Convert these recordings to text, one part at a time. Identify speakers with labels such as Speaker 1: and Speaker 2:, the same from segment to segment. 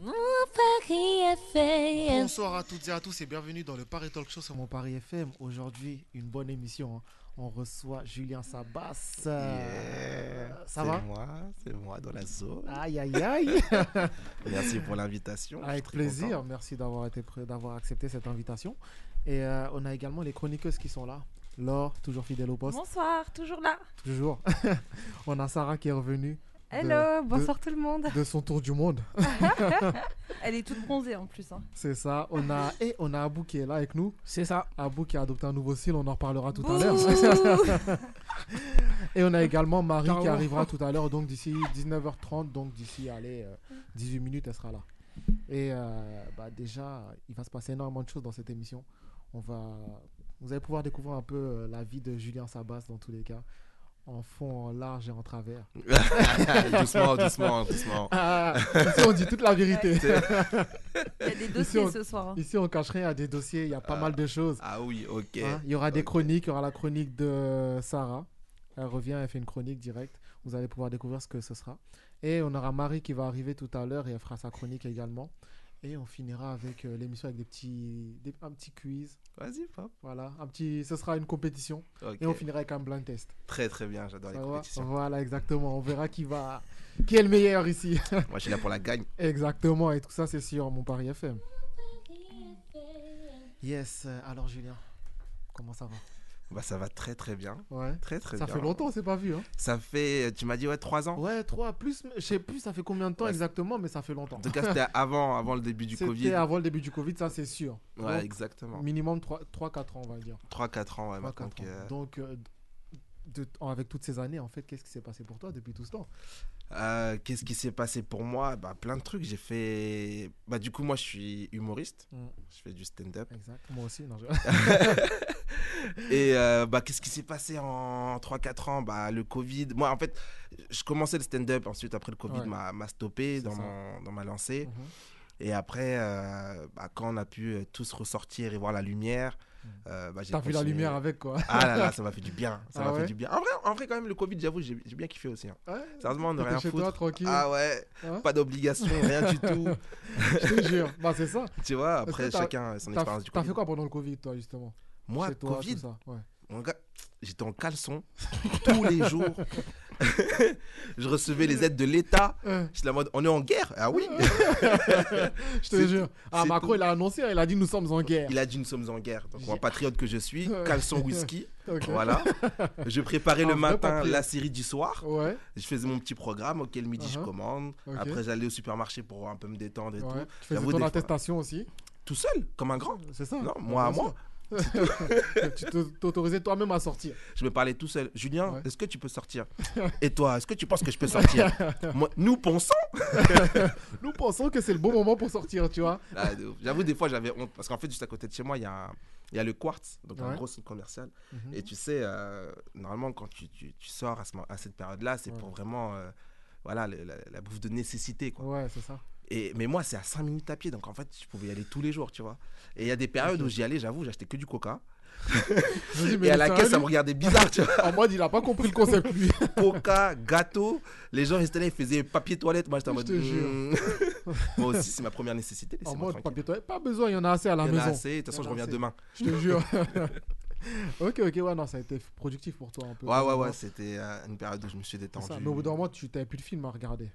Speaker 1: Mon Paris FM.
Speaker 2: Bonsoir à toutes et à tous et bienvenue dans le Paris Talk Show sur mon Paris FM. Aujourd'hui, une bonne émission. hein. On reçoit Julien Sabas. Euh,
Speaker 3: Yeah,
Speaker 2: ça
Speaker 3: c'est
Speaker 2: va
Speaker 3: moi, c'est moi dans la zone.
Speaker 2: Aïe, aïe, aïe.
Speaker 3: Merci pour l'invitation. je suis
Speaker 2: Avec
Speaker 3: très
Speaker 2: plaisir.
Speaker 3: content.
Speaker 2: Merci d'avoir été prêt- d'avoir accepté cette invitation. Et euh, on a également les chroniqueuses qui sont là. Laure, toujours fidèle au poste.
Speaker 4: Bonsoir, toujours là.
Speaker 2: Toujours. on a Sarah qui est revenue. de-
Speaker 4: Hello,
Speaker 2: de-
Speaker 4: bonsoir tout le monde.
Speaker 2: De, son tour du monde.
Speaker 4: Elle est toute bronzée en plus. hein.
Speaker 2: C'est ça. On a, et on a Abou qui est là avec nous.
Speaker 5: C'est ça.
Speaker 2: Abou qui a adopté un nouveau style. On en reparlera tout à
Speaker 4: Bouh.
Speaker 2: l'heure. Et on a également Marie qui
Speaker 5: Carrément.
Speaker 2: arrivera tout à l'heure, donc d'ici 19h30, donc d'ici allez, euh, 18 minutes, elle sera là. Et euh, bah, déjà, il va se passer énormément de choses dans cette émission. On va, vous allez pouvoir découvrir un peu euh, la vie de Julien Sabas dans tous les cas, en fond, en large et en travers.
Speaker 3: doucement, doucement, doucement.
Speaker 2: Ah, ici, on dit toute la vérité.
Speaker 4: Il y a des dossiers
Speaker 2: on-
Speaker 4: ce soir. hein.
Speaker 2: Ici, on cache rien, il y a des dossiers, il y a pas
Speaker 3: Ah.
Speaker 2: mal de choses.
Speaker 3: Ah oui, ok.
Speaker 2: Hein, il y aura des
Speaker 3: Ok.
Speaker 2: chroniques, il y aura la chronique de Sarah. Elle revient, elle fait une chronique directe. Vous allez pouvoir découvrir ce que ce sera. Et on aura Marie qui va arriver tout à l'heure et elle fera sa chronique également. Et on finira avec euh, l'émission avec des petits, des- un petit quiz.
Speaker 3: Vas-y, pop.
Speaker 2: Voilà, un petit, ce sera une compétition.
Speaker 3: Ok.
Speaker 2: Et on finira avec un blind test.
Speaker 3: Très très bien, j'adore les
Speaker 2: Ça va
Speaker 3: compétitions.
Speaker 2: voilà, exactement. On verra qui va, qui est le meilleur ici.
Speaker 3: Moi, je suis là pour la gagne.
Speaker 2: exactement. Et tout ça, c'est sur mon Paris FM. Yes. euh, Alors Julien, comment ça va
Speaker 3: Bah, ça va très très bien.
Speaker 2: Ouais.
Speaker 3: Très très
Speaker 2: Ça
Speaker 3: bien.
Speaker 2: fait longtemps, on s'est pas vu. Hein.
Speaker 3: Ça fait, tu m'as dit, ouais, 3 ans.
Speaker 2: Ouais, 3 plus, je sais plus ça fait combien de temps
Speaker 3: Ouais,
Speaker 2: exactement, mais ça fait longtemps.
Speaker 3: En tout cas, c'était avant, avant le début du
Speaker 2: C'était
Speaker 3: Covid.
Speaker 2: avant le début du Covid, ça c'est sûr.
Speaker 3: Ouais,
Speaker 2: Donc,
Speaker 3: exactement.
Speaker 2: minimum 3-4 ans, on va dire.
Speaker 3: 3-4 ans, ouais,
Speaker 2: Trois,
Speaker 3: maintenant
Speaker 2: quatre ans.
Speaker 3: que-
Speaker 2: Donc, euh, de- en- avec toutes ces années, en fait, qu'est-ce qui s'est passé pour toi depuis tout ce temps
Speaker 3: Euh, Qu'est-ce qui s'est passé pour moi Bah, plein de trucs. J'ai fait. Bah, du coup, moi, je suis humoriste.
Speaker 2: Mm.
Speaker 3: Je fais du stand-up.
Speaker 2: Exact. Moi aussi, non, je-
Speaker 3: Et euh, bah, qu'est-ce qui s'est passé en 3-4 ans bah, Le Covid. Moi, en fait, je commençais le stand-up. Ensuite, après, le Covid
Speaker 2: Ouais.
Speaker 3: m'a m'a stoppé
Speaker 2: C'est
Speaker 3: dans,
Speaker 2: ça.
Speaker 3: mon- dans ma lancée.
Speaker 2: Mhm.
Speaker 3: Et après, euh, bah, quand on a pu euh, tous ressortir et voir la lumière,
Speaker 2: Mhm.
Speaker 3: euh, bah, j'ai
Speaker 2: T'as vu la
Speaker 3: continué.
Speaker 2: lumière avec quoi
Speaker 3: Ah là là, ça m'a fait du bien. Ça
Speaker 2: Ah
Speaker 3: m'a
Speaker 2: ouais
Speaker 3: fait du bien. En vrai, en vrai, quand même, le Covid, j'avoue, j'ai j'ai bien kiffé aussi. hein.
Speaker 2: Ouais,
Speaker 3: Sérieusement, on
Speaker 2: t'étais
Speaker 3: n'aurait rien à
Speaker 2: chez
Speaker 3: foutre.
Speaker 2: toi, tranquille,
Speaker 3: Ah ouais,
Speaker 2: Hein
Speaker 3: pas d'obligation, rien du tout.
Speaker 2: je te jure. Bah, c'est ça.
Speaker 3: Tu vois,
Speaker 2: que
Speaker 3: après,
Speaker 2: t'as-
Speaker 3: chacun son
Speaker 2: T'as
Speaker 3: expérience du
Speaker 2: t'as
Speaker 3: Covid.
Speaker 2: fait quoi pendant le Covid, toi, justement
Speaker 3: Moi,
Speaker 2: Chez toi,
Speaker 3: Covid,
Speaker 2: tout ça. Ouais.
Speaker 3: Mon gars, j'étais en caleçon tous les jours. je recevais les aides de l'État.
Speaker 2: Euh,
Speaker 3: J'étais la mode, on est en guerre Ah oui
Speaker 2: je te
Speaker 3: C'est
Speaker 2: jure.
Speaker 3: tout,
Speaker 2: Ah,
Speaker 3: c'est
Speaker 2: Macron,
Speaker 3: tout.
Speaker 2: il a annoncé, il a dit nous sommes en guerre.
Speaker 3: Il a dit, nous sommes en guerre. Donc, moi,
Speaker 2: J'ai-
Speaker 3: patriote que je suis,
Speaker 5: Euh,
Speaker 3: caleçon whisky,
Speaker 2: Ok.
Speaker 3: voilà. Je préparais
Speaker 2: Un
Speaker 3: le
Speaker 2: vrai
Speaker 3: matin
Speaker 2: patriote.
Speaker 3: la série du soir.
Speaker 2: Ouais.
Speaker 3: Je faisais mon petit programme, ok, le midi, je
Speaker 2: Uh-huh.
Speaker 3: commande.
Speaker 2: Ok.
Speaker 3: Après, j'allais au supermarché pour un peu me détendre et
Speaker 2: ouais.
Speaker 3: tout.
Speaker 2: Tu faisais
Speaker 3: J'avoue, des
Speaker 2: ton
Speaker 3: fois-
Speaker 2: attestation aussi.
Speaker 3: Tout seul, comme un grand.
Speaker 2: C'est ça Bah,
Speaker 3: Non, moi à moi.
Speaker 2: tu t'au- t'autorisais toi-même à sortir.
Speaker 3: Je me parlais tout seul. Julien,
Speaker 2: Ouais.
Speaker 3: est-ce que tu peux sortir Et toi, est-ce que tu penses que je peux sortir Moi, Nous pensons
Speaker 2: Nous pensons que c'est le bon moment pour sortir, tu vois.
Speaker 3: Ah, de ouf. J'avoue, des fois, j'avais honte. Parce qu'en fait, juste à côté de chez moi, il y a, un- il y a le Quartz, donc un
Speaker 2: Ouais.
Speaker 3: gros centre commercial.
Speaker 2: Mhm.
Speaker 3: Et tu sais, euh, normalement, quand tu, tu- tu sors à, ce mo- à cette période-là, c'est
Speaker 2: Ouais.
Speaker 3: pour vraiment. euh, voilà, le- la, la bouffe de nécessité. Quoi.
Speaker 2: Ouais, c'est ça.
Speaker 3: Et, mais moi, c'est à 5 minutes à pied, donc en fait, je pouvais y aller tous les jours, tu vois. Et il y a des périodes où j'y allais, j'avoue, j'achetais que du coca.
Speaker 2: Je dis, mais
Speaker 3: Et à
Speaker 2: le
Speaker 3: la caisse, ça me
Speaker 2: sérieux,
Speaker 3: regardait bizarre, tu vois.
Speaker 2: en mode, il a pas compris le concept, lui.
Speaker 3: Coca, gâteau. Les gens, ils étaient là, ils faisaient papier toilette. Moi, j'étais en
Speaker 2: Je
Speaker 3: mode.
Speaker 2: te jure.
Speaker 3: hmm. moi aussi, c'est ma première nécessité.
Speaker 2: En
Speaker 3: Laissez-moi
Speaker 2: mode,
Speaker 3: tranquille.
Speaker 2: papier toilette, pas besoin, il y en a assez à la
Speaker 3: Il y en a
Speaker 2: maison.
Speaker 3: assez. De toute façon,
Speaker 2: Il y
Speaker 3: je
Speaker 2: en a
Speaker 3: reviens
Speaker 2: assez.
Speaker 3: demain.
Speaker 2: Je te jure. ok, ok, ouais, non, ça a été productif pour toi un peu.
Speaker 3: Ouais, ouais, ouais,
Speaker 2: C'est
Speaker 3: c'était euh, une période où je me suis
Speaker 2: ça.
Speaker 3: détendu.
Speaker 2: Mais au bout d'un moment, tu t'avais plus de film à regarder.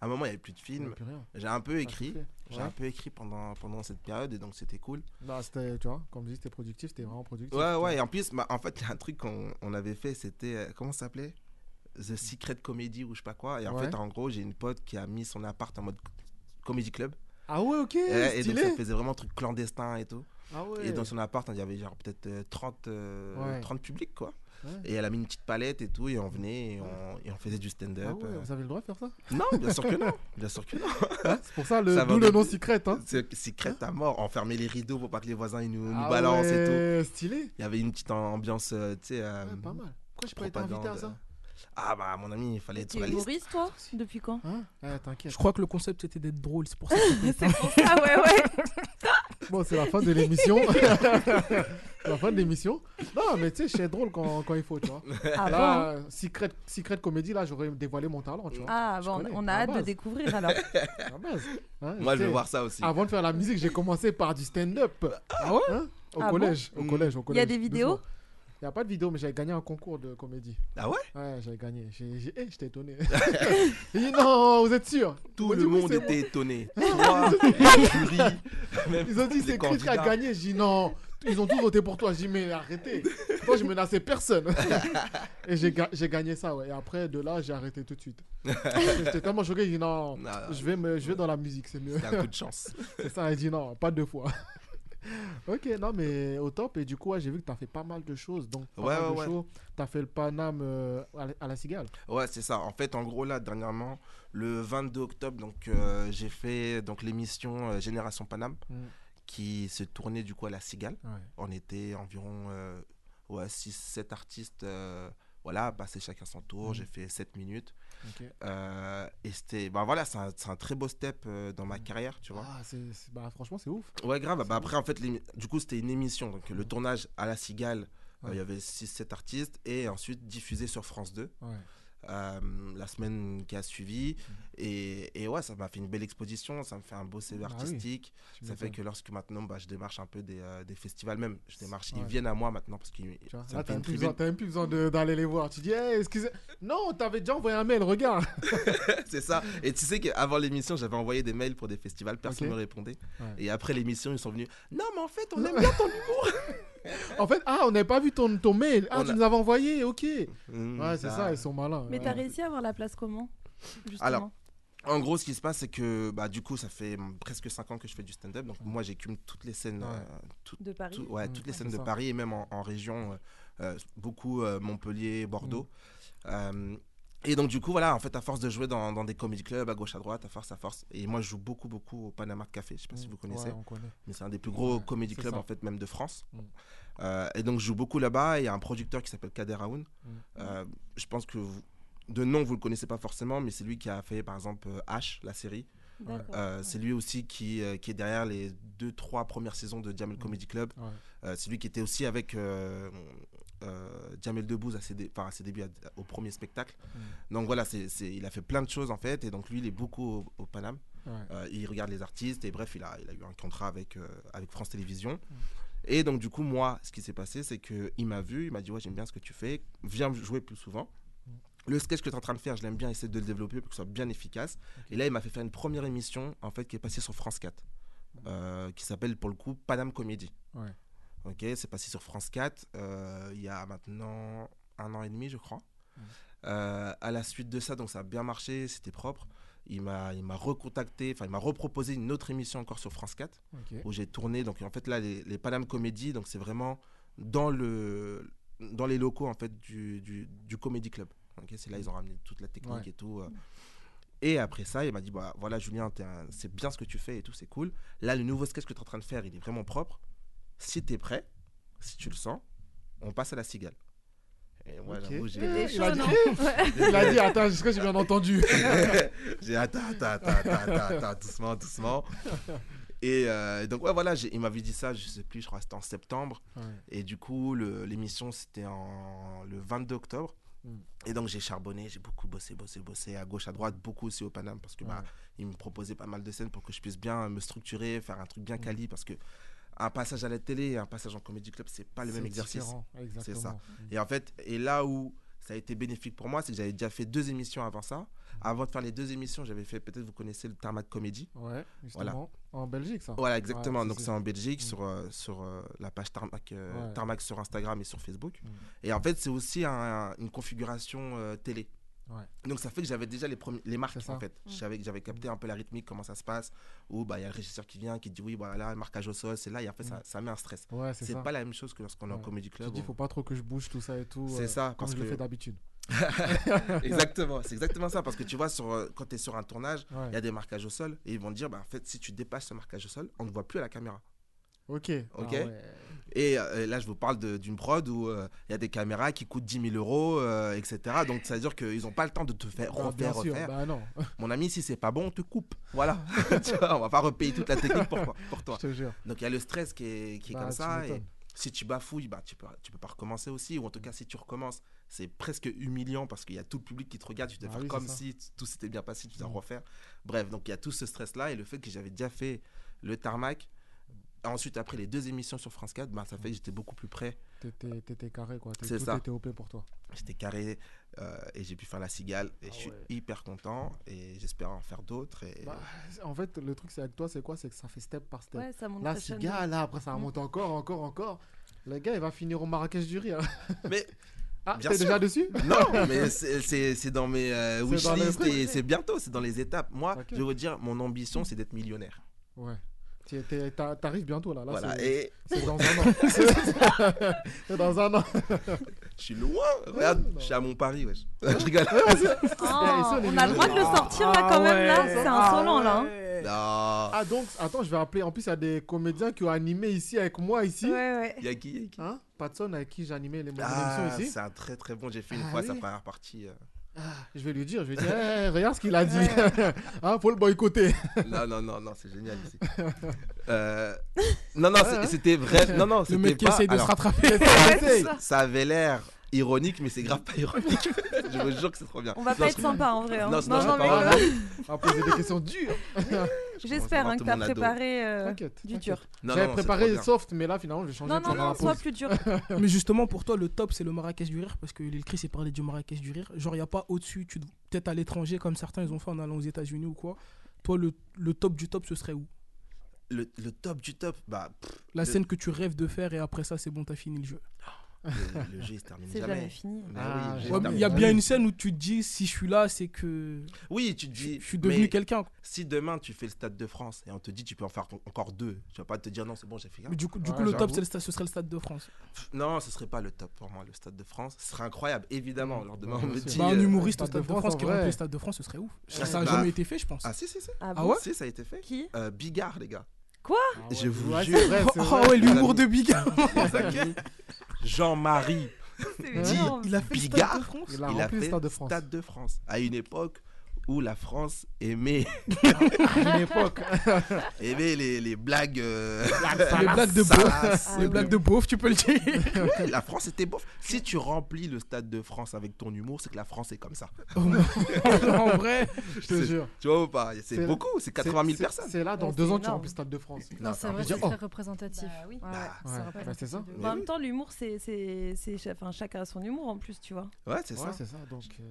Speaker 3: À un moment, il n'y avait plus de
Speaker 2: Il y avait
Speaker 3: films.
Speaker 2: plus rien.
Speaker 3: J'ai un peu
Speaker 2: T'as
Speaker 3: écrit.
Speaker 2: kiffé.
Speaker 3: J'ai
Speaker 2: Ouais.
Speaker 3: un peu écrit pendant, pendant cette période et donc c'était cool.
Speaker 2: Là, Bah, c'était, tu vois, comme je dis, c'était productif, c'était vraiment productif.
Speaker 3: Ouais, ouais, et en plus, bah, en fait, il y a un truc qu'on on avait fait, c'était. euh, Comment ça s'appelait The Secret Comedy ou je sais pas quoi. Et en
Speaker 2: Ouais.
Speaker 3: fait, en gros, j'ai une pote qui a mis son appart en mode Comedy Club.
Speaker 2: Ah ouais, ok.
Speaker 3: Ouais, Eh, et donc
Speaker 2: stylé.
Speaker 3: ça faisait vraiment un truc clandestin et tout.
Speaker 2: Ah ouais.
Speaker 3: Et dans son appart, hein, il y avait genre peut-être euh, 30, euh,
Speaker 2: Ouais.
Speaker 3: 30 publics quoi.
Speaker 2: Ouais.
Speaker 3: Et elle a mis une petite palette et tout, et on venait et on, et on faisait du stand-up.
Speaker 2: Ah ouais,
Speaker 3: euh.
Speaker 2: vous avez le droit de faire ça
Speaker 3: Non, bien sûr que non. Bien sûr que non.
Speaker 2: Hein C'est pour ça, le,
Speaker 3: Ça va
Speaker 2: d'où le
Speaker 3: de-
Speaker 2: nom secret. Hein.
Speaker 3: C'est secret à mort. On fermait les rideaux pour pas que les voisins ils nous, nous
Speaker 2: Ah
Speaker 3: balancent et tout.
Speaker 2: ouais, Stylé.
Speaker 3: Il y avait une petite ambiance, euh, tu sais. euh,
Speaker 2: Ouais, pas mal. Pourquoi j'ai pas été invité à
Speaker 3: propagande.
Speaker 2: ça
Speaker 3: Ah bah mon ami, il fallait être
Speaker 4: Tu
Speaker 3: sur la
Speaker 4: es
Speaker 3: liste.
Speaker 4: humoriste, toi Depuis quand
Speaker 2: Hein Ah, T'inquiète.
Speaker 5: Je crois que le concept était d'être drôle, c'est pour ça.
Speaker 4: Ah ouais, ouais.
Speaker 2: Bon, c'est la fin de l'émission. C'est la fin de l'émission. Non, mais tu sais, je suis drôle quand, quand il faut, tu vois.
Speaker 4: Ah bon
Speaker 2: Là, euh, secret, secret comédie, là, j'aurais dévoilé mon talent, tu vois.
Speaker 4: Ah,
Speaker 2: Je
Speaker 4: bon,
Speaker 2: connais,
Speaker 4: on a
Speaker 2: à la
Speaker 4: hâte de
Speaker 2: base.
Speaker 4: découvrir alors.
Speaker 2: à la base. Hein,
Speaker 3: Moi je
Speaker 2: tu
Speaker 3: veux
Speaker 2: sais,
Speaker 3: voir ça aussi.
Speaker 2: Avant de faire la musique, j'ai commencé par du stand-up. Ah ouais Au
Speaker 4: Ah bon
Speaker 2: collège, au
Speaker 3: Mm.
Speaker 2: collège, au
Speaker 4: Il
Speaker 2: collège.
Speaker 4: y a des vidéos
Speaker 2: Il n'y a pas de vidéo, mais j'avais gagné un concours de comédie.
Speaker 3: Ah ouais
Speaker 2: Ouais, j'avais gagné. J'ai, j'ai- eh, j'étais étonné. Il dit non, vous êtes sûr Ils
Speaker 3: Tout
Speaker 2: ont
Speaker 3: le
Speaker 2: dit, oui,
Speaker 3: monde
Speaker 2: c'est moi.
Speaker 3: était étonné. Toi, le jury, même
Speaker 2: Ils ont dit
Speaker 3: les
Speaker 2: c'est Chris qui a
Speaker 3: candidats.
Speaker 2: gagné. J'ai dit non. Ils ont tous voté pour toi. J'ai dit mais arrêtez. Toi, je menaçais personne. Et j'ai, ga- j'ai gagné ça, ouais. Et après, de là, j'ai arrêté tout de suite. J'étais tellement choqué. J'ai dit non,
Speaker 3: Non, non.
Speaker 2: je vais, me, je vais dans la musique, c'est mieux.
Speaker 3: C'était un coup de chance.
Speaker 2: C'est ça, elle dit non, pas deux fois. ok, non, mais au top. Et du coup, ouais, j'ai vu que tu as fait pas mal de choses. Donc, pas
Speaker 3: Ouais,
Speaker 2: mal
Speaker 3: ouais,
Speaker 2: de
Speaker 3: ouais.
Speaker 2: shows. Tu as fait le Paname euh, à, la, à la Cigale.
Speaker 3: Ouais, c'est ça. En fait, en gros, là, dernièrement, le 22 octobre, donc euh, j'ai fait donc l'émission euh, Génération Paname
Speaker 2: Mm.
Speaker 3: qui se tournait du coup à la Cigale. On était environ euh, ouais, 6-7 artistes. euh, voilà, passer chacun son tour.
Speaker 2: Mhm.
Speaker 3: J'ai fait 7 minutes.
Speaker 2: Ok.
Speaker 3: Euh, et c'était. Bah voilà, c'est un, c'est un très beau step euh, dans ma carrière, tu vois.
Speaker 2: Ah, c'est, c'est- bah, franchement, c'est ouf.
Speaker 3: Ouais, grave. Bah, après, en fait, l'émi- du coup, c'était une émission. Donc, le tournage à la Cigale, euh, il
Speaker 2: Ouais.
Speaker 3: y avait 6-7 artistes. Et ensuite, diffusé sur France 2
Speaker 2: Ouais. Mhm.
Speaker 3: euh, la semaine qui a suivi. Et, et ouais, ça m'a fait une belle exposition. Ça me fait un beau CV
Speaker 2: Ah oui.
Speaker 3: artistique.
Speaker 2: Tu
Speaker 3: Ça fait
Speaker 2: m'étonnes.
Speaker 3: que lorsque maintenant, bah, je démarche un peu des, euh, des festivals, même, je démarche, ils
Speaker 2: Ouais.
Speaker 3: viennent à moi maintenant parce que
Speaker 2: Tu vois,
Speaker 3: ça
Speaker 2: là,
Speaker 3: me fait
Speaker 2: t'as même,
Speaker 3: une
Speaker 2: plus
Speaker 3: tribune.
Speaker 2: besoin, t'as même plus besoin de- d'aller les voir. Tu dis, hey, excusez. Non, t'avais déjà envoyé un mail, regarde.
Speaker 3: C'est ça. Et tu sais qu'avant l'émission, j'avais envoyé des mails pour des festivals, personne ne
Speaker 2: Ok.
Speaker 3: me répondait.
Speaker 2: Ouais.
Speaker 3: Et après l'émission, ils sont venus. Non, mais en fait, on
Speaker 2: Non.
Speaker 3: aime bien ton.
Speaker 2: En fait, ah, on n'avait pas vu ton, ton mail. Ah,
Speaker 3: On
Speaker 2: tu
Speaker 3: a-
Speaker 2: nous avais envoyé, ok.
Speaker 3: Hum,
Speaker 2: ouais, c'est
Speaker 3: ça-
Speaker 2: ça, ils sont malins.
Speaker 4: Mais
Speaker 2: ouais.
Speaker 4: t'as réussi à avoir la place comment Justement.
Speaker 3: Alors, En gros, ce qui se passe, c'est que bah, du coup, ça fait hum, presque 5 ans que je fais du stand-up. Donc, moi, j'écume toutes les scènes,
Speaker 2: Ouais.
Speaker 3: euh, tout-
Speaker 4: de Paris.
Speaker 3: tout- ouais,
Speaker 2: Mm,
Speaker 3: toutes les
Speaker 2: ouais,
Speaker 3: scènes
Speaker 2: c'est
Speaker 3: de
Speaker 2: ça.
Speaker 3: Paris et même en, en région, euh, euh, beaucoup euh, Montpellier, Bordeaux.
Speaker 2: Mm.
Speaker 3: Euh, et donc, du coup, voilà, en fait, à force de jouer dans, dans des comedy clubs à gauche, à droite, à force, à force. Et moi, je joue beaucoup, beaucoup au Panama Café. Je sais pas si vous connaissez.
Speaker 2: Mm. Ouais, on connaît.
Speaker 3: mais c'est un des plus gros
Speaker 2: Ouais,
Speaker 3: comedy
Speaker 2: c'est
Speaker 3: clubs
Speaker 2: ça.
Speaker 3: en fait même de France.
Speaker 2: Mm.
Speaker 3: Euh, et donc je joue beaucoup là-bas. et Il y a un producteur qui s'appelle Kader Aoun.
Speaker 2: Mm.
Speaker 3: Euh, je pense que vous- de nom vous le connaissez pas forcément, mais c'est lui qui a fait par exemple euh, H la série.
Speaker 4: D'accord.
Speaker 3: Euh, C'est lui aussi qui euh, qui est derrière les deux trois premières saisons de Jamel Comedy Club.
Speaker 2: Ouais.
Speaker 3: Euh, c'est lui qui était aussi avec euh, euh, Jamel Debbouze à ses, dé- enfin, à ses débuts à- au premier spectacle. Donc voilà, c'est c'est- il a fait plein de choses en fait. Et donc lui, il est beaucoup au, au Paname.
Speaker 2: Ouais.
Speaker 3: Euh, il regarde les artistes et bref, il a, il a eu un contrat avec, euh, avec France Télévisions. Et donc, du coup, moi, ce qui s'est passé, c'est qu'il m'a vu, il m'a dit Ouais, j'aime bien ce que tu fais, viens jouer plus souvent. Le sketch que tu es en train de faire, je l'aime bien, essaie de le développer pour que ce soit bien efficace. Et là, il m'a fait faire une première émission en fait qui est passée sur France 4, euh, qui s'appelle pour le coup Paname Comédie.
Speaker 2: Ouais.
Speaker 3: Ok, c'est passé sur France 4 euh, il y a maintenant un an et demi, je crois. Euh, à la suite de ça, donc ça a bien marché, c'était propre. Il m'a, il m'a recontacté, enfin il m'a reproposé une autre émission encore sur France 4
Speaker 2: Ok.
Speaker 3: où j'ai tourné. Donc en fait là, les, les Paname Comédie, donc c'est vraiment dans le dans les locaux en fait du, du, du comedy club. Ok, c'est là ils ont ramené toute la technique
Speaker 2: Mm. Ouais.
Speaker 3: et tout. euh. Et après ça, il m'a dit bah voilà Julien, t'es un- c'est bien ce que tu fais et tout, c'est cool. Là le nouveau sketch que tu es en train de faire, il est vraiment propre. Si t'es prêt, si tu le sens, on passe à la cigale. Et moi,
Speaker 2: Ok.
Speaker 3: j'avoue, j'ai-
Speaker 2: Eh,
Speaker 4: T'es
Speaker 2: Il a
Speaker 4: chaud,
Speaker 2: dit,
Speaker 4: non
Speaker 2: il a dit, attends, est-ce que j'ai bien entendu
Speaker 3: j'ai attends, attends, attends, attends, attends, attends, doucement, doucement. Et euh, donc, ouais, voilà, j'ai- il m'avait dit ça, je sais plus, je crois que c'était en septembre.
Speaker 2: Ouais.
Speaker 3: Et du coup, le- l'émission, c'était en, le 22 octobre.
Speaker 2: Mm.
Speaker 3: Et donc, j'ai charbonné, j'ai beaucoup bossé, bossé, bossé, à gauche, à droite, beaucoup aussi au Paname, parce que bah,
Speaker 2: Ouais.
Speaker 3: il me proposait pas mal de scènes pour que je puisse bien euh, me structurer, faire un truc
Speaker 2: Hmm.
Speaker 3: bien quali, parce que un passage à la télé et un passage en comédie club, c'est pas le même
Speaker 2: C'est
Speaker 3: exercice.
Speaker 2: différent,
Speaker 3: ça.
Speaker 2: Exactement.
Speaker 3: Et en fait, et là où ça a été bénéfique pour moi, c'est que j'avais déjà fait deux émissions avant
Speaker 2: Hmm.
Speaker 3: ça. Avant de faire les deux émissions, j'avais fait, peut-être vous connaissez le Tarmac Comedy.
Speaker 2: Ouais, justement. En Belgique, ça.
Speaker 3: Voilà, exactement.
Speaker 2: Ouais,
Speaker 3: Donc
Speaker 2: c'est-
Speaker 3: c'est en Belgique,
Speaker 2: Mm.
Speaker 3: sur, euh, sur euh, la page Tarmac, euh,
Speaker 2: Ouais.
Speaker 3: Tarmac sur Instagram et sur Facebook.
Speaker 2: Mm.
Speaker 3: Et en fait, c'est aussi un- une configuration euh, télé.
Speaker 2: Ouais.
Speaker 3: Donc ça fait que j'avais déjà les, premi- les marques
Speaker 2: C'est ça.
Speaker 3: en fait.
Speaker 4: Mm.
Speaker 3: J'avais j'avais capté un peu la rythmique, comment ça se passe. Où bah il y a le régisseur qui vient, qui dit oui voilà marquage au sol, c'est là et après ça, ça met un stress.
Speaker 2: Mm. Ouais, c'est
Speaker 3: C'est
Speaker 2: ça.
Speaker 3: pas la même chose que lorsqu'on est en
Speaker 2: Ouais.
Speaker 3: comédie
Speaker 2: Tu
Speaker 3: club.
Speaker 2: dis,
Speaker 3: on-
Speaker 2: faut pas trop que je bouge tout ça et tout.
Speaker 3: C'est
Speaker 2: euh,
Speaker 3: ça
Speaker 2: Comme
Speaker 3: parce
Speaker 2: je le
Speaker 3: que
Speaker 2: fais d'habitude.
Speaker 3: exactement, c'est exactement ça parce que tu vois sur euh, quand tu es sur un tournage, il y
Speaker 2: Ouais.
Speaker 3: a des marquages au sol et ils vont te dire bah en fait si tu dépasses ce marquage au sol, on ne voit plus à la caméra.
Speaker 2: Ok. Ah
Speaker 3: Ok.
Speaker 2: ouais.
Speaker 3: Et euh, là, je vous parle de- d'une prod où euh, il y a des caméras qui coûtent 10 000 euros, euh, etc. Donc, ça veut dire qu'ils n'ont pas le temps de te faire
Speaker 2: Bah, bien
Speaker 3: refaire,
Speaker 2: sûr.
Speaker 3: refaire.
Speaker 2: Bah non,
Speaker 3: Mon ami, si c'est pas bon, on te coupe. Voilà. tu vois, on va pas repayer toute la technique pour, pour
Speaker 2: je
Speaker 3: toi.
Speaker 2: te jure.
Speaker 3: Donc, il y a le stress qui est, qui est
Speaker 2: Bah,
Speaker 3: comme
Speaker 2: tu
Speaker 3: ça. Et
Speaker 2: m'étonnes.
Speaker 3: si tu bafouilles, bah, tu peux, tu peux pas recommencer aussi. Ou en tout cas, si tu recommences, c'est presque humiliant parce qu'il y a tout le public qui te regarde. Tu dois
Speaker 2: Bah
Speaker 3: faire
Speaker 2: oui, c'est
Speaker 3: comme
Speaker 2: ça.
Speaker 3: si t- tout s'était bien passé, tu dois
Speaker 2: Mm.
Speaker 3: refaire. Bref, donc il y a tout ce stress-là. Et le fait que j'avais déjà fait le tarmac. Ensuite, après les deux émissions sur France 4, bah, ça fait que j'étais beaucoup plus prêt
Speaker 2: T'étais- T'étais carré quoi. T'es-
Speaker 3: C'est
Speaker 2: tout
Speaker 3: ça.
Speaker 2: était OP pour toi.
Speaker 3: J'étais carré euh, et j'ai pu faire la cigale et
Speaker 2: Ah
Speaker 3: je suis
Speaker 2: ouais.
Speaker 3: hyper content et j'espère en faire d'autres. Et...
Speaker 2: Bah, en fait, le truc c'est avec toi, c'est quoi C'est que ça fait step par step.
Speaker 4: Ouais, ça monte
Speaker 2: Là,
Speaker 4: crescendo.
Speaker 2: Siga, là, après ça
Speaker 4: Mm.
Speaker 2: remonte encore, encore, encore. Le gars, il va finir au Marrakech du rire.
Speaker 3: Mais
Speaker 2: Ah,
Speaker 3: Bien
Speaker 2: t'es
Speaker 3: sûr.
Speaker 2: déjà dessus
Speaker 3: non, mais c'est- c'est c'est dans mes euh,
Speaker 2: C'est dans les
Speaker 3: wishlists
Speaker 2: trucs.
Speaker 3: et c'est bientôt, c'est dans les étapes. Moi,
Speaker 2: Ok.
Speaker 3: je vais vous dire, mon ambition, c'est d'être millionnaire.
Speaker 2: Ouais. T'y- t'es- t'a- T'arrives bientôt là. là
Speaker 3: voilà,
Speaker 2: c'est-
Speaker 3: et
Speaker 2: C'est dans un an. C'est- c'est dans un an.
Speaker 3: je suis loin. Regarde,
Speaker 2: non.
Speaker 3: je suis à mon pari, wesh. je rigole.
Speaker 4: Oh,
Speaker 2: Ah, ils sont
Speaker 4: on a le droit de le
Speaker 2: légers.
Speaker 4: sortir là
Speaker 5: Ah
Speaker 4: quand même.
Speaker 5: ouais.
Speaker 4: Là, c'est
Speaker 2: Ah
Speaker 4: insolent là. hein.
Speaker 5: Ouais.
Speaker 3: Non.
Speaker 2: Ah donc, attends, je vais appeler. En plus, il y a des comédiens qui ont animé ici avec moi ici.
Speaker 4: Ouais, ouais.
Speaker 3: Il y a qui, y a qui
Speaker 2: Hein Patson avec qui j'animais les
Speaker 3: Ah,
Speaker 2: émissions ici.
Speaker 3: c'est un très très bon. J'ai fait une
Speaker 2: Ah
Speaker 3: fois sa
Speaker 2: oui. Ah,
Speaker 3: première partie. euh.
Speaker 2: Je vais lui dire, je vais dire, Eh, regarde ce qu'il a dit. hein, faut le boycotter.
Speaker 3: Non, non, non, non, c'est génial ici. Euh, Non, non, c'est-
Speaker 2: ouais.
Speaker 3: c'était vrai. Non, non,
Speaker 5: Le
Speaker 3: c'était
Speaker 5: mec qui
Speaker 3: pas.
Speaker 5: essaye de se
Speaker 3: alors,
Speaker 5: rattraper.
Speaker 3: Ouais,
Speaker 2: c'est
Speaker 3: ça. ça avait l'air ironique, mais c'est grave pas ironique. je vous jure que c'est trop bien.
Speaker 4: On va
Speaker 3: Non,
Speaker 4: pas
Speaker 3: je-
Speaker 4: être sympa en vrai. hein.
Speaker 3: Non, sinon, je serais
Speaker 4: mais
Speaker 3: pas
Speaker 4: euh,
Speaker 3: là.
Speaker 2: On va poser des questions dures.
Speaker 3: je
Speaker 4: J'espère
Speaker 3: commence à
Speaker 4: hein, que t'as
Speaker 3: avoir tout mon ado.
Speaker 4: préparé euh,
Speaker 2: T'inquiète.
Speaker 4: du
Speaker 2: t'inquiète.
Speaker 4: dur.
Speaker 3: Non, non,
Speaker 2: J'avais
Speaker 3: non,
Speaker 2: préparé
Speaker 3: c'est trop bien.
Speaker 2: soft, mais là, finalement, je vais changer
Speaker 4: Non,
Speaker 2: pendant
Speaker 4: non,
Speaker 2: la
Speaker 4: non, sois
Speaker 2: pause.
Speaker 4: plus dur.
Speaker 5: Mais justement, pour toi, le top, c'est le Marrakech du rire, parce que l'écrit, c'est parler du Marrakech du rire. Genre, il n'y a pas au-dessus, tu te- peut-être à l'étranger, comme certains, ils ont fait en allant aux États-Unis ou quoi. Toi, le, le top du top, ce serait où
Speaker 3: Le, le top du top, bah, pff,
Speaker 5: La
Speaker 3: Le-
Speaker 5: scène que tu rêves de faire et après ça, c'est bon, t'as fini le jeu.
Speaker 3: Oh, le, le jeu il se termine
Speaker 4: C'est
Speaker 3: jamais.
Speaker 4: jamais fini.
Speaker 3: Bah
Speaker 2: Ah,
Speaker 3: oui, le jeu
Speaker 2: j'ai-
Speaker 3: se
Speaker 5: Ouais, mais Il
Speaker 3: termine
Speaker 5: y a
Speaker 3: jamais.
Speaker 5: bien une scène où tu te dis, si je suis là, c'est que
Speaker 3: Oui, tu te
Speaker 5: je,
Speaker 3: dis.
Speaker 5: je suis devenu
Speaker 3: mais
Speaker 5: quelqu'un.
Speaker 3: Si demain tu fais le Stade de France et on te dit tu peux en faire ton- encore deux, tu vas pas te dire non, c'est bon, j'ai fait un.
Speaker 5: Mais du coup, du
Speaker 2: Ouais,
Speaker 5: coup le top,
Speaker 2: j'avoue.
Speaker 5: c'est le sta- ce serait le Stade de France.
Speaker 3: Pff, Non, ce serait pas le top pour moi, le Stade de France. Ce serait incroyable, évidemment. Alors demain
Speaker 2: Ouais,
Speaker 3: on
Speaker 2: bien
Speaker 3: me
Speaker 2: sûr.
Speaker 3: dit.
Speaker 5: Bah, un
Speaker 3: euh,
Speaker 5: humoriste au
Speaker 2: Stade de
Speaker 5: Stade
Speaker 2: France,
Speaker 5: de France
Speaker 2: en
Speaker 5: qui
Speaker 2: vrai.
Speaker 5: remplit le Stade de France, ce serait ouf.
Speaker 3: Ouais.
Speaker 5: Ça n'a
Speaker 3: Bah.
Speaker 5: jamais été fait, je pense.
Speaker 3: Ah si, si, si.
Speaker 4: Ah
Speaker 5: Ah
Speaker 4: bon
Speaker 5: ouais
Speaker 3: Si, ça a été fait.
Speaker 4: Qui
Speaker 3: Euh, Bigard, les gars.
Speaker 2: Ah ouais,
Speaker 3: Je vous
Speaker 2: ouais,
Speaker 3: jure.
Speaker 2: c'est vrai, c'est
Speaker 5: Oh,
Speaker 2: vrai.
Speaker 5: ouais, l'humour de
Speaker 3: Voilà.
Speaker 5: Bigard.
Speaker 3: Jean-Marie
Speaker 4: C'est
Speaker 2: Dis-
Speaker 4: énorme.
Speaker 5: Il a fait le Stade
Speaker 3: Bigard
Speaker 5: de France.
Speaker 2: Il a rempli le Stade de France.
Speaker 3: Stade de France à une époque où la France aimait,
Speaker 2: À une époque.
Speaker 3: aimait Eh ben, les, les blagues. euh,
Speaker 5: Les blagues de beauf.
Speaker 3: salaces.
Speaker 5: Les blagues de beauf, tu peux le dire.
Speaker 3: Ouais, la France était beauf. Si tu remplis le Stade de France avec ton humour, c'est que la France est comme ça.
Speaker 5: en vrai.
Speaker 2: Je te jure.
Speaker 3: Tu vois ou pas C'est
Speaker 2: C'est-
Speaker 3: beaucoup, c'est 80 000
Speaker 2: C'est- c'est-
Speaker 3: personnes.
Speaker 2: C'est là, dans
Speaker 4: Ouais,
Speaker 2: deux
Speaker 4: c'est
Speaker 2: ans, tu
Speaker 4: énorme.
Speaker 2: remplis le Stade de France.
Speaker 3: Non,
Speaker 6: Non,
Speaker 3: c'est
Speaker 6: c'est
Speaker 3: un
Speaker 6: vrai,
Speaker 3: budget.
Speaker 6: c'est très représentatif.
Speaker 4: Bah oui.
Speaker 6: Ouais,
Speaker 3: Bah,
Speaker 6: ouais,
Speaker 2: ouais, Ah, Oh. bah,
Speaker 6: représentatif
Speaker 2: c'est ça.
Speaker 6: de-
Speaker 4: En même temps, l'humour, c'est, c'est, c'est, cha- enfin, chacun a son humour en plus, tu vois.
Speaker 3: Ouais, c'est
Speaker 2: Ouais,
Speaker 3: ça.
Speaker 2: c'est ça. Donc, euh,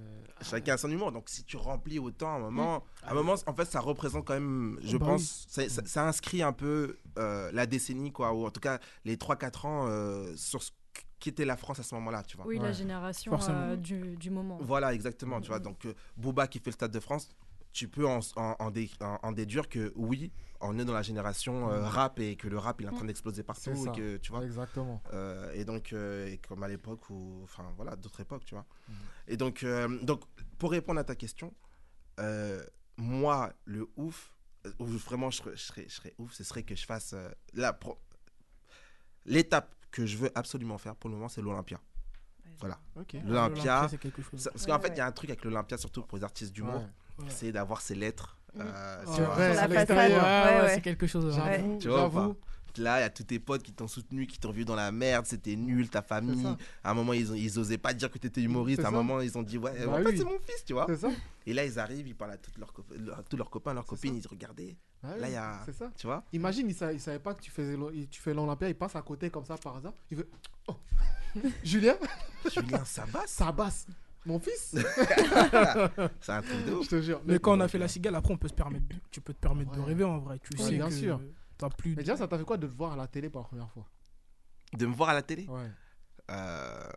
Speaker 2: Mm.
Speaker 3: Chacun a son humour. Donc si tu remplis autant, à un moment, à un moment, en fait, ça représente quand même, je
Speaker 2: Oh,
Speaker 5: Bah
Speaker 3: pense, ça, ça- ça inscrit un peu euh, la décennie, quoi, ou en tout cas les 3-4 ans euh, sur ce qu'était la France à ce moment-là, tu vois.
Speaker 6: Oui, la
Speaker 2: Ouais.
Speaker 6: génération
Speaker 5: Forcément.
Speaker 6: euh, du, du moment.
Speaker 3: Voilà, exactement. Tu vois,
Speaker 6: Mhm.
Speaker 3: donc euh, Booba qui fait le Stade de France, tu peux en, en, en dé- en- en déduire que oui, on est dans la génération euh, rap et que le rap il
Speaker 6: Mm.
Speaker 3: est en train d'exploser partout.
Speaker 2: Mm. C'est ça.
Speaker 3: Et, que, tu vois,
Speaker 2: Exactement.
Speaker 3: euh, et donc, euh, et comme à l'époque, ou enfin voilà, d'autres époques, tu vois.
Speaker 2: Mhm.
Speaker 3: Et donc, euh, donc, pour répondre à ta question, euh, moi, le ouf, euh, où vraiment je, serais- je serais, je serais ouf, ce serait que je fasse euh, la pro- L'étape que je veux absolument faire pour le moment, c'est l'Olympia. Voilà.
Speaker 2: Ok.
Speaker 3: L'Olympia,
Speaker 5: c'est quelque chose.
Speaker 3: ça- parce qu'en
Speaker 4: Ouais,
Speaker 3: fait, il
Speaker 4: ouais.
Speaker 3: y a un truc avec l'Olympia, surtout pour les artistes d'humour,
Speaker 2: Ouais.
Speaker 5: Ouais.
Speaker 3: c'est d'avoir ses lettres.
Speaker 4: Mm.
Speaker 3: euh,
Speaker 5: Ah, Ouais.
Speaker 3: tu vois.
Speaker 2: Ouais,
Speaker 4: Sur la
Speaker 2: à
Speaker 4: façade.
Speaker 2: l'extérieur.
Speaker 5: Ouais,
Speaker 4: Ouais,
Speaker 5: ouais,
Speaker 4: ouais.
Speaker 5: c'est quelque chose. hein.
Speaker 4: Ouais.
Speaker 2: J'avoue,
Speaker 3: Tu vois ou
Speaker 2: Mm, j'avoue.
Speaker 3: Là, il y a tous tes potes qui t'ont soutenu, qui t'ont vu dans la merde, c'était nul, ta famille.
Speaker 2: ça.
Speaker 3: À un moment, ils, ont- ils osaient pas dire que t'étais humoriste.
Speaker 2: C'est
Speaker 3: À un
Speaker 2: ça.
Speaker 3: moment, ils ont dit, ouais,
Speaker 2: Bah
Speaker 3: Euh, en fait,
Speaker 2: oui.
Speaker 3: c'est mon fils, tu vois.
Speaker 2: C'est ça
Speaker 3: Et là, ils arrivent, ils parlent à, toutes leurs cop- à tous leurs copains, leurs copines, ils disent, regardez,
Speaker 2: Ouais,
Speaker 3: Là, il y a-
Speaker 2: Bah C'est ça.
Speaker 3: tu vois.
Speaker 2: Imagine, il sa- il savait pas que tu faisais l'O- tu fais l'Olympia, il passe à côté comme ça par hasard. Il veut. Oh. Julien,
Speaker 3: Julien Sabas,
Speaker 2: ça basse. Mon fils
Speaker 3: c'est un truc de
Speaker 2: Je
Speaker 3: ouf.
Speaker 2: te jure.
Speaker 5: Mais quand on a fait la cigale, après, on peut se permettre de- tu peux te permettre de
Speaker 2: Ouais.
Speaker 5: rêver en vrai. Tu
Speaker 2: Ouais,
Speaker 5: sais
Speaker 2: bien
Speaker 5: que
Speaker 2: sûr.
Speaker 5: t'as plus.
Speaker 2: Mais déjà, ça t'a fait quoi de le voir à la télé pour la première fois
Speaker 3: De me voir à la télé,
Speaker 2: Ouais.
Speaker 3: euh,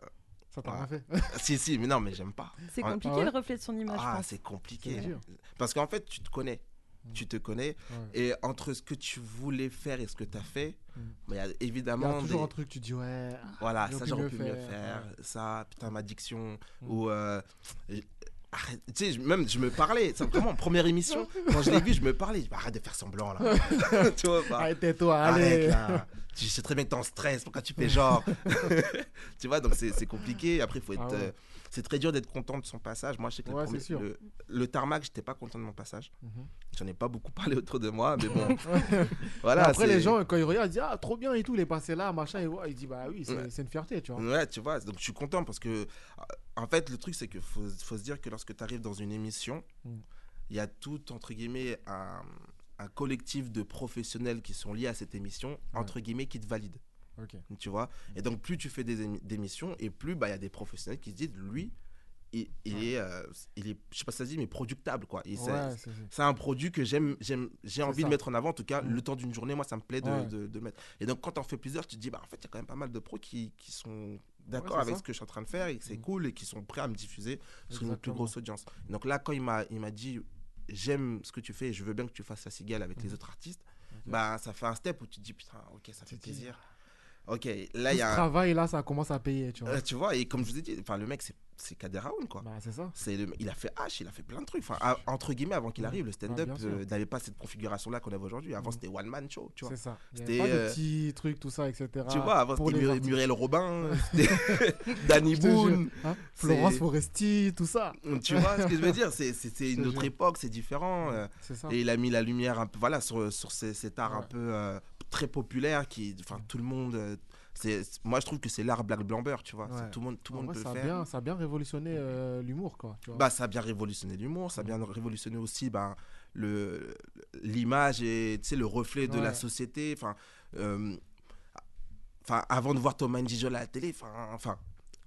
Speaker 2: Ça t'a
Speaker 3: Ouais.
Speaker 2: rien fait.
Speaker 3: si, si, mais non, mais j'aime pas.
Speaker 4: C'est
Speaker 3: Ah ouais.
Speaker 4: compliqué
Speaker 2: Ah ouais
Speaker 4: le reflet de son image. je
Speaker 3: Ah,
Speaker 4: pense.
Speaker 3: c'est compliqué.
Speaker 2: C'est dur.
Speaker 3: Parce qu'en fait, tu te connais.
Speaker 2: Mm.
Speaker 3: Tu te connais.
Speaker 2: Ouais.
Speaker 3: Et entre ce que tu voulais faire et ce que tu as fait,
Speaker 2: Mm.
Speaker 3: bah, il y a
Speaker 2: Il y a
Speaker 3: évidemment.
Speaker 2: toujours
Speaker 3: des-
Speaker 2: un truc, tu dis ouais. ah,
Speaker 3: Voilà,
Speaker 2: J'aurais
Speaker 3: ça
Speaker 2: pu
Speaker 3: j'aurais
Speaker 2: mieux
Speaker 3: pu mieux
Speaker 2: faire,
Speaker 3: faire. Ça, putain, ma diction.
Speaker 2: Mm.
Speaker 3: Ou. euh, j- arrête, tu sais, je- même je me parlais. C'est vraiment, première émission, quand je l'ai vu, je me parlais. Je dis, bah, arrête de faire semblant là. tu vois, bah,
Speaker 2: Arrête, tais-toi,
Speaker 3: Arrête
Speaker 2: allez.
Speaker 3: là. Tu sais très bien que t'es en stress. Pourquoi tu fais genre Tu vois, donc c'est c'est compliqué. Après, faut être.
Speaker 2: Ah ouais.
Speaker 3: euh, c'est très dur d'être content de son passage. Moi, je sais que le
Speaker 2: Ouais,
Speaker 3: premier-
Speaker 2: c'est sûr.
Speaker 3: le, le tarmac, j'étais pas content de mon passage.
Speaker 2: Mhm.
Speaker 3: J'en ai pas beaucoup parlé autour de moi, mais bon.
Speaker 2: Et
Speaker 3: voilà.
Speaker 2: Après,
Speaker 3: c'est-
Speaker 2: les gens, quand ils regardent, ils disent Ah, trop bien et tout, il est passé là, machin. Et ouais, ils disent Bah oui, c'est
Speaker 3: Ouais.
Speaker 2: c'est une fierté, tu vois.
Speaker 3: Ouais, tu vois. Donc, je suis content parce que, euh, en fait, le truc, c'est que faut, faut se dire que lorsque tu arrives dans une émission, il
Speaker 2: Mm.
Speaker 3: y a tout, entre guillemets, un, un collectif de professionnels qui sont liés à cette émission, entre guillemets, qui te valide.
Speaker 2: Ok.
Speaker 3: Tu vois Et donc, plus tu fais des, émi- des missions, et plus bah, il y a des professionnels qui se disent, lui, il, il est, euh, il est, je sais pas si ça se dit, mais productable, quoi. Il- c'est-
Speaker 2: Ouais, c'est- c'est-
Speaker 3: c'est un produit que j'aime, j'aime, j'ai envie
Speaker 2: ça.
Speaker 3: de mettre en avant. En tout cas,
Speaker 2: Mm.
Speaker 3: le temps d'une journée, moi, ça me plaît de,
Speaker 2: Ouais.
Speaker 3: de, de le mettre. Et donc, quand t'en fais plusieurs, tu te dis, bah, en fait, il y a quand même pas mal de pros qui, qui sont d'accord
Speaker 2: Ouais, c'est
Speaker 3: avec
Speaker 2: ça.
Speaker 3: ce que je suis en train de faire et que c'est
Speaker 2: Mm.
Speaker 3: cool et qui sont prêts à me diffuser sur une plus
Speaker 2: Exactement.
Speaker 3: grosse audience. Donc là, quand il m'a, il m'a dit, j'aime ce que tu fais et je veux bien que tu fasses la cigale avec
Speaker 2: Mm.
Speaker 3: les autres artistes, bah, ça fait un step où tu te dis, putain, ok, ça fait
Speaker 2: dis-
Speaker 3: plaisir. Ok, là,
Speaker 2: Tout
Speaker 3: il
Speaker 2: ce
Speaker 3: y a.
Speaker 2: travail là, ça commence à payer, tu vois.
Speaker 3: Euh, tu vois, et comme je vous ai dit, enfin, le mec, c'est, c'est Kader Raoul, quoi.
Speaker 2: Bah, c'est ça.
Speaker 3: C'est le- il a fait H, il a fait plein de trucs. Enfin, a- entre guillemets, avant qu'il
Speaker 2: Ouais.
Speaker 3: arrive, le stand-up
Speaker 2: Ah, bien sûr.
Speaker 3: euh, n'avait pas cette configuration-là qu'on avait aujourd'hui. Avant,
Speaker 2: Mhm.
Speaker 3: c'était one man show, tu vois.
Speaker 2: C'est ça. Il y
Speaker 3: C'était,
Speaker 2: avait pas de
Speaker 3: euh,
Speaker 2: petits trucs, tout ça, etc.
Speaker 3: Tu vois, avant,
Speaker 2: pour
Speaker 3: c'était
Speaker 2: les
Speaker 3: Mur-
Speaker 2: artistes.
Speaker 3: Muriel Robin, c'était Danny
Speaker 2: Je te jure,
Speaker 3: Boone.
Speaker 2: hein,
Speaker 3: c'est- Mm,
Speaker 2: Florence Foresti, tout ça.
Speaker 3: Tu vois ce que je veux dire C'est- C'est c'est
Speaker 2: Je
Speaker 3: une
Speaker 2: te
Speaker 3: autre
Speaker 2: jure.
Speaker 3: époque, c'est différent. euh,
Speaker 2: C'est ça.
Speaker 3: Et il a mis la lumière un peu, voilà, sur, sur ces- cet art un
Speaker 2: Ouais.
Speaker 3: peu euh, très populaire qui, enfin, tout le monde. euh, c'est- c'est- moi, je trouve que c'est l'art Black Blamber, tu vois.
Speaker 2: Ouais.
Speaker 3: hein, C'est Tout le monde, tout le
Speaker 2: En vrai,
Speaker 3: monde peut le
Speaker 2: ça a
Speaker 3: faire.
Speaker 2: bien, ça a bien révolutionné euh, l'humour, quoi. Tu vois.
Speaker 3: Bah, ça a bien révolutionné l'humour, ça a bien révolutionné aussi ben, le, l'image et tu sais, le reflet de
Speaker 2: Ouais.
Speaker 3: la société. Enfin, euh, enfin, avant de voir Thomas Ndijola à la télé, enfin, enfin,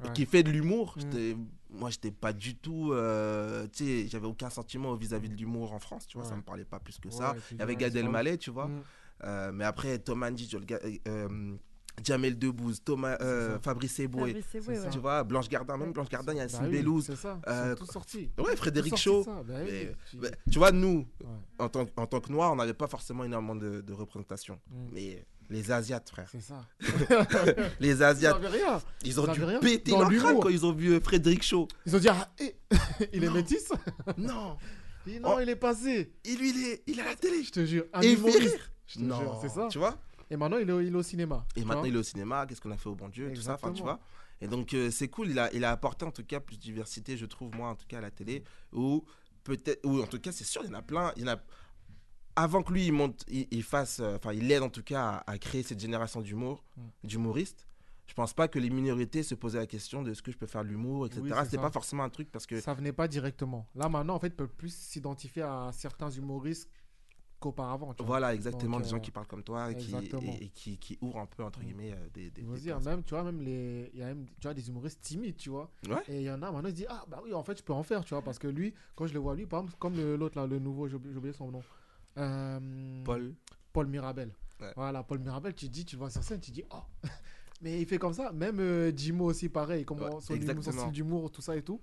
Speaker 2: Ouais.
Speaker 3: qui fait de l'humour,
Speaker 2: Mm.
Speaker 3: j'étais- moi, j'étais pas du tout. euh, tu sais, j'avais aucun sentiment vis-à-vis de l'humour en France, tu vois, ça
Speaker 2: Ouais.
Speaker 3: me parlait pas plus que
Speaker 2: Ouais,
Speaker 3: ça.
Speaker 2: et puis
Speaker 3: Il y avait
Speaker 2: voilà,
Speaker 3: Gad
Speaker 2: c'est pas-
Speaker 3: Elmaleh, tu vois.
Speaker 2: Mm.
Speaker 3: Euh, mais après, Thomas Ndijola, euh, euh, Jamel Debbouze, Thomas, euh,
Speaker 2: ça.
Speaker 3: Fabrice
Speaker 4: Ah,
Speaker 3: Eboué,
Speaker 4: oui, c'est
Speaker 2: C'est
Speaker 4: vrai,
Speaker 2: ça.
Speaker 4: ouais.
Speaker 3: tu vois, Blanche Gardin, même Blanche Gardin, il y a
Speaker 2: Bah
Speaker 3: une
Speaker 2: oui,
Speaker 3: Belouz.
Speaker 2: C'est ça.
Speaker 3: euh,
Speaker 2: Ils sont tous sortis.
Speaker 3: Ouais,
Speaker 2: Tous
Speaker 3: Frédéric
Speaker 2: sortis de
Speaker 3: Shaw.
Speaker 2: ça, bah oui,
Speaker 3: Mais-
Speaker 2: tu-
Speaker 3: Bah, tu vois, nous,
Speaker 2: Ouais.
Speaker 3: en, tant, que- en tant que Noirs, on n'avait pas forcément énormément de, de représentation.
Speaker 2: Mm.
Speaker 3: Mais les Asiates, frère.
Speaker 2: C'est ça.
Speaker 3: Les
Speaker 2: Ils
Speaker 3: Asiates,
Speaker 2: n'avaient rien.
Speaker 3: ils ont
Speaker 2: ils
Speaker 3: dû
Speaker 2: avaient rien
Speaker 3: péter
Speaker 2: dans
Speaker 3: leur crâne
Speaker 2: l'humour.
Speaker 3: quand ils ont vu euh, Frédéric Shaw.
Speaker 2: Ils ont dit ah, eh, il est métisse.
Speaker 3: non,
Speaker 2: Ils disent, non,
Speaker 3: Oh.
Speaker 2: il est passé.
Speaker 3: et lui, il est, il est à la télé.
Speaker 2: Je te jure. Un
Speaker 3: Et
Speaker 2: humoriste. Je te jure,
Speaker 3: Non,
Speaker 2: c'est ça.
Speaker 3: tu vois.
Speaker 2: Et maintenant, il est, au- il est au cinéma.
Speaker 3: Et
Speaker 2: tu
Speaker 3: maintenant,
Speaker 2: vois.
Speaker 3: il est au cinéma. Qu'est-ce qu'on a fait au bon Dieu Tout ça, enfin, tu
Speaker 2: Exactement.
Speaker 3: vois. Et donc, euh, c'est cool. Il a, il a apporté en tout cas plus de diversité, je trouve, moi, en tout cas, à la télé. Ou peut-être, ou en tout cas, c'est sûr, il y en a plein. Il y en a. Avant que lui, il monte, il, il fasse, euh, enfin, il aide en tout cas à, à créer cette génération d'humour,
Speaker 2: Mm.
Speaker 3: d'humoristes. Je pense pas que les minorités se posaient la question de ce que je peux faire de l'humour, etc.
Speaker 2: Oui, c'est
Speaker 3: C'était
Speaker 2: ça.
Speaker 3: pas forcément un truc parce que
Speaker 2: Ça venait pas directement. Là, maintenant, en fait, ils peuvent plus s'identifier à certains humoristes qu'auparavant. tu vois.
Speaker 3: voilà exactement
Speaker 2: Donc,
Speaker 3: des gens
Speaker 2: euh,
Speaker 3: qui parlent comme toi et qui,
Speaker 2: exactement.
Speaker 3: et, et qui, qui ouvrent un peu entre
Speaker 2: Mm.
Speaker 3: guillemets euh, des, des,
Speaker 2: Il faut
Speaker 3: des
Speaker 2: se dire,
Speaker 3: personnes.
Speaker 2: hein, même, tu vois, même les, il y a même, tu vois, des humoristes timides, tu vois.
Speaker 3: Ouais.
Speaker 2: Et il y en a, maintenant, ils se disent, ah, bah oui, en fait, je peux en faire, tu vois, parce que lui, quand je le vois, lui, par exemple, comme le- l'autre, là, le nouveau, j'ai oublié j'ai oublié son nom. Euh,
Speaker 3: Paul.
Speaker 2: Paul Mirabel.
Speaker 3: Ouais.
Speaker 2: Voilà, Paul Mirabel, tu dis, tu le vois sur scène, tu dis, oh, mais il fait comme ça. Même euh, Jimo aussi, pareil, comment
Speaker 3: Ouais,
Speaker 2: son, humour, son
Speaker 3: exactement.
Speaker 2: style d'humour, tout ça et tout.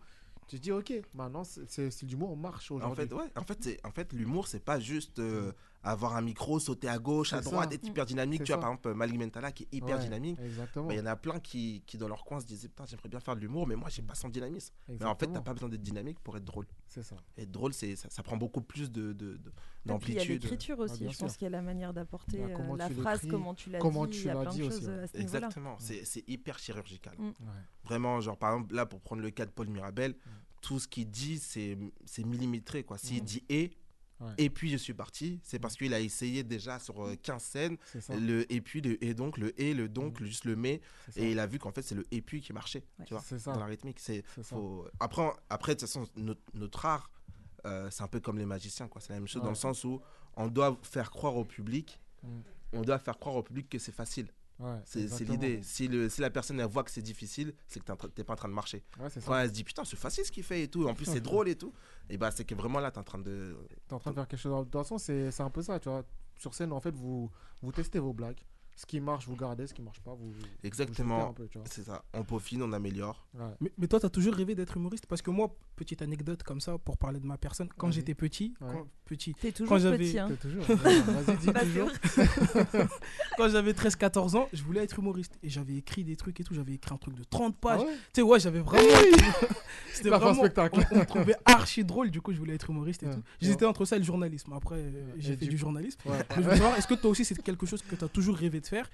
Speaker 2: Tu dis, ok, maintenant, c'est- c'est style d'humour, on marche
Speaker 3: En
Speaker 2: aujourd'hui.
Speaker 3: fait, ouais. En fait, c'est- en fait, l'humour, c'est pas juste euh, avoir un micro, sauter à gauche, à
Speaker 2: C'est
Speaker 3: droite,
Speaker 2: ça.
Speaker 3: être hyper dynamique.
Speaker 2: C'est
Speaker 3: Tu vois,
Speaker 2: ça.
Speaker 3: par exemple, Malik Mentala qui est hyper
Speaker 2: Ouais,
Speaker 3: dynamique.
Speaker 2: Exactement.
Speaker 3: Bah, Il y en a plein qui, qui, dans leur coin, se disaient Putain, j'aimerais bien faire de l'humour, mais moi, j'ai pas son dynamisme. Mais en fait,
Speaker 2: Exactement.
Speaker 3: t'as pas besoin d'être dynamique pour être drôle.
Speaker 2: C'est ça.
Speaker 3: Être drôle, c'est ça, ça prend beaucoup plus de, de-
Speaker 4: Et
Speaker 3: de-
Speaker 4: puis, il y a
Speaker 3: d'amplitude.
Speaker 4: l'écriture aussi.
Speaker 2: bien
Speaker 4: je pense
Speaker 2: sûr.
Speaker 4: qu'il y a la manière d'apporter
Speaker 2: Bah,
Speaker 4: euh,
Speaker 2: comment
Speaker 4: la
Speaker 2: tu
Speaker 4: phrase,
Speaker 2: l'écris,
Speaker 4: comment tu l'as dit.
Speaker 2: comment
Speaker 4: Il
Speaker 2: tu
Speaker 4: y a
Speaker 2: l'as
Speaker 4: plein
Speaker 2: dit
Speaker 4: de
Speaker 2: aussi,
Speaker 4: choses euh,
Speaker 2: ouais.
Speaker 4: à ce niveau-là.
Speaker 3: Exactement. C'est c'est hyper chirurgical.
Speaker 4: Mm.
Speaker 2: Ouais. Mm.
Speaker 3: Vraiment, genre, par exemple, là, pour prendre le cas de Paul Mirabel, tout ce qu'il dit, c'est c'est millimétré. quoi. S'il
Speaker 2: Mm.
Speaker 3: dit et.
Speaker 2: Ouais.
Speaker 3: Et puis je suis parti, c'est parce qu'il a essayé déjà sur euh, 15 scènes
Speaker 2: C'est ça. Mhm.
Speaker 3: le et puis le et donc le et le donc le juste le mais
Speaker 2: c'est ça.
Speaker 3: et il a vu qu'en fait c'est le et puis qui marchait
Speaker 4: Ouais.
Speaker 3: tu vois
Speaker 2: C'est
Speaker 3: dans la
Speaker 2: ça.
Speaker 3: rythmique c'est
Speaker 2: C'est ça.
Speaker 3: faut après on- après de toute façon notre, notre art euh, c'est un peu comme les magiciens quoi c'est la même chose dans
Speaker 2: Ouais.
Speaker 3: le sens où on doit faire croire au public
Speaker 2: Mm.
Speaker 3: on doit faire croire au public que c'est facile
Speaker 2: Ouais,
Speaker 3: c'est c'est
Speaker 2: exactement.
Speaker 3: l'idée si le si la personne elle voit que c'est difficile c'est que t'es en train- t'es pas en train de marcher
Speaker 2: Ouais, c'est
Speaker 3: quand
Speaker 2: ça.
Speaker 3: elle se dit putain c'est facile ce qu'il fait et tout en plus c'est drôle et tout et bah c'est que vraiment là t'es en train de
Speaker 2: T'es en train de faire quelque chose. De toute façon, c'est c'est un peu ça, tu vois. Sur scène, en fait, vous, vous testez vos blagues. Ce qui marche, vous gardez. Ce qui marche pas, vous. vous jetez
Speaker 3: Exactement.
Speaker 2: un peu, tu vois.
Speaker 3: C'est ça. On peaufine, on améliore.
Speaker 2: Ouais.
Speaker 5: Mais, mais toi, t'as toujours rêvé d'être humoriste Parce que moi, petite anecdote comme ça, pour parler de ma personne, quand
Speaker 2: Vas-y.
Speaker 5: j'étais petit,
Speaker 2: Ouais.
Speaker 5: quand, petit,
Speaker 4: T'es toujours
Speaker 5: j'avais-
Speaker 4: petit, hein.
Speaker 2: T'as toujours. Vas-y, dis
Speaker 4: Bah, c'est
Speaker 2: toujours.
Speaker 4: vrai.
Speaker 5: quand j'avais 13-14 ans, je voulais être humoriste. Et j'avais écrit des trucs et tout, j'avais écrit un truc de 30 pages.
Speaker 2: Ah ouais
Speaker 5: Tu sais, ouais, j'avais vraiment.
Speaker 2: T'as
Speaker 5: C'était
Speaker 2: fait un
Speaker 5: vraiment.
Speaker 2: spectacle.
Speaker 5: On, on me trouvait archi drôle, du coup, je voulais être humoriste et
Speaker 2: Ouais.
Speaker 5: tout. J'étais entre ça et le journalisme. Après, euh,
Speaker 2: Ouais.
Speaker 5: j'ai
Speaker 2: Et
Speaker 5: fait
Speaker 2: du-
Speaker 5: du journalisme.
Speaker 2: Ouais.
Speaker 5: Je voulais savoir, est-ce que toi aussi, c'est quelque chose que t'as toujours rêvé de faire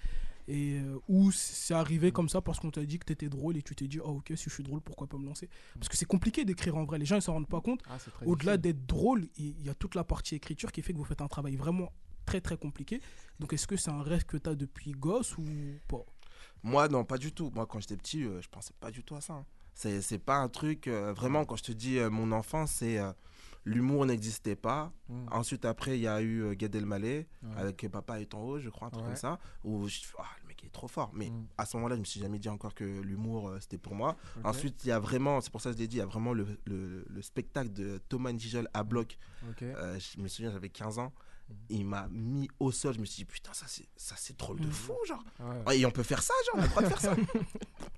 Speaker 5: et euh, ou c'est arrivé comme ça parce qu'on t'a dit que t'étais drôle et tu t'es dit, ah ok, si je suis drôle, pourquoi pas me lancer Parce que c'est compliqué d'écrire en vrai, les gens ils s'en rendent pas compte.
Speaker 2: Ah, c'est très
Speaker 5: Au-delà
Speaker 2: difficile.
Speaker 5: d'être drôle, il y a toute la partie écriture qui fait que vous faites un travail vraiment très très compliqué. Donc est-ce que c'est un rêve que t'as depuis gosse ou pas
Speaker 3: Moi, non, pas du tout. Moi, quand j'étais petit, euh, je pensais pas du tout à ça. hein. C'est c'est pas un truc. euh, vraiment, quand je te dis euh, mon enfance, c'est. euh, L'humour n'existait pas.
Speaker 2: Mm.
Speaker 3: Ensuite, après, il y a eu euh, Gad Elmaleh
Speaker 2: Ouais.
Speaker 3: avec Papa est en haut, je crois, un truc
Speaker 2: Ouais.
Speaker 3: comme ça. Où je ah, le mec il est trop fort. Mais
Speaker 2: Mm.
Speaker 3: à ce moment-là, je me suis jamais dit encore que l'humour, euh, c'était pour moi.
Speaker 2: Ok.
Speaker 3: Ensuite, il y a vraiment, c'est pour ça que je l'ai dit, il y a vraiment le, le- le spectacle de Thomas Nigel à bloc.
Speaker 2: Ok.
Speaker 3: Euh, je me souviens, j'avais 15 ans.
Speaker 2: Mhm.
Speaker 3: Il m'a mis au sol. Je me suis dit, putain, ça c'est, ça, c'est drôle de
Speaker 5: Mhm.
Speaker 3: fou, genre.
Speaker 2: Ouais.
Speaker 3: Ouais, Et on peut faire ça, genre, on a le droit de faire ça.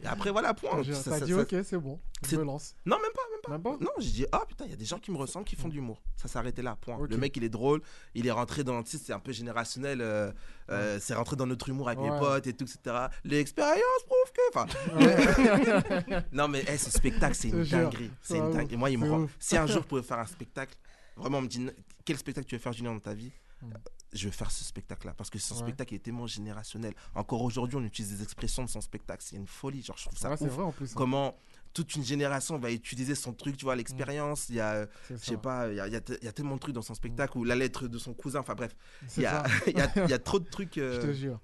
Speaker 3: Et après, voilà, point.
Speaker 2: J'ai-
Speaker 3: Ça-
Speaker 2: T'as
Speaker 3: ça-
Speaker 2: dit
Speaker 3: ça-
Speaker 2: ok, c'est bon. Je
Speaker 3: C'est-
Speaker 2: me lance.
Speaker 3: Non, même pas.
Speaker 2: Même pas
Speaker 3: Non, j'ai dit, ah putain, il y a des gens qui me ressemblent qui font de l'humour. Ça s'est arrêté là, point.
Speaker 2: Ok.
Speaker 3: Le mec, il est drôle. Il est rentré dans, tu sais, c'est un peu générationnel. euh, euh, c'est rentré dans notre humour avec
Speaker 2: Ouais.
Speaker 3: mes potes et tout, etc. L'expérience prouve que. Enfin,
Speaker 2: Ouais.
Speaker 3: Non mais hey, ce spectacle c'est
Speaker 2: Je
Speaker 3: une
Speaker 2: jure.
Speaker 3: dinguerie, c'est
Speaker 2: Ah,
Speaker 3: une
Speaker 2: ouf.
Speaker 3: dinguerie. Moi il me
Speaker 2: C'est
Speaker 3: rend.
Speaker 2: ouf.
Speaker 3: Si un jour je pouvais faire un spectacle, vraiment on me dit quel spectacle tu veux faire Julien dans ta vie,
Speaker 2: Mm.
Speaker 3: je vais faire ce spectacle là parce que son
Speaker 2: Ouais.
Speaker 3: spectacle est tellement générationnel. Encore aujourd'hui on utilise des expressions de son spectacle, c'est une folie. Genre je trouve ça
Speaker 2: Ouais, c'est
Speaker 3: ouf.
Speaker 2: vrai en plus. hein.
Speaker 3: Comment toute une génération va utiliser son truc, tu vois l'expérience. Il y a, euh,
Speaker 2: Mm. C'est
Speaker 3: je
Speaker 2: ça. Mm.
Speaker 3: sais pas, il y a, il y a te- il y a tellement de trucs dans son spectacle ou la lettre de son cousin. Enfin bref, il
Speaker 2: C'est
Speaker 3: y a,
Speaker 2: ça.
Speaker 3: il y a- il y a trop de trucs.
Speaker 2: Je
Speaker 3: euh,
Speaker 2: te jure.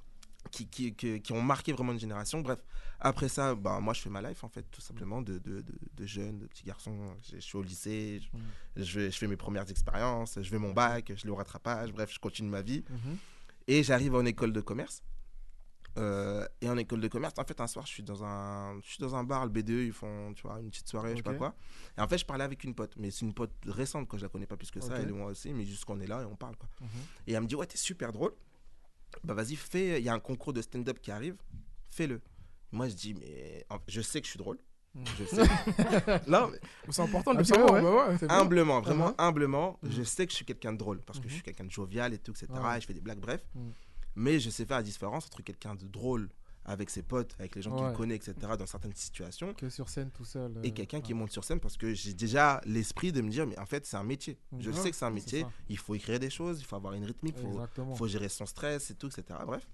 Speaker 3: qui, qui, que- qui ont marqué vraiment une génération. Bref, après ça, bah, moi, je fais ma life, en fait, tout simplement, de, de, de, de jeune, de petit garçon. Je, je suis au lycée, je,
Speaker 2: Mm.
Speaker 3: je vais- je fais mes premières expériences, je vais mon bac, je le rattrapage, bref, je continue ma vie.
Speaker 2: Mhm.
Speaker 3: Et j'arrive en école de commerce. Euh, et en école de commerce, en fait, un soir, je suis dans un, je suis dans un bar, le BDE, ils font tu vois, une petite soirée, je sais pas
Speaker 2: Ok.
Speaker 3: quoi. Et en fait, je parlais avec une pote, mais c'est une pote récente, quand je la connais pas plus que ça,
Speaker 2: Ok.
Speaker 3: elle et moi aussi, mais juste qu'on est là et on parle. Quoi.
Speaker 2: Mhm.
Speaker 3: Et elle me dit, ouais, t'es super drôle. Bah vas-y, fais, il y a un concours de stand-up qui arrive, fais-le. Moi, je dis, mais en- je sais que je suis drôle.
Speaker 2: Mhm.
Speaker 3: Je sais. non, mais
Speaker 5: C'est important de
Speaker 2: Ah,
Speaker 5: le
Speaker 2: tu vois,
Speaker 5: savoir.
Speaker 2: ouais.
Speaker 5: bah ouais.
Speaker 2: C'est bien.
Speaker 3: humblement, vraiment
Speaker 2: Mhm.
Speaker 3: humblement,
Speaker 2: Mhm.
Speaker 3: je sais que je suis quelqu'un de drôle parce que je
Speaker 2: Mhm.
Speaker 3: suis quelqu'un de jovial et tout, etc.
Speaker 2: Ouais.
Speaker 3: Et je fais des blagues, bref.
Speaker 2: Mhm.
Speaker 3: Mais je sais faire la différence entre quelqu'un de drôle avec ses potes, avec les gens
Speaker 2: Ouais.
Speaker 3: qu'il connaît, etc. Dans certaines situations
Speaker 2: Que sur scène tout seul. euh.
Speaker 3: et quelqu'un qui monte sur scène parce que j'ai déjà l'esprit de me dire, mais en fait, c'est un métier. Je
Speaker 2: Mhm.
Speaker 3: sais que c'est un
Speaker 2: C'est
Speaker 3: métier.
Speaker 2: ça.
Speaker 3: Il faut écrire des choses, il faut avoir une rythmique, il faut,
Speaker 2: Exactement.
Speaker 3: faut gérer son stress et tout, etc. Bref.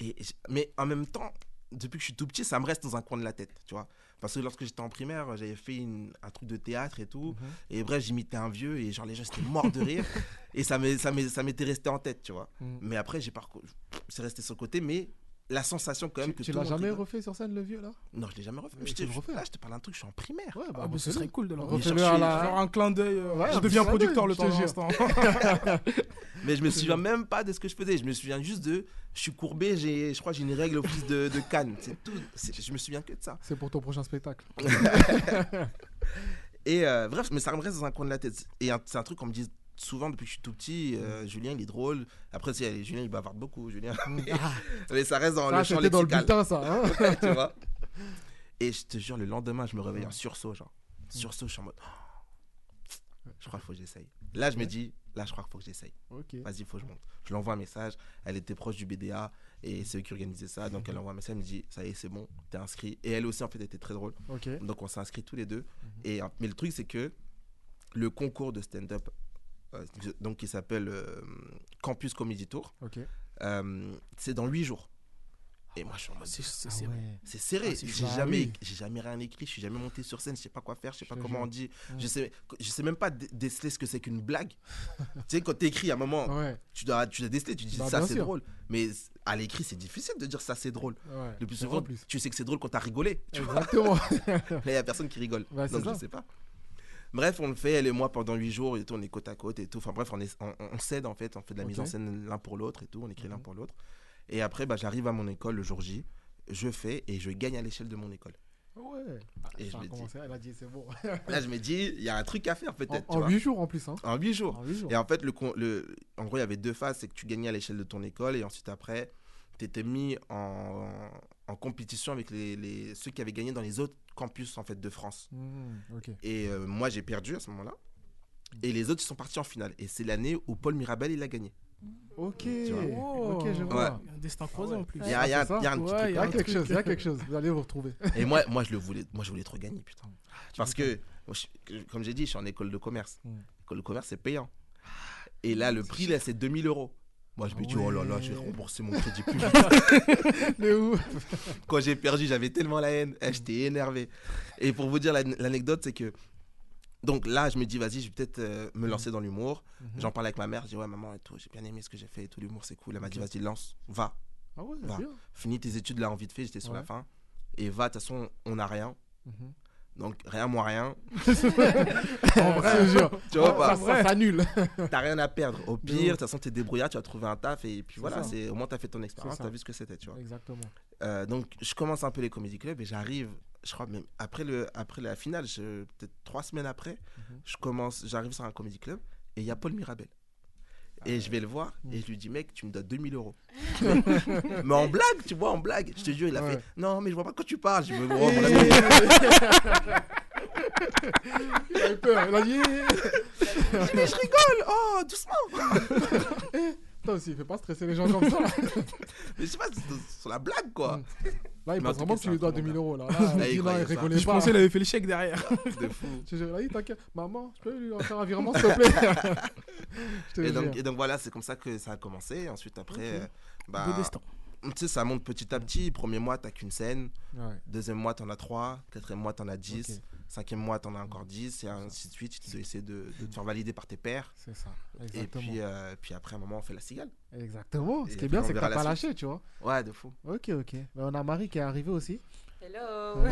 Speaker 3: Et, et j- mais en même temps, depuis que je suis tout petit, ça me reste dans un coin de la tête, tu vois. Parce que lorsque j'étais en primaire, j'avais fait une- un truc de théâtre et tout.
Speaker 2: Mhm.
Speaker 3: Et bref, j'imitais un vieux et genre les gens étaient morts de rire. et ça m'est- ça m'est- ça m'était resté en tête, tu vois.
Speaker 2: Mhm.
Speaker 3: Mais après, j'ai parcouru. C'est resté sur le côté, mais la sensation quand même
Speaker 2: Tu-
Speaker 3: que
Speaker 2: Tu
Speaker 3: tout le
Speaker 2: l'as
Speaker 3: monde
Speaker 2: jamais
Speaker 3: rigole-
Speaker 2: refait sur scène le vieux là
Speaker 3: Non, je l'ai jamais refait.
Speaker 2: Mais
Speaker 3: Je te-
Speaker 2: tu le refais.
Speaker 3: là, je te parle d'un truc, je suis en primaire.
Speaker 2: Ouais,
Speaker 5: Ah, bah, ce serait cool de le
Speaker 2: on
Speaker 5: refaire.
Speaker 2: refait
Speaker 3: chercher-
Speaker 2: le à la-
Speaker 5: Genre un clin d'œil. euh,
Speaker 2: Ouais, un
Speaker 5: je
Speaker 2: petit
Speaker 5: deviens
Speaker 2: clin d'œil,
Speaker 5: producteur le
Speaker 2: je te
Speaker 5: temps en
Speaker 2: jure.
Speaker 5: instant.
Speaker 3: Mais je me souviens même pas de ce que je faisais. Je me souviens juste de. Je suis courbé, j'ai, je crois que j'ai une règle au plus de, de Cannes. C'est tout. C'est- je me souviens que de ça.
Speaker 2: C'est pour ton prochain spectacle.
Speaker 3: Et euh, bref, mais ça me reste dans un coin de la tête. Et un- c'est un truc qu'on me dit souvent depuis que je suis tout petit. euh,
Speaker 2: Mm.
Speaker 3: Julien, il est drôle. Après, c'est, Julien, il bavarde beaucoup. Julien. mais ça reste dans
Speaker 2: Ah,
Speaker 3: le champ
Speaker 2: Mm. c'était dans le
Speaker 3: lexical.
Speaker 2: butin ça. hein
Speaker 3: tu vois. Et je te jure, le lendemain, je me réveille
Speaker 2: Mm.
Speaker 3: en sursaut, genre. Sursaut, je suis en mode. oh, je crois qu'il faut que j'essaye. Là, je me dis, là, je crois qu'il faut que j'essaye.
Speaker 2: Ok.
Speaker 3: Vas-y, faut que je monte. Je lui envoie un message. Elle était proche du
Speaker 2: Mm.
Speaker 3: BDA et c'est eux qui organisaient ça. Donc, elle envoie un message. Elle me dit, ça y est, c'est bon, t'es inscrit. Et elle aussi, en fait, elle était très drôle.
Speaker 2: Ok.
Speaker 3: Donc, on s'est inscrits tous les deux. et, euh, mais le truc, c'est que le concours de stand-up, euh, donc qui s'appelle euh, Campus Comedy Tour,
Speaker 2: Ok.
Speaker 3: euh, c'est dans 8 jours. Et moi, je suis en mode,
Speaker 5: C'est- c'est-
Speaker 2: Ah
Speaker 5: c'est-
Speaker 2: ouais.
Speaker 3: c'est serré.
Speaker 5: Ah, c'est
Speaker 3: j'ai
Speaker 2: chaud. Bah
Speaker 3: jamais,
Speaker 2: oui.
Speaker 3: j'ai jamais rien écrit. Je suis jamais monté sur scène. Je sais pas quoi faire. Je sais
Speaker 2: Je
Speaker 3: pas
Speaker 2: te
Speaker 3: comment
Speaker 2: jure.
Speaker 3: on dit.
Speaker 2: Mm.
Speaker 3: Je sais, je sais même pas dé- déceler ce que c'est qu'une blague. tu sais, quand t'écris, à un moment,
Speaker 2: Ouais.
Speaker 3: tu dois, tu dois déceler. Tu dis
Speaker 2: Bah,
Speaker 3: ça
Speaker 2: bien
Speaker 3: c'est
Speaker 2: sûr.
Speaker 3: drôle. Mais c- à l'écrit, c'est difficile de dire ça c'est drôle.
Speaker 2: ouais.
Speaker 3: Le plus
Speaker 2: C'est vrai,
Speaker 3: souvent,
Speaker 2: en plus.
Speaker 3: tu sais que c'est drôle quand t'as rigolé. Tu vois,
Speaker 2: Exactement.
Speaker 3: là, y a personne qui rigole.
Speaker 2: Bah, c'est
Speaker 3: donc
Speaker 2: ça.
Speaker 3: je sais pas. Bref, on le fait elle et moi pendant 8 jours et tout. On est côte à côte et tout. Enfin bref, on est, on, on s'aide en fait. On fait de la mise
Speaker 2: Ok.
Speaker 3: en scène l'un pour l'autre et tout. On écrit l'un
Speaker 2: Mhm.
Speaker 3: pour l'autre. Et après, bah, j'arrive à mon école le jour J. Je fais et je gagne à l'échelle de mon école.
Speaker 2: Ouais.
Speaker 3: Et je
Speaker 2: Ça a
Speaker 3: me dis-
Speaker 2: commencé, Elle a dit c'est bon.
Speaker 3: Là, je me dis, il y a un truc à faire
Speaker 2: En-
Speaker 3: peut-être. tu
Speaker 2: En
Speaker 3: vois.
Speaker 2: 8 jours en plus. hein.
Speaker 3: En 8 jours.
Speaker 2: En 8 jours.
Speaker 3: Et en fait, le, con- le, en gros, il y avait deux phases. C'est que tu gagnais à l'échelle de ton école et ensuite après, t'étais mis en, en compétition avec les, les- ceux qui avaient gagné dans les autres campus en fait de France.
Speaker 2: Hmm, ok.
Speaker 3: Et euh, moi, j'ai perdu à ce moment-là. Et les autres ils sont partis en finale. Et c'est l'année où Paul Mirabel il a gagné.
Speaker 2: Ok.
Speaker 5: vois.
Speaker 2: Ok, je vois. Ah,
Speaker 5: Il y a un destin croisé en plus.
Speaker 3: Il y a, il y a-
Speaker 2: c'est ça
Speaker 3: il y a un petit
Speaker 5: Ouais,
Speaker 3: truc
Speaker 5: Oh, il
Speaker 2: Il y
Speaker 3: là.
Speaker 2: a quelque chose, il y a quelque chose. Vous allez vous retrouver.
Speaker 3: Et moi, moi, je le voulais, moi, je voulais trop gagner, putain.
Speaker 2: Ah,
Speaker 3: Parce que, moi, je- comme j'ai dit, je suis en école de commerce.
Speaker 2: Mm.
Speaker 3: L'école de commerce, c'est payant. Et là, le prix, là, c'est 2000 euros. Moi, je me dis, oh là là, je vais
Speaker 2: Ah, Ouais.
Speaker 3: rembourser mon crédit plus vite.
Speaker 2: Mais où
Speaker 3: Quand j'ai perdu, j'avais tellement la haine. Eh, J'étais énervé. Et pour vous dire l'an- l'anecdote, c'est que. Donc là, je me dis, vas-y, je vais peut-être euh,
Speaker 2: Hmm.
Speaker 3: me lancer dans l'humour. J'en parle avec ma mère. Je dis, ouais, maman, et tout, j'ai bien aimé ce que j'ai fait et tout. L'humour, c'est cool. Elle m'a dit, vas-y, lance, va.
Speaker 2: Ah ouais,
Speaker 3: Bah.
Speaker 2: bien.
Speaker 3: Finis tes études là en vite fait, j'étais sur la
Speaker 2: Ouais.
Speaker 3: fin. Et va, de toute façon, on n'a rien.
Speaker 2: Mhm.
Speaker 3: Donc rien, moins rien.
Speaker 2: en vrai, je jure.
Speaker 3: Tu vois,
Speaker 2: Ça-
Speaker 3: bah,
Speaker 2: ça s'annule.
Speaker 3: t'as rien à perdre. Au
Speaker 2: De
Speaker 3: pire,
Speaker 2: ouf.
Speaker 3: de toute façon, t'es débrouillard, tu as trouvé un taf et puis
Speaker 2: C'est
Speaker 3: voilà,
Speaker 2: ça.
Speaker 3: c'est au moins t'as fait ton expérience,
Speaker 2: ça.
Speaker 3: t'as vu ce que c'était, tu vois.
Speaker 2: Exactement.
Speaker 3: Euh, donc je commence un peu les comedy clubs et j'arrive, je crois même après le après la finale, je- peut-être trois semaines après,
Speaker 2: Mhm.
Speaker 3: je commence, j'arrive sur un comedy club et il y a Paul Mirabel. Et je vais le voir et je lui dis, mec, tu me dois 2000 euros. mais, mais en blague, tu vois, en blague. Je te jure, il a
Speaker 2: Ouais.
Speaker 3: fait, non, mais je vois pas de quoi tu parles. Je me
Speaker 2: Et-
Speaker 3: vois,
Speaker 2: Il a eu peur. Il a dit. eh,
Speaker 3: mais je rigole, oh, doucement.
Speaker 2: Putain, Eh, aussi, il fait pas stresser les gens comme ça. Là,
Speaker 3: Mais je sais pas, c'est sur la blague, quoi.
Speaker 2: Mm. Là, il
Speaker 3: Mais en
Speaker 2: pense
Speaker 3: tout
Speaker 2: vraiment
Speaker 3: cas,
Speaker 2: que tu lui
Speaker 3: c'est un
Speaker 2: dois
Speaker 3: très bon
Speaker 2: 2000
Speaker 3: gars.
Speaker 2: euros. Là, là,
Speaker 3: Là,
Speaker 2: il
Speaker 3: il
Speaker 2: dit, là,
Speaker 3: croyait
Speaker 2: il
Speaker 3: ça.
Speaker 2: rigolait
Speaker 5: Je
Speaker 2: pas.
Speaker 5: pensais qu'il avait fait le chèque derrière.
Speaker 3: De fou.
Speaker 2: Je te jure, il a dit, t'inquiète. Maman, je peux lui en faire un virement, s'il te plaît. Je te
Speaker 3: Et
Speaker 2: jure.
Speaker 3: donc, et donc voilà, c'est comme ça que ça a commencé. Et ensuite, après,
Speaker 5: Ok.
Speaker 3: euh, bah,
Speaker 5: Beau destin.
Speaker 3: tu sais, ça monte petit à petit. Premier mois, t'as qu'une scène.
Speaker 2: Ouais.
Speaker 3: Deuxième mois, t'en as trois. Quatrième mois, t'en as dix.
Speaker 2: Ok.
Speaker 3: Cinquième mois, t'en as encore dix. Et ainsi de suite. Tu dois essayer de, de te faire valider par tes pairs.
Speaker 2: C'est ça.
Speaker 3: Et
Speaker 2: Exactement.
Speaker 3: puis, euh, puis après, un moment, on fait la cigale.
Speaker 2: Exactement. Ce
Speaker 3: et
Speaker 2: qui
Speaker 3: puis,
Speaker 2: est bien,
Speaker 3: on
Speaker 2: c'est que
Speaker 3: verra
Speaker 2: t'as
Speaker 3: la
Speaker 2: pas
Speaker 3: suite.
Speaker 2: lâché, tu vois.
Speaker 3: Ouais, de fou.
Speaker 2: Ok, ok. Mais on a Marie qui est arrivée aussi.
Speaker 7: Hello
Speaker 2: Ouais,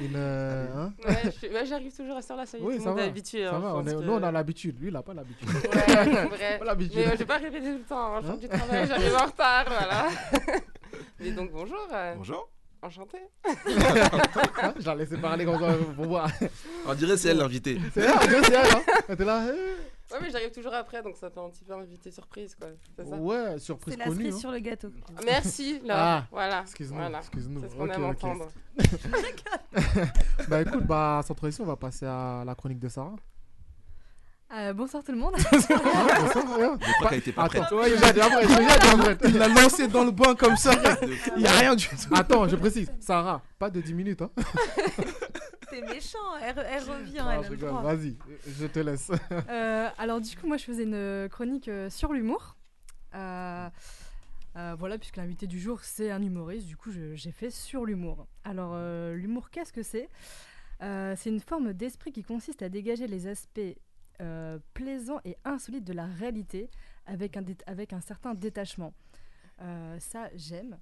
Speaker 2: Une, euh, hein,
Speaker 7: Ouais, je suis- ouais, j'arrive toujours à cette heure-là, ça y est,
Speaker 2: Oui,
Speaker 7: tout
Speaker 2: ça
Speaker 7: le monde est
Speaker 2: va.
Speaker 7: habitué.
Speaker 2: ça
Speaker 7: hein,
Speaker 2: va,
Speaker 7: je
Speaker 2: on
Speaker 7: pense
Speaker 2: est-
Speaker 7: que-
Speaker 2: nous on a l'habitude, lui il a pas l'habitude.
Speaker 7: Ouais, vrai.
Speaker 2: pas l'habitude.
Speaker 7: Mais euh, je vais pas répéter tout le temps, hein, je
Speaker 2: Hein
Speaker 7: rentre du travail, j'arrive en retard, voilà. Mais donc bonjour, euh,
Speaker 3: Bonjour.
Speaker 7: enchanté.
Speaker 2: Hein, je la laissais parler comme ça pour voir.
Speaker 3: On dirait c'est elle l'invitée.
Speaker 2: C'est là, c'est elle, hein. Elle était là. euh.
Speaker 7: Ouais, mais j'arrive toujours après, donc ça fait un petit peu invité surprise, quoi. C'est ça
Speaker 2: Ouais, surprise
Speaker 4: C'est la
Speaker 2: connue.
Speaker 4: cerise
Speaker 2: hein.
Speaker 4: sur le gâteau.
Speaker 7: Merci, Laure.
Speaker 2: Ah,
Speaker 7: voilà.
Speaker 2: Excuse-nous,
Speaker 7: Voilà.
Speaker 2: excuse-nous.
Speaker 7: C'est ce qu'on
Speaker 2: Ok,
Speaker 7: aime
Speaker 2: ok.
Speaker 7: entendre.
Speaker 2: Bah écoute, bah sans transition, on va passer à la chronique de Sarah.
Speaker 6: Euh, bonsoir tout le monde.
Speaker 2: Ah, bonsoir, ouais.
Speaker 3: Je crois qu'elle était pas prête.
Speaker 2: Attends, ouais, déjà, déjà, déjà, déjà, déjà, déjà.
Speaker 5: Il l'a lancé dans le bain comme ça.
Speaker 3: De fou.
Speaker 5: Il n'y a rien du tout.
Speaker 2: Attends, je précise, Sarah, pas de 10 minutes. Hein.
Speaker 4: T'es méchant, elle, elle revient,
Speaker 2: Ah,
Speaker 4: elle
Speaker 2: je
Speaker 4: a le
Speaker 2: rigole,
Speaker 4: droit.
Speaker 2: vas-y, je te laisse.
Speaker 6: Euh, alors du coup, moi, je faisais une chronique euh, sur l'humour. Euh, euh, voilà, puisque l'invité du jour, c'est un humoriste. Du coup, je- j'ai fait sur l'humour. Alors, euh, l'humour, qu'est-ce que c'est Euh, C'est une forme d'esprit qui consiste à dégager les aspects euh, plaisants et insolites de la réalité avec un, dé- avec un certain détachement. Euh, ça, j'aime.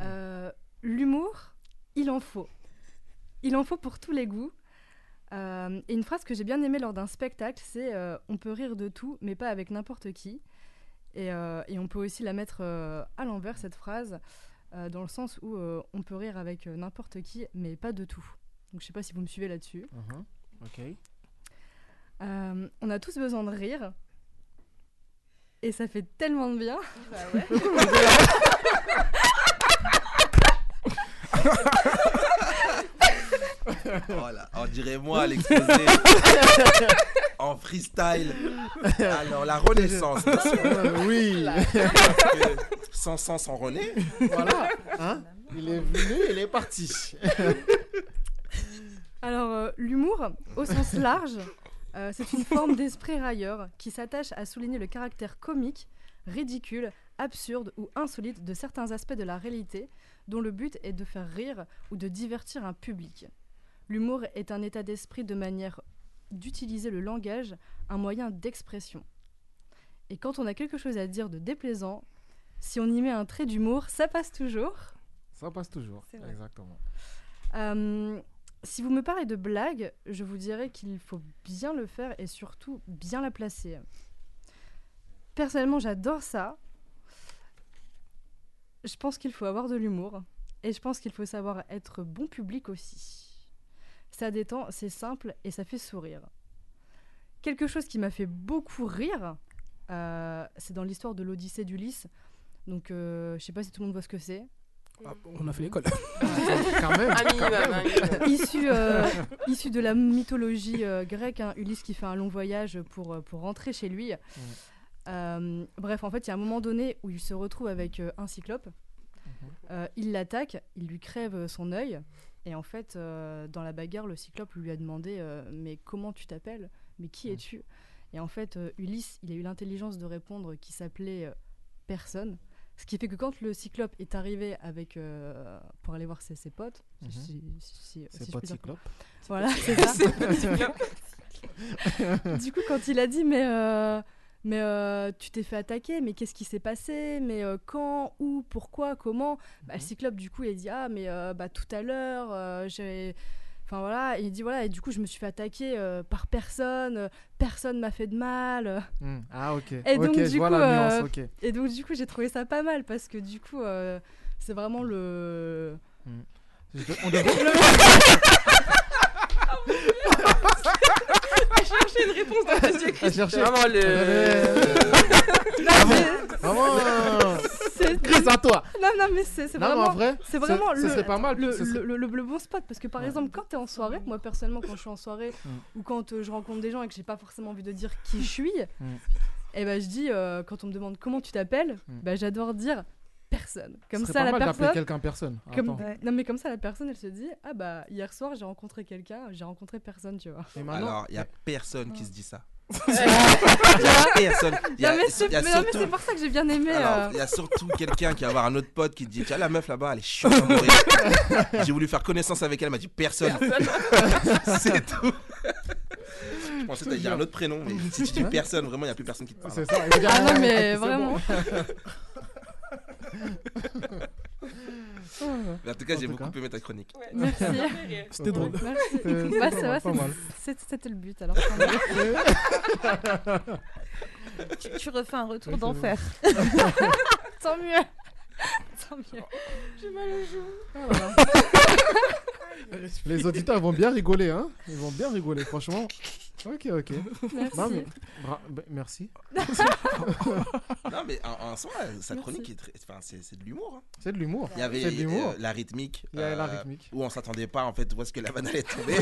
Speaker 6: Euh, l'humour, il en faut. Il en faut pour tous les goûts. Euh, et une phrase que j'ai bien aimée lors d'un spectacle, c'est euh, On peut rire de tout, mais pas avec n'importe qui. Et, euh, et on peut aussi la mettre euh, à l'envers, cette phrase, euh, dans le sens où euh, on peut rire avec euh, n'importe qui, mais pas de tout. Donc je sais pas si vous me suivez là-dessus.
Speaker 2: Ok.
Speaker 6: Euh, on a tous besoin de rire. Et ça fait tellement de bien.
Speaker 3: Oh là, on dirait moi à l'exposé. en freestyle. Alors, la renaissance. bien sûr,
Speaker 2: oui,
Speaker 3: parce que Sans sans sans René.
Speaker 2: voilà. Hein il est venu, il est parti.
Speaker 6: Alors, euh, l'humour, au sens large, euh, c'est une forme d'esprit railleur qui s'attache à souligner le caractère comique, ridicule, absurde ou insolite de certains aspects de la réalité, dont le but est de faire rire ou de divertir un public. L'humour est un état d'esprit de manière d'utiliser le langage, un moyen d'expression. Et quand on a quelque chose à dire de déplaisant, si on y met un trait d'humour, ça passe toujours.
Speaker 2: Ça passe toujours.
Speaker 4: C'est vrai.
Speaker 2: Exactement.
Speaker 6: Euh, si vous me parlez de blague, je vous dirais qu'il faut bien le faire et surtout bien la placer. Personnellement, j'adore ça. Je pense qu'il faut avoir de l'humour et je pense qu'il faut savoir être bon public aussi. Ça détend, c'est simple et ça fait sourire. Quelque chose qui m'a fait beaucoup rire, euh, c'est dans l'histoire de l'Odyssée d'Ulysse. Donc, euh, je sais pas si tout le monde voit ce que c'est.
Speaker 5: Ah, On a fait l'école.
Speaker 2: Ah,
Speaker 5: Ah,
Speaker 2: Quand même.
Speaker 7: Un minimum, un minimum.
Speaker 6: issu, euh, issu de la mythologie euh, grecque, hein, Ulysse qui fait un long voyage pour, euh, pour rentrer chez lui. Euh, bref, en fait, il y a un moment donné où il se retrouve avec euh, un cyclope. Euh, il l'attaque, il lui crève euh, son œil. Et en fait, euh, dans la bagarre, le cyclope lui a demandé euh, Mais comment tu t'appelles Mais qui es-tu Et en fait, euh, Ulysse, il a eu l'intelligence de répondre qu'il s'appelait euh, personne. Ce qui fait que quand le cyclope est arrivé avec, euh, pour aller voir ses, ses potes,
Speaker 2: Mhm.
Speaker 6: si- si- si- si
Speaker 2: C'est
Speaker 6: je
Speaker 2: pas
Speaker 6: puis dire.
Speaker 2: Cyclope.
Speaker 6: Voilà, c'est ça. du coup, quand il a dit, mais, euh, mais euh, tu t'es fait attaquer, mais qu'est-ce qui s'est passé, mais euh, quand, où, pourquoi, comment, bah, le Cyclope, du coup, il a dit, ah, mais euh, bah, tout à l'heure, euh, j'ai. Enfin voilà, il dit voilà, et du coup je me suis fait attaquer euh, par personne, euh, personne m'a fait de mal.
Speaker 2: Hmm. Ah, ok.
Speaker 6: Et donc,
Speaker 2: ok,
Speaker 6: du
Speaker 2: je vois
Speaker 6: coup,
Speaker 2: la
Speaker 6: euh,
Speaker 2: nuance, ok.
Speaker 6: Et donc du coup j'ai trouvé ça pas mal parce que du coup euh, c'est vraiment le.
Speaker 2: Hmm. Je dois- On devrait-
Speaker 7: Chercher une réponse dans le dossier.
Speaker 2: à chercher.
Speaker 7: Vraiment
Speaker 2: On
Speaker 7: le.
Speaker 2: devrait- Vraiment.
Speaker 6: C'est-
Speaker 2: Chris, à toi.
Speaker 6: Non, non, mais c'est c'est
Speaker 2: Non, mais
Speaker 6: vraiment.
Speaker 2: en vrai,
Speaker 6: C'est
Speaker 2: ce-
Speaker 6: vraiment
Speaker 2: ce
Speaker 6: le,
Speaker 2: serait pas mal,
Speaker 6: le,
Speaker 2: ce serait-
Speaker 6: le- le- le bon spot parce que par
Speaker 2: Ouais. Mm.
Speaker 6: exemple quand t'es en soirée, moi personnellement quand je suis en soirée ou quand euh, je rencontre des gens et que j'ai pas forcément envie de dire qui je suis,
Speaker 2: Mm.
Speaker 6: et ben je dis euh, quand on me demande comment tu t'appelles,
Speaker 2: Mm.
Speaker 6: bah, j'adore dire personne.
Speaker 2: ce
Speaker 6: Comme
Speaker 2: serait
Speaker 6: ça
Speaker 2: pas
Speaker 6: la
Speaker 2: mal d'appeler
Speaker 6: personne.
Speaker 2: quelqu'un personne.
Speaker 6: Comme,
Speaker 2: Attends.
Speaker 6: Non mais comme ça la personne elle se dit ah bah hier soir j'ai rencontré quelqu'un, j'ai rencontré personne tu vois.
Speaker 2: Et maintenant,
Speaker 3: Alors, il n'y a personne qui se dit ça.
Speaker 7: Ouais.
Speaker 3: Il n'y a personne. Il y a,
Speaker 6: non mais c'est
Speaker 3: il y a
Speaker 6: mais non, mais c'est
Speaker 3: surtout.
Speaker 6: pour ça que j'ai bien aimé.
Speaker 3: Alors,
Speaker 6: euh,
Speaker 3: il y a surtout quelqu'un qui va avoir un autre pote qui dit Tiens, la meuf là-bas, elle est chiante à mourir. J'ai voulu faire connaissance avec elle, elle m'a dit personne. c'est tout. Je pensais que t'allais dire un autre prénom, mais si tu dis personne, vraiment, il n'y a plus personne qui te parle.
Speaker 2: c'est ça. il veut dire,
Speaker 6: Ah non mais
Speaker 2: c'est bon.
Speaker 6: vraiment.
Speaker 3: Mais en tout cas,
Speaker 2: En
Speaker 3: j'ai
Speaker 2: tout
Speaker 3: beaucoup
Speaker 2: cas.
Speaker 3: aimé ta chronique.
Speaker 7: Ouais.
Speaker 6: Merci.
Speaker 5: C'était drôle.
Speaker 6: Merci.
Speaker 2: Euh,
Speaker 6: Bah,
Speaker 2: c'est pas
Speaker 6: ça va,
Speaker 2: mal, pas mal.
Speaker 6: c'est- c'est- C'était le but alors. tant mieux.
Speaker 4: Tu, tu refais un retour d'enfer.
Speaker 6: Tant mieux. Tant mieux.
Speaker 7: J'ai mal au genou.
Speaker 2: Les auditeurs vont bien rigoler, hein Ils vont bien rigoler, franchement. Ok, ok.
Speaker 6: Merci.
Speaker 2: Non, mais... bra- bah, merci.
Speaker 3: Non, mais en, en soi, sa
Speaker 6: Merci.
Speaker 3: chronique, est très- enfin, c'est c'est de l'humour. hein.
Speaker 2: C'est de l'humour.
Speaker 3: Il y avait
Speaker 2: C'est de l'humour.
Speaker 3: euh, la rythmique.
Speaker 2: Il y a la
Speaker 3: euh,
Speaker 2: rythmique.
Speaker 3: où on s'attendait pas en fait où est-ce que la vanne allait tomber.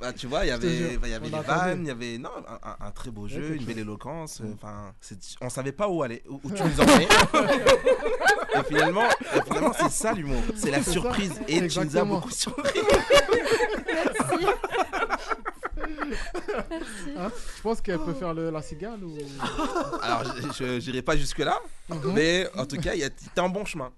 Speaker 3: bah, tu vois, il y
Speaker 2: jure,
Speaker 3: avait, bah, il y avait
Speaker 2: on
Speaker 3: les
Speaker 2: a attendu.
Speaker 3: vannes, il y avait non, un, un- un très beau
Speaker 2: Il y a
Speaker 3: jeu,
Speaker 2: quelque
Speaker 3: une
Speaker 2: chose.
Speaker 3: belle éloquence. euh, Enfin, c'est- on savait pas où aller, où, où tu nous emmenais. et finalement, et finalement, c'est ça l'humour, c'est la
Speaker 2: C'est ça.
Speaker 3: surprise. Et tu nous as
Speaker 2: Exactement.
Speaker 3: beaucoup surpris.
Speaker 2: Hein, Je pense qu'elle peut faire le, la cigale ou.
Speaker 3: Alors, je- je n'irai pas jusque là,
Speaker 2: Mhm.
Speaker 3: mais en tout cas, il y a- t'es en bon chemin.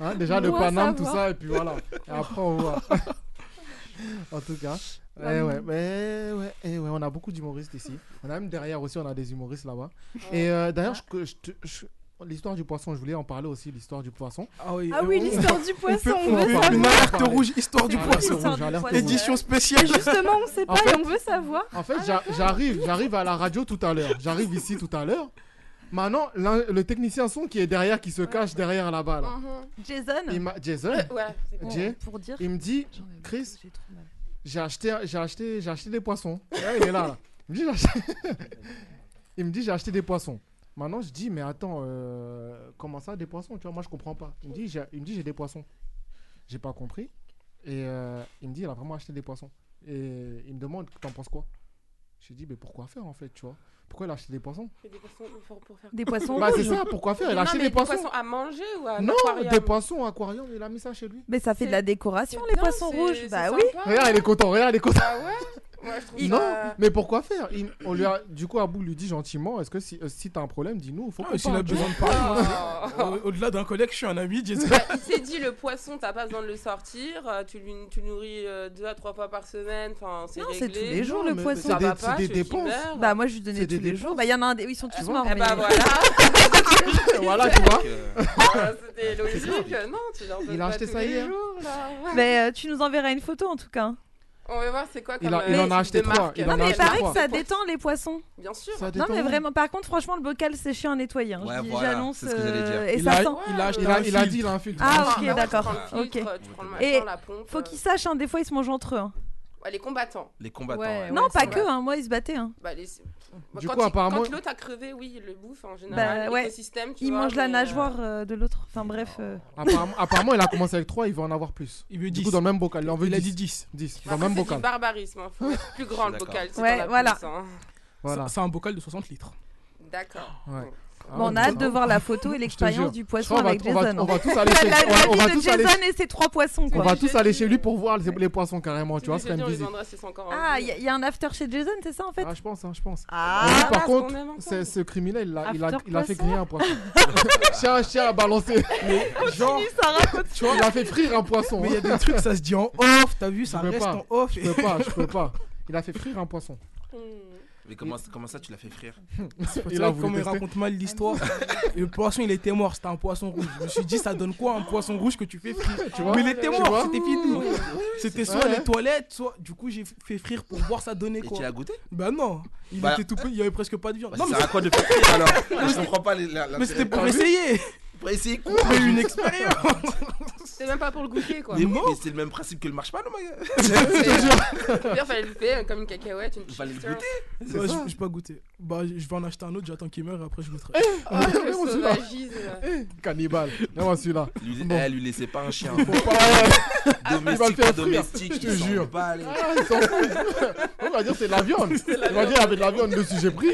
Speaker 2: Hein, déjà le
Speaker 6: Bon à
Speaker 2: Paname, tout
Speaker 6: savoir.
Speaker 2: ça, et puis voilà. Et après, on voit. en tout cas. Eh ouais, mais ouais, eh ouais, on a beaucoup d'humoristes ici. On a même derrière aussi, on a des humoristes là-bas. Et euh, d'ailleurs, je- que je te- je- l'histoire du poisson, je voulais en parler aussi, l'histoire du poisson.
Speaker 5: Ah oui,
Speaker 6: Ah oui, l'histoire du poisson, on
Speaker 2: on
Speaker 6: veut
Speaker 2: peut
Speaker 6: savoir.
Speaker 2: parler.
Speaker 5: Une alerte
Speaker 2: Parler.
Speaker 5: rouge, histoire du
Speaker 2: Ah,
Speaker 5: poisson.
Speaker 2: c'est rouge, alerte rouge.
Speaker 5: Édition
Speaker 6: Et
Speaker 5: spéciale.
Speaker 6: justement, on sait
Speaker 2: En
Speaker 6: pas
Speaker 2: fait-
Speaker 6: et on veut savoir.
Speaker 2: En fait, j'a- j'arrive, j'arrive à la radio tout à l'heure. J'arrive ici tout à l'heure. Maintenant, l'un- le technicien son qui est derrière, qui se cache derrière là-bas,
Speaker 6: Oh,
Speaker 2: là.
Speaker 6: Uh-huh.
Speaker 7: Mhm.
Speaker 2: Il
Speaker 4: Jason,
Speaker 2: m'a- Jason,
Speaker 7: Euh,
Speaker 6: Euh,
Speaker 7: Voilà, c'est bon.
Speaker 2: Jay,
Speaker 4: pour dire.
Speaker 2: il me dit,
Speaker 4: J'en ai-
Speaker 2: Chris.
Speaker 4: j'ai trop mal.
Speaker 2: j'ai acheté, j'ai acheté, j'ai acheté des poissons. Ouais, il est là. là. Il me dit, j'ai acheté... il me dit, j'ai acheté des poissons. Maintenant, je dis, mais attends, euh, comment ça, des poissons Tu vois, moi, je comprends pas. Il me dit, j'ai, il me dit, j'ai des poissons. J'ai pas compris. Et euh, il me dit, il a vraiment acheté des poissons. Et il me demande, t'en penses quoi Je lui dis, mais pourquoi faire en fait, tu vois Pourquoi il a acheté des poissons
Speaker 7: Fais des poissons pour- pour faire
Speaker 4: Des poissons
Speaker 2: Bah, c'est
Speaker 4: rouges.
Speaker 2: ça, pourquoi faire Il a
Speaker 7: Non,
Speaker 2: acheté
Speaker 7: mais
Speaker 2: des poissons.
Speaker 7: à manger ou à
Speaker 2: non,
Speaker 7: l'aquarium
Speaker 2: des poissons, aquarium, il a mis ça chez lui.
Speaker 4: Mais ça fait de
Speaker 7: C'est-
Speaker 4: la décoration, les
Speaker 7: bien,
Speaker 4: poissons
Speaker 7: c'est-
Speaker 4: rouges.
Speaker 7: c'est
Speaker 4: Bah
Speaker 7: sympa.
Speaker 4: oui.
Speaker 2: Ah Regarde, il est content, regarde, il est content.
Speaker 7: Ah ouais Moi je trouve
Speaker 2: non,
Speaker 7: ça-
Speaker 2: mais pourquoi faire Il- on lui a, Du coup, Abou lui dit gentiment est-ce que si, euh, si t'as un problème, dis-nous, faut
Speaker 5: Ah,
Speaker 2: qu'on
Speaker 5: s'il a
Speaker 2: parle. Ah.
Speaker 5: besoin de parler.
Speaker 7: Oh.
Speaker 5: Au- Au-delà d'un collègue, je suis un ami. Jason.
Speaker 7: Bah, il s'est dit le poisson, t'as pas besoin de le sortir, euh, tu, lui- tu le nourris euh, deux à trois fois par semaine, enfin c'est
Speaker 4: Non,
Speaker 7: réglé.
Speaker 4: c'est tous les jours le
Speaker 2: mais
Speaker 4: poisson.
Speaker 2: c'est
Speaker 7: Ça
Speaker 2: des-
Speaker 7: va pas,
Speaker 2: des
Speaker 7: tu
Speaker 2: dépenses.
Speaker 7: libères.
Speaker 4: Bah moi je lui donnais
Speaker 2: C'est des
Speaker 4: tous les
Speaker 2: dépenses.
Speaker 4: jours. Bah il y en a un des... Ils sont tous morts.
Speaker 7: Eh
Speaker 4: mais-
Speaker 7: bah voilà,
Speaker 2: voilà, Ah, tu vois.
Speaker 3: Donc, euh,
Speaker 7: euh, c'était logique. Non, tu leur donnes
Speaker 2: Il a
Speaker 7: pas
Speaker 2: acheté
Speaker 7: tous
Speaker 2: ça
Speaker 7: les
Speaker 2: hier.
Speaker 7: jours, là.
Speaker 4: Mais euh, tu nous enverras une photo en tout cas.
Speaker 7: On va voir c'est quoi
Speaker 2: Il
Speaker 7: comme
Speaker 2: a- il
Speaker 7: euh,
Speaker 2: en a acheté
Speaker 7: de
Speaker 2: trois,
Speaker 7: marque.
Speaker 2: il en
Speaker 4: Non
Speaker 2: a
Speaker 4: mais il
Speaker 2: acheté
Speaker 4: paraît
Speaker 2: trois.
Speaker 4: que ça détend les poissons.
Speaker 7: Bien sûr.
Speaker 2: Ça
Speaker 4: Non
Speaker 2: détend.
Speaker 4: mais vraiment. Par contre franchement le bocal c'est chiant à nettoyer. hein.
Speaker 3: Ouais,
Speaker 4: Je dis-
Speaker 3: voilà,
Speaker 4: J'annonce.
Speaker 3: c'est ce que j'allais dire.
Speaker 4: euh, Et
Speaker 5: il,
Speaker 4: ça
Speaker 5: a,
Speaker 4: sent.
Speaker 5: il a acheté
Speaker 2: Il
Speaker 5: un
Speaker 2: a, il a
Speaker 5: filtre.
Speaker 2: dit, il a un filtre.
Speaker 4: Ah,
Speaker 7: Ah
Speaker 4: ok,
Speaker 7: ouais, tu
Speaker 4: d'accord.
Speaker 7: prends le filtre,
Speaker 4: Ok.
Speaker 7: Tu prends le
Speaker 4: Et
Speaker 7: machin, la pompe.
Speaker 4: Faut
Speaker 7: euh.
Speaker 4: qu'ils sachent hein, des fois ils se mangent entre eux. hein.
Speaker 7: Ouais, Bah, les combattants.
Speaker 3: Les combattants.
Speaker 6: Ouais,
Speaker 3: ouais.
Speaker 6: ouais.
Speaker 4: Non, pas
Speaker 7: c'est
Speaker 4: que, hein, moi, ils se battaient. Hein.
Speaker 7: Bah, les... bah,
Speaker 2: Du
Speaker 7: quand
Speaker 2: coup,
Speaker 7: il-
Speaker 2: apparemment-
Speaker 7: Quand l'autre a crevé, oui, il le bouffe en général.
Speaker 4: Bah, ouais.
Speaker 7: L'écosystème, tu
Speaker 4: Ils
Speaker 7: vois,
Speaker 4: mangent la
Speaker 7: mais,
Speaker 4: nageoire euh, de l'autre. Enfin, bref. euh,
Speaker 2: Apparemment, apparemment, il a commencé avec 3, il va en avoir plus.
Speaker 5: Il veut
Speaker 2: Du
Speaker 5: 10.
Speaker 2: coup, dans le même bocal. Il en veut
Speaker 5: Il a
Speaker 2: 10.
Speaker 5: dit 10.
Speaker 2: 10,
Speaker 7: euh,
Speaker 2: Dans le
Speaker 7: après,
Speaker 2: même
Speaker 7: c'est
Speaker 2: bocal.
Speaker 7: du barbarisme. hein. Faut être plus grand
Speaker 3: Je
Speaker 7: le
Speaker 3: suis
Speaker 7: bocal. c'est
Speaker 4: Ouais,
Speaker 7: dans la
Speaker 4: voilà.
Speaker 7: pousse, hein.
Speaker 2: Voilà.
Speaker 5: C'est un bocal de 60 litres.
Speaker 7: D'accord.
Speaker 2: Ouais.
Speaker 7: Bon.
Speaker 2: Ah
Speaker 4: bon,
Speaker 2: ouais,
Speaker 4: on a hâte
Speaker 2: mais-
Speaker 4: de voir la photo et l'expérience
Speaker 2: jure.
Speaker 4: du
Speaker 2: Je
Speaker 4: poisson
Speaker 2: crois qu'on va-
Speaker 4: avec
Speaker 2: on va-
Speaker 4: Jason.
Speaker 2: On
Speaker 4: hein.
Speaker 2: va tous aller
Speaker 4: La,
Speaker 2: chez-
Speaker 4: la- la
Speaker 2: on va- on va
Speaker 4: vie de
Speaker 2: tous aller
Speaker 4: Jason et ses trois poissons,
Speaker 2: on
Speaker 4: quoi.
Speaker 2: va tous aller chez lui pour voir les, les poissons carrément, tu vois,
Speaker 7: Tous
Speaker 2: ce serait
Speaker 7: les
Speaker 2: une
Speaker 7: jours, il
Speaker 2: visite.
Speaker 7: vendra ses 100 encore en
Speaker 4: Ah,
Speaker 7: vie.
Speaker 4: il y, a- il y a un after chez Jason, c'est ça, en fait
Speaker 2: Ah, je pense, hein, je pense.
Speaker 4: Ah,
Speaker 2: Lui,
Speaker 7: Ah,
Speaker 2: par
Speaker 7: ce qu'on
Speaker 2: contre,
Speaker 7: aime entendre.
Speaker 2: c'est- ce criminel, il a, il a,
Speaker 6: After
Speaker 2: il a fait
Speaker 6: poisson.
Speaker 2: griller un poisson. chien, chien a balancé. genre, tu vois, il a fait frire un poisson.
Speaker 5: Mais il y a
Speaker 2: hein.
Speaker 5: des trucs, ça se dit en off, t'as vu,
Speaker 2: Je
Speaker 5: ça
Speaker 2: peux
Speaker 5: reste
Speaker 2: pas.
Speaker 5: en off.
Speaker 2: Je peux pas, je peux pas. Il a fait frire un poisson.
Speaker 7: Hmm.
Speaker 3: Mais comment, comment ça, tu l'as fait frire
Speaker 5: C'est
Speaker 2: Il a
Speaker 5: vrai
Speaker 2: voulu
Speaker 5: que comme il
Speaker 2: tester.
Speaker 5: raconte mal l'histoire, le poisson il était mort, c'était un poisson rouge. Je me suis dit, ça donne quoi un poisson rouge que tu fais frire
Speaker 2: Tu vois
Speaker 5: Mais il était
Speaker 2: Tu
Speaker 5: mort,
Speaker 2: vois
Speaker 5: c'était fini. C'était soit
Speaker 2: Ouais.
Speaker 5: les toilettes, soit. Du coup, j'ai fait frire pour voir ça donnait
Speaker 3: Et tu
Speaker 5: quoi.
Speaker 3: l'as goûté
Speaker 5: Bah non, il
Speaker 3: Bah-
Speaker 5: était tout petit, il y avait presque pas de viande.
Speaker 3: Bah,
Speaker 5: Non,
Speaker 3: Ça
Speaker 5: mais,
Speaker 3: sert à quoi de faire frire alors Je comprends pas les- la-
Speaker 5: c'est-
Speaker 3: la-
Speaker 5: mais c'était pour
Speaker 3: T'as vu
Speaker 5: essayer.
Speaker 3: Pour essayer quoi
Speaker 5: Mais une expérience.
Speaker 7: C'était même pas pour le goûter, quoi.
Speaker 3: Mais, mais c'est le même principe que le marshmallow, ma gueule
Speaker 7: Il fallait le faire comme une cacahuète, une
Speaker 3: Fallait le
Speaker 7: chester.
Speaker 3: goûter.
Speaker 5: Bah, je j'ai pas goûté. Bah, je vais en acheter un autre, j'attends qu'il meure et après je goûterai.
Speaker 2: Ah,
Speaker 7: Le
Speaker 2: vraiment, celui-là.
Speaker 7: sauvagisme.
Speaker 2: Eh,
Speaker 5: Eh,
Speaker 2: Cannibale. Vraiment celui-là.
Speaker 3: Lui,
Speaker 2: Bon.
Speaker 3: eh, lui laissez pas un chien.
Speaker 2: Faut
Speaker 5: bah,
Speaker 2: pas- il va le
Speaker 3: domestique,
Speaker 2: faire
Speaker 3: pas
Speaker 2: frire,
Speaker 3: domestique,
Speaker 2: bah, je te
Speaker 3: il s'en
Speaker 2: jure.
Speaker 3: fout pas, allez.
Speaker 2: Ah, il s'en fout. On va dire c'est de la viande. On va dire avec de la viande dessus j'ai pris.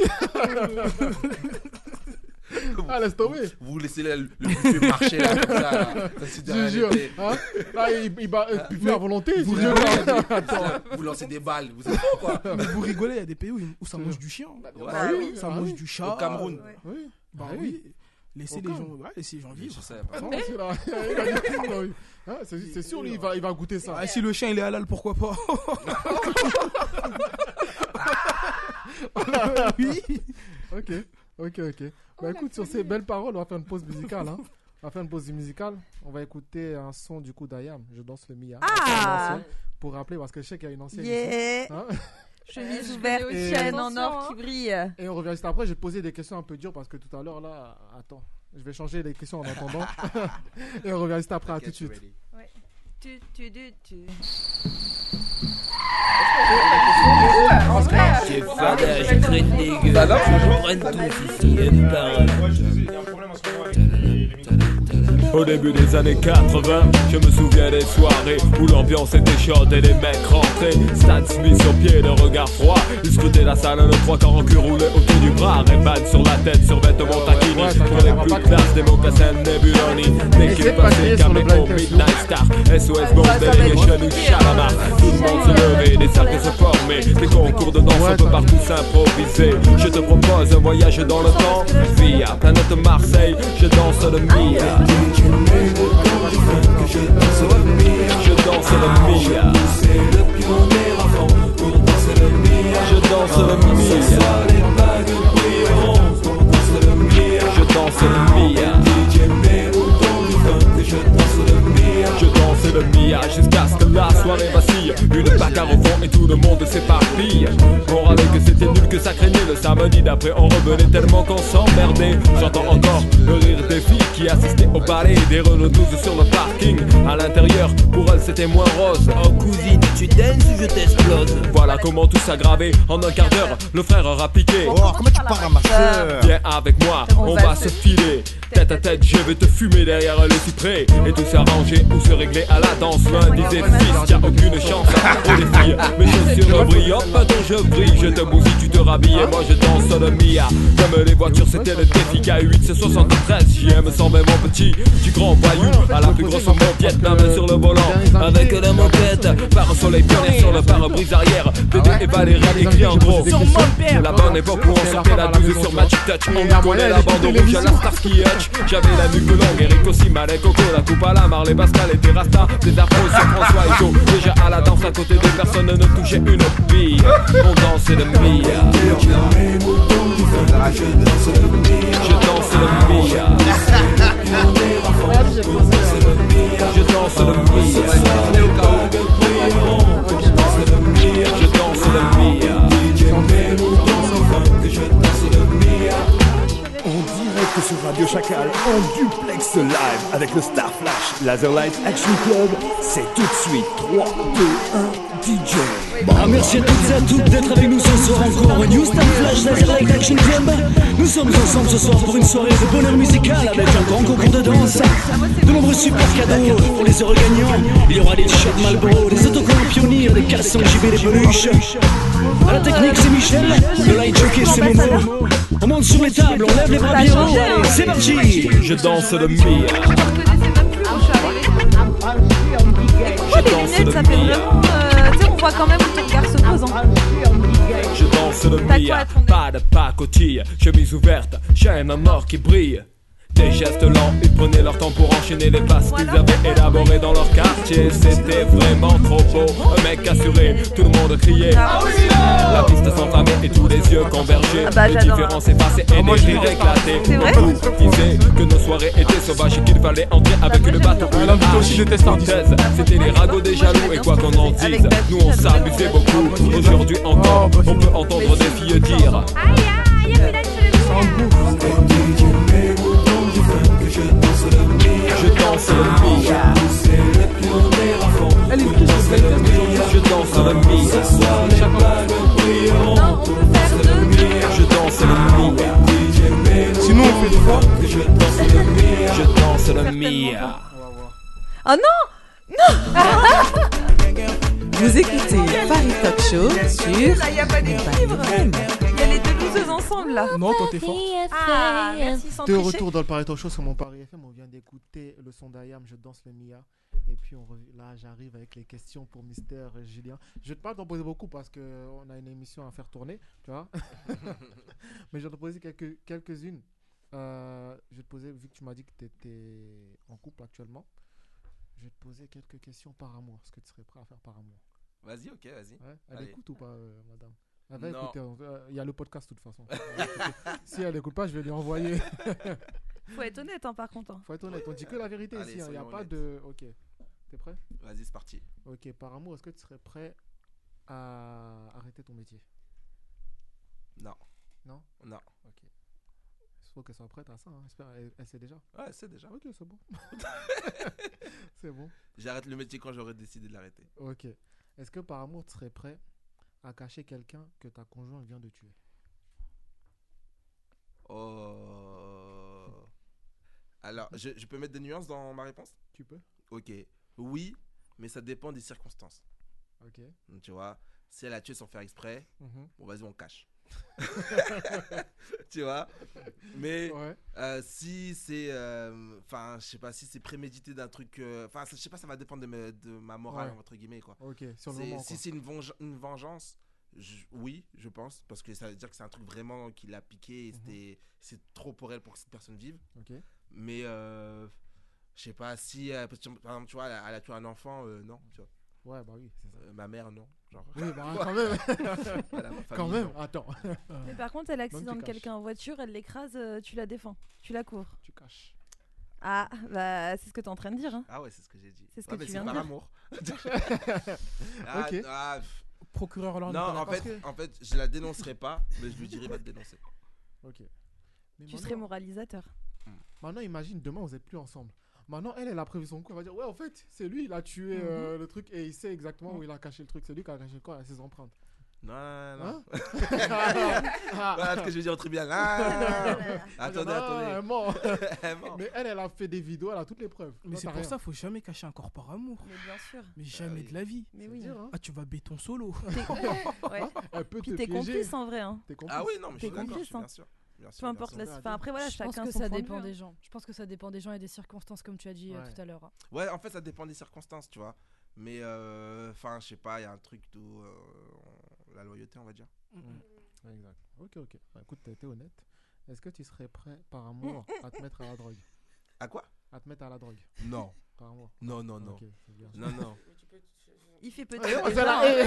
Speaker 2: Ah laisse tomber.
Speaker 3: Vous laissez la- le buffet marcher là, comme ça. là. Ça se
Speaker 2: Je
Speaker 3: dit,
Speaker 2: jure.
Speaker 3: arrêtez.
Speaker 2: Hein Là, il, il va euh, buffet à volonté.
Speaker 3: Vous,
Speaker 2: je jure.
Speaker 3: vous lancez des balles, vous êtes fous, quoi
Speaker 5: Mais vous rigolez, il y a des pays où, où ça mange du chien.
Speaker 3: Ouais.
Speaker 2: Bah oui,
Speaker 5: Ça
Speaker 2: bah
Speaker 5: mange
Speaker 2: oui.
Speaker 5: du chat.
Speaker 3: Au Cameroun.
Speaker 5: euh,
Speaker 2: Oui.
Speaker 5: Bah
Speaker 2: Bah
Speaker 5: oui. Laissez
Speaker 2: Au
Speaker 5: les gens,
Speaker 2: Cameroun.
Speaker 5: ouais, laissez les gens
Speaker 3: Je
Speaker 5: vivre.
Speaker 3: sais pas.
Speaker 2: Vraiment, celui-là. Il a dit, non, oui. Hein, C'est c'est sûr, lui, il va, il va goûter ça.
Speaker 5: Ah, si le chien il est halal, pourquoi pas Oui.
Speaker 2: Ok, ok, ok. Bah écoute, sur ces belles paroles, on va faire une pause musicale. hein. On va faire une pause musicale. On va écouter un son du coup d'Ayam. Je danse le Mia.
Speaker 4: Ah
Speaker 2: L'ancienne, Pour rappeler, parce que je sais qu'il y a une ancienne. ici.
Speaker 4: Yeah
Speaker 2: Hein
Speaker 4: Chemise
Speaker 6: je
Speaker 4: ouverte,
Speaker 6: connais
Speaker 2: aussi,
Speaker 4: chaîne en
Speaker 6: attention,
Speaker 4: or
Speaker 6: hein.
Speaker 4: qui brille.
Speaker 2: Et on revient juste après. Je vais te poser des questions un peu dures parce que tout à l'heure, là, attends. Je vais changer les questions en attendant. Et on revient juste après. À tout de suite.
Speaker 4: Tu, tu, tu, tu.
Speaker 8: Ah,
Speaker 9: J'ai faim là, je traîne des gueules, je traîne tous ici une par un. Au début des années 80, je me souviens des soirées où l'ambiance était chaude et les mecs rentraient. Stan Smith sur pied, le regard froid. Il scrutait la salle, le trois quarts en cul roulé autour du bras. Rayman sur la tête, sur vêtements taquini.
Speaker 2: ouais, ça,
Speaker 9: Prenez
Speaker 2: ça va
Speaker 9: plus
Speaker 2: pas
Speaker 9: de place, des mocassins Nebuloni. Dès
Speaker 2: Essaie
Speaker 9: qu'il
Speaker 2: de pas
Speaker 9: passait,
Speaker 2: crier sur le
Speaker 9: Caméo,
Speaker 2: blind test.
Speaker 9: Midnight Star, SOS, Bones,
Speaker 4: ça va être
Speaker 9: Delegation ou
Speaker 4: compliqué, hein.
Speaker 9: Chalamar. Tout le monde se levait, des cercles se formaient, des concours de danse, on peut partout s'improviser. Je te propose un voyage dans le temps, via planète Marseille, je danse le Mia. Je danse le Mia. Je danse le Mia. Je danse le Mia. Je danse le Mia jusqu'à ce que la soirée vacille Une bagarre au fond et tout le monde s'éparpille On râlait que c'était nul, que ça craignait Le samedi d'après on revenait tellement qu'on s'emmerdait J'entends encore le rire des filles qui assistaient au ballet Des Renault 12 sur le parking À l'intérieur, pour elles c'était moins rose Oh cousine, tu danses ou je t'explose Voilà comment tout s'aggravait En un quart d'heure, le frère aura piqué
Speaker 3: comment tu parles à ma soeur
Speaker 9: Viens avec moi, on, va, se filer. Tête à tête, je vais te fumer derrière le cyprès. Et tout s'arranger ou se régler à la danse. L'un disait fils, y'a aucune chance. Oh les filles, mes chaussures brillent, hop, attends, je brille. Je te bousille, tu te rhabilles, et moi je danse le Mia. Comme les voitures, c'était le Tefik A8, c'est 73. JM sans même mon petit, du grand voyou à la plus grosse au monde Vietnam sur le volant. Avec la moquette, par soleil pionnier sur le pare-brise arrière. Dédé et Valérie écrit en gros. La bonne époque où on sortait la douze sur Magic Touch
Speaker 2: Et
Speaker 9: On
Speaker 2: après,
Speaker 9: connaît
Speaker 2: elle
Speaker 9: la bande
Speaker 2: écoutait
Speaker 9: rouge à la Starsky Hutch J'avais la nuque longue, Eric aussi, Malek, Coco La coupe à la Marley, Pascal et Terrasta Des afros sur François Ito Déjà à la danse à côté de personne ne touchait une bille On dansait le Mia Je danse le Mia Je danse le Mia Je danse le Mia
Speaker 10: En direct sur Radio Chacal, en duplex live avec le Star Flash, Laser Light Action Club. C'est tout de suite 3, 2, 1, DJ.
Speaker 9: Bah,
Speaker 11: Ah, merci à toutes et à toutes d'être avec nous ce soir encore. New Star Flash Laser Light Action Club. Nous sommes ensemble ce soir pour une soirée de bonheur musical avec un grand concours de danse. De nombreux super cadeaux pour les heureux gagnants. Il y aura des t-shirts Malboro, des autocollants pionniers, des cassons JB, des peluches. À la technique, c'est Michel. Le light jockey, c'est Momo. On monte sur les tables, on lève les bras bien haut.
Speaker 12: hein.
Speaker 11: Allez, C'est parti.
Speaker 9: Je danse le mire.
Speaker 4: Ah,
Speaker 8: Pourquoi les lunettes ça fait vraiment. euh, tu sais, on voit quand même que ton regard
Speaker 4: Ah,
Speaker 8: se pose. hein.
Speaker 9: Je danse le mire. Pas de pacotille, chemise ouverte, chaîne en or qui brille. Des gestes lents, ils prenaient leur temps pour enchaîner les passes qu'ils avaient élaborées dans leur quartier. C'était vraiment trop beau, un mec assuré, tout le monde criait. La piste s'enflammait et tous les yeux convergeaient.
Speaker 8: Ah bah,
Speaker 9: les
Speaker 8: j'adore,
Speaker 9: différences s'effaçaient et les rires éclataient.
Speaker 8: C'est vrai
Speaker 9: Tout disait que nos soirées étaient sauvages et qu'il fallait entrer
Speaker 8: Ah,
Speaker 9: avec le bâton. ou la aussi des C'était les ragots des jaloux et quoi qu'on en dise, nous on s'amusait beaucoup. Aujourd'hui encore, on peut entendre des filles dire. Je danse le mia. Je danse le mia. Chaque Je danse le mia. Sinon on fait des fois. Je danse le mia. Je danse le mia.
Speaker 8: Oh non Non
Speaker 13: Vous écoutez Paris Talk Show sur.
Speaker 8: Là, y a pas des livres Il y a les deux blouseuses ensemble là
Speaker 5: Non, toi t'es fort
Speaker 8: Ah, merci sans
Speaker 2: De
Speaker 8: tricher.
Speaker 2: retour dans le Paris Talk Show sur mon Paris FM, on vient d'écouter le son d'Ayam, je danse le Mia. Et puis on rev- là, j'arrive avec les questions pour Mister Julien. Je ne vais pas t'en poser beaucoup parce qu'on a une émission à faire tourner, tu vois. Mais je vais t'en poser quelques- quelques-unes. Euh, je vais te poser, vu que tu m'as dit que tu étais en couple actuellement, je vais te poser quelques questions par amour. Est-ce que tu serais prêt à faire par amour
Speaker 3: Vas-y, ok, vas-y.
Speaker 2: Ouais. Elle
Speaker 3: Allez.
Speaker 2: écoute ou pas, euh, madame Elle va
Speaker 3: Non.
Speaker 2: écouter, on va- euh, Il y a le podcast de toute façon. Elle va écouter. si elle n'écoute pas, je vais lui envoyer.
Speaker 8: Faut être honnête hein, par contre. hein.
Speaker 2: Faut être honnête, on dit que la vérité ici,
Speaker 3: Allez,
Speaker 2: il n'y a
Speaker 3: soyons
Speaker 2: pas
Speaker 3: honnêtes.
Speaker 2: de... Ok, t'es prêt
Speaker 3: Vas-y, c'est parti.
Speaker 2: Ok, par amour, est-ce que tu serais prêt à arrêter ton métier
Speaker 3: Non.
Speaker 2: Non
Speaker 3: Non.
Speaker 2: Ok. Il faut qu'elle soit prête à ça, hein, j'espère. Elle, elle sait déjà
Speaker 3: Ouais, c'est déjà.
Speaker 2: Ok, c'est bon. c'est bon.
Speaker 3: J'arrête le métier quand j'aurais décidé de l'arrêter.
Speaker 2: Ok. Est-ce que par amour, tu serais prêt à cacher quelqu'un que ta conjointe vient de tuer
Speaker 3: Oh. Alors, je, je peux mettre des nuances dans ma réponse
Speaker 2: Tu peux.
Speaker 3: Ok. Oui, mais ça dépend des circonstances.
Speaker 2: Ok.
Speaker 3: Donc, Tu vois, si elle a tué sans faire exprès,
Speaker 2: Mhm.
Speaker 3: bon, vas-y, on cache. tu vois Mais euh, si c'est. euh, Enfin, je sais pas, si c'est prémédité d'un truc. euh, Enfin, je sais pas, ça va dépendre de, me- de ma morale,
Speaker 2: Ouais.
Speaker 3: entre guillemets, quoi.
Speaker 2: Ok, sur le
Speaker 3: C'est-
Speaker 2: moment,
Speaker 3: Si
Speaker 2: quoi.
Speaker 3: c'est une, venge- une vengeance, je- oui, je pense, parce que ça veut dire que c'est un truc vraiment qui l'a piqué et
Speaker 2: Mhm.
Speaker 3: c'était- c'est trop pour elle pour que cette personne vive.
Speaker 2: Ok.
Speaker 3: Mais euh, je sais pas si, euh, parce que, par exemple, tu vois, elle a, elle a tué un enfant, euh, non. tu
Speaker 2: vois. Ouais, bah oui, c'est ça.
Speaker 3: Euh, ma mère, non. Genre.
Speaker 2: Oui, bah, quand même.
Speaker 3: Voilà, ma
Speaker 2: Quand
Speaker 3: famille,
Speaker 2: même,
Speaker 3: non.
Speaker 2: attends.
Speaker 8: Mais par contre, elle
Speaker 2: Donc, tu
Speaker 8: accidente
Speaker 2: caches.
Speaker 8: quelqu'un en voiture, elle l'écrase, euh, tu la défends, tu la cours.
Speaker 2: Tu caches.
Speaker 8: Ah, bah c'est ce que t'es en train de dire. Hein.
Speaker 3: Ah ouais, c'est ce que j'ai dit.
Speaker 8: C'est ce
Speaker 3: Ouais,
Speaker 8: que
Speaker 3: mais
Speaker 8: tu viens de
Speaker 3: par
Speaker 8: dire.
Speaker 3: amour. Ah,
Speaker 5: Ok.
Speaker 3: pff.
Speaker 5: Procureur, alors,
Speaker 3: Non,
Speaker 5: n'est pas
Speaker 3: en
Speaker 5: d'accord.
Speaker 3: fait, en fait, je la dénoncerai pas, mais je lui dirai pas de dénoncer.
Speaker 2: Ok. Mais
Speaker 8: Tu
Speaker 2: maintenant-
Speaker 8: serais moralisateur.
Speaker 2: Maintenant, imagine, demain, vous n'êtes plus ensemble. Maintenant, elle, elle a prévu son coup. Elle va dire Ouais, en fait, c'est lui, il a tué
Speaker 3: Mhm.
Speaker 2: euh, le truc et il sait exactement où il a caché le truc. C'est lui qui a caché le corps et ses empreintes. Hein
Speaker 3: Non, non, non, non.
Speaker 2: Ah.
Speaker 3: voilà ce que je veux dire au tribunal. Ah. attendez,
Speaker 2: Ah, elle est
Speaker 3: attendez.
Speaker 2: mort.
Speaker 3: Elle est mort.
Speaker 2: Mais elle, elle a fait des vidéos, elle a toutes les preuves.
Speaker 5: Mais c'est pour ça, faut jamais cacher un corps par amour.
Speaker 8: Mais bien sûr.
Speaker 5: Mais jamais de la vie.
Speaker 8: Mais oui.
Speaker 5: Ah, tu vas béton solo.
Speaker 8: ouais.
Speaker 5: Elle peut
Speaker 8: Puis
Speaker 5: te
Speaker 8: t'es
Speaker 5: piéger.
Speaker 8: complice en vrai. Hein.
Speaker 5: T'es complice. Ah oui, non, mais je
Speaker 8: T'es
Speaker 5: suis d'accord,
Speaker 8: complice,
Speaker 5: je suis
Speaker 8: hein.
Speaker 5: bien sûr.
Speaker 3: Bien sûr,
Speaker 8: Peu
Speaker 3: bien
Speaker 8: importe
Speaker 3: sûr.
Speaker 8: la. Enfin, après, voilà,
Speaker 6: je pense
Speaker 8: chacun
Speaker 6: que
Speaker 8: son
Speaker 6: ça
Speaker 8: point de
Speaker 6: dépend
Speaker 8: vue, hein.
Speaker 6: des gens. Je pense que ça dépend des gens et des circonstances, comme tu as dit euh,
Speaker 3: Ouais.
Speaker 6: tout à
Speaker 5: hein.
Speaker 6: l'heure.
Speaker 3: Ouais, en fait, ça dépend des circonstances, tu vois. Mais, euh, enfin, je sais pas, il y a un truc d'où. euh, on- la loyauté, on va dire. Mm.
Speaker 2: Exact. Ok, ok. Bah, écoute, t'as été honnête. Est-ce que tu serais prêt, par amour, à te mettre à la drogue
Speaker 3: Mm. À quoi
Speaker 2: À te mettre à la drogue.
Speaker 3: Non.
Speaker 2: Par amour.
Speaker 3: Non, non, non.
Speaker 2: Ok, c'est bien.
Speaker 3: Non, non.
Speaker 8: Il fait
Speaker 2: Eh,
Speaker 8: peut-être.
Speaker 2: on
Speaker 8: des hein.
Speaker 2: fait là,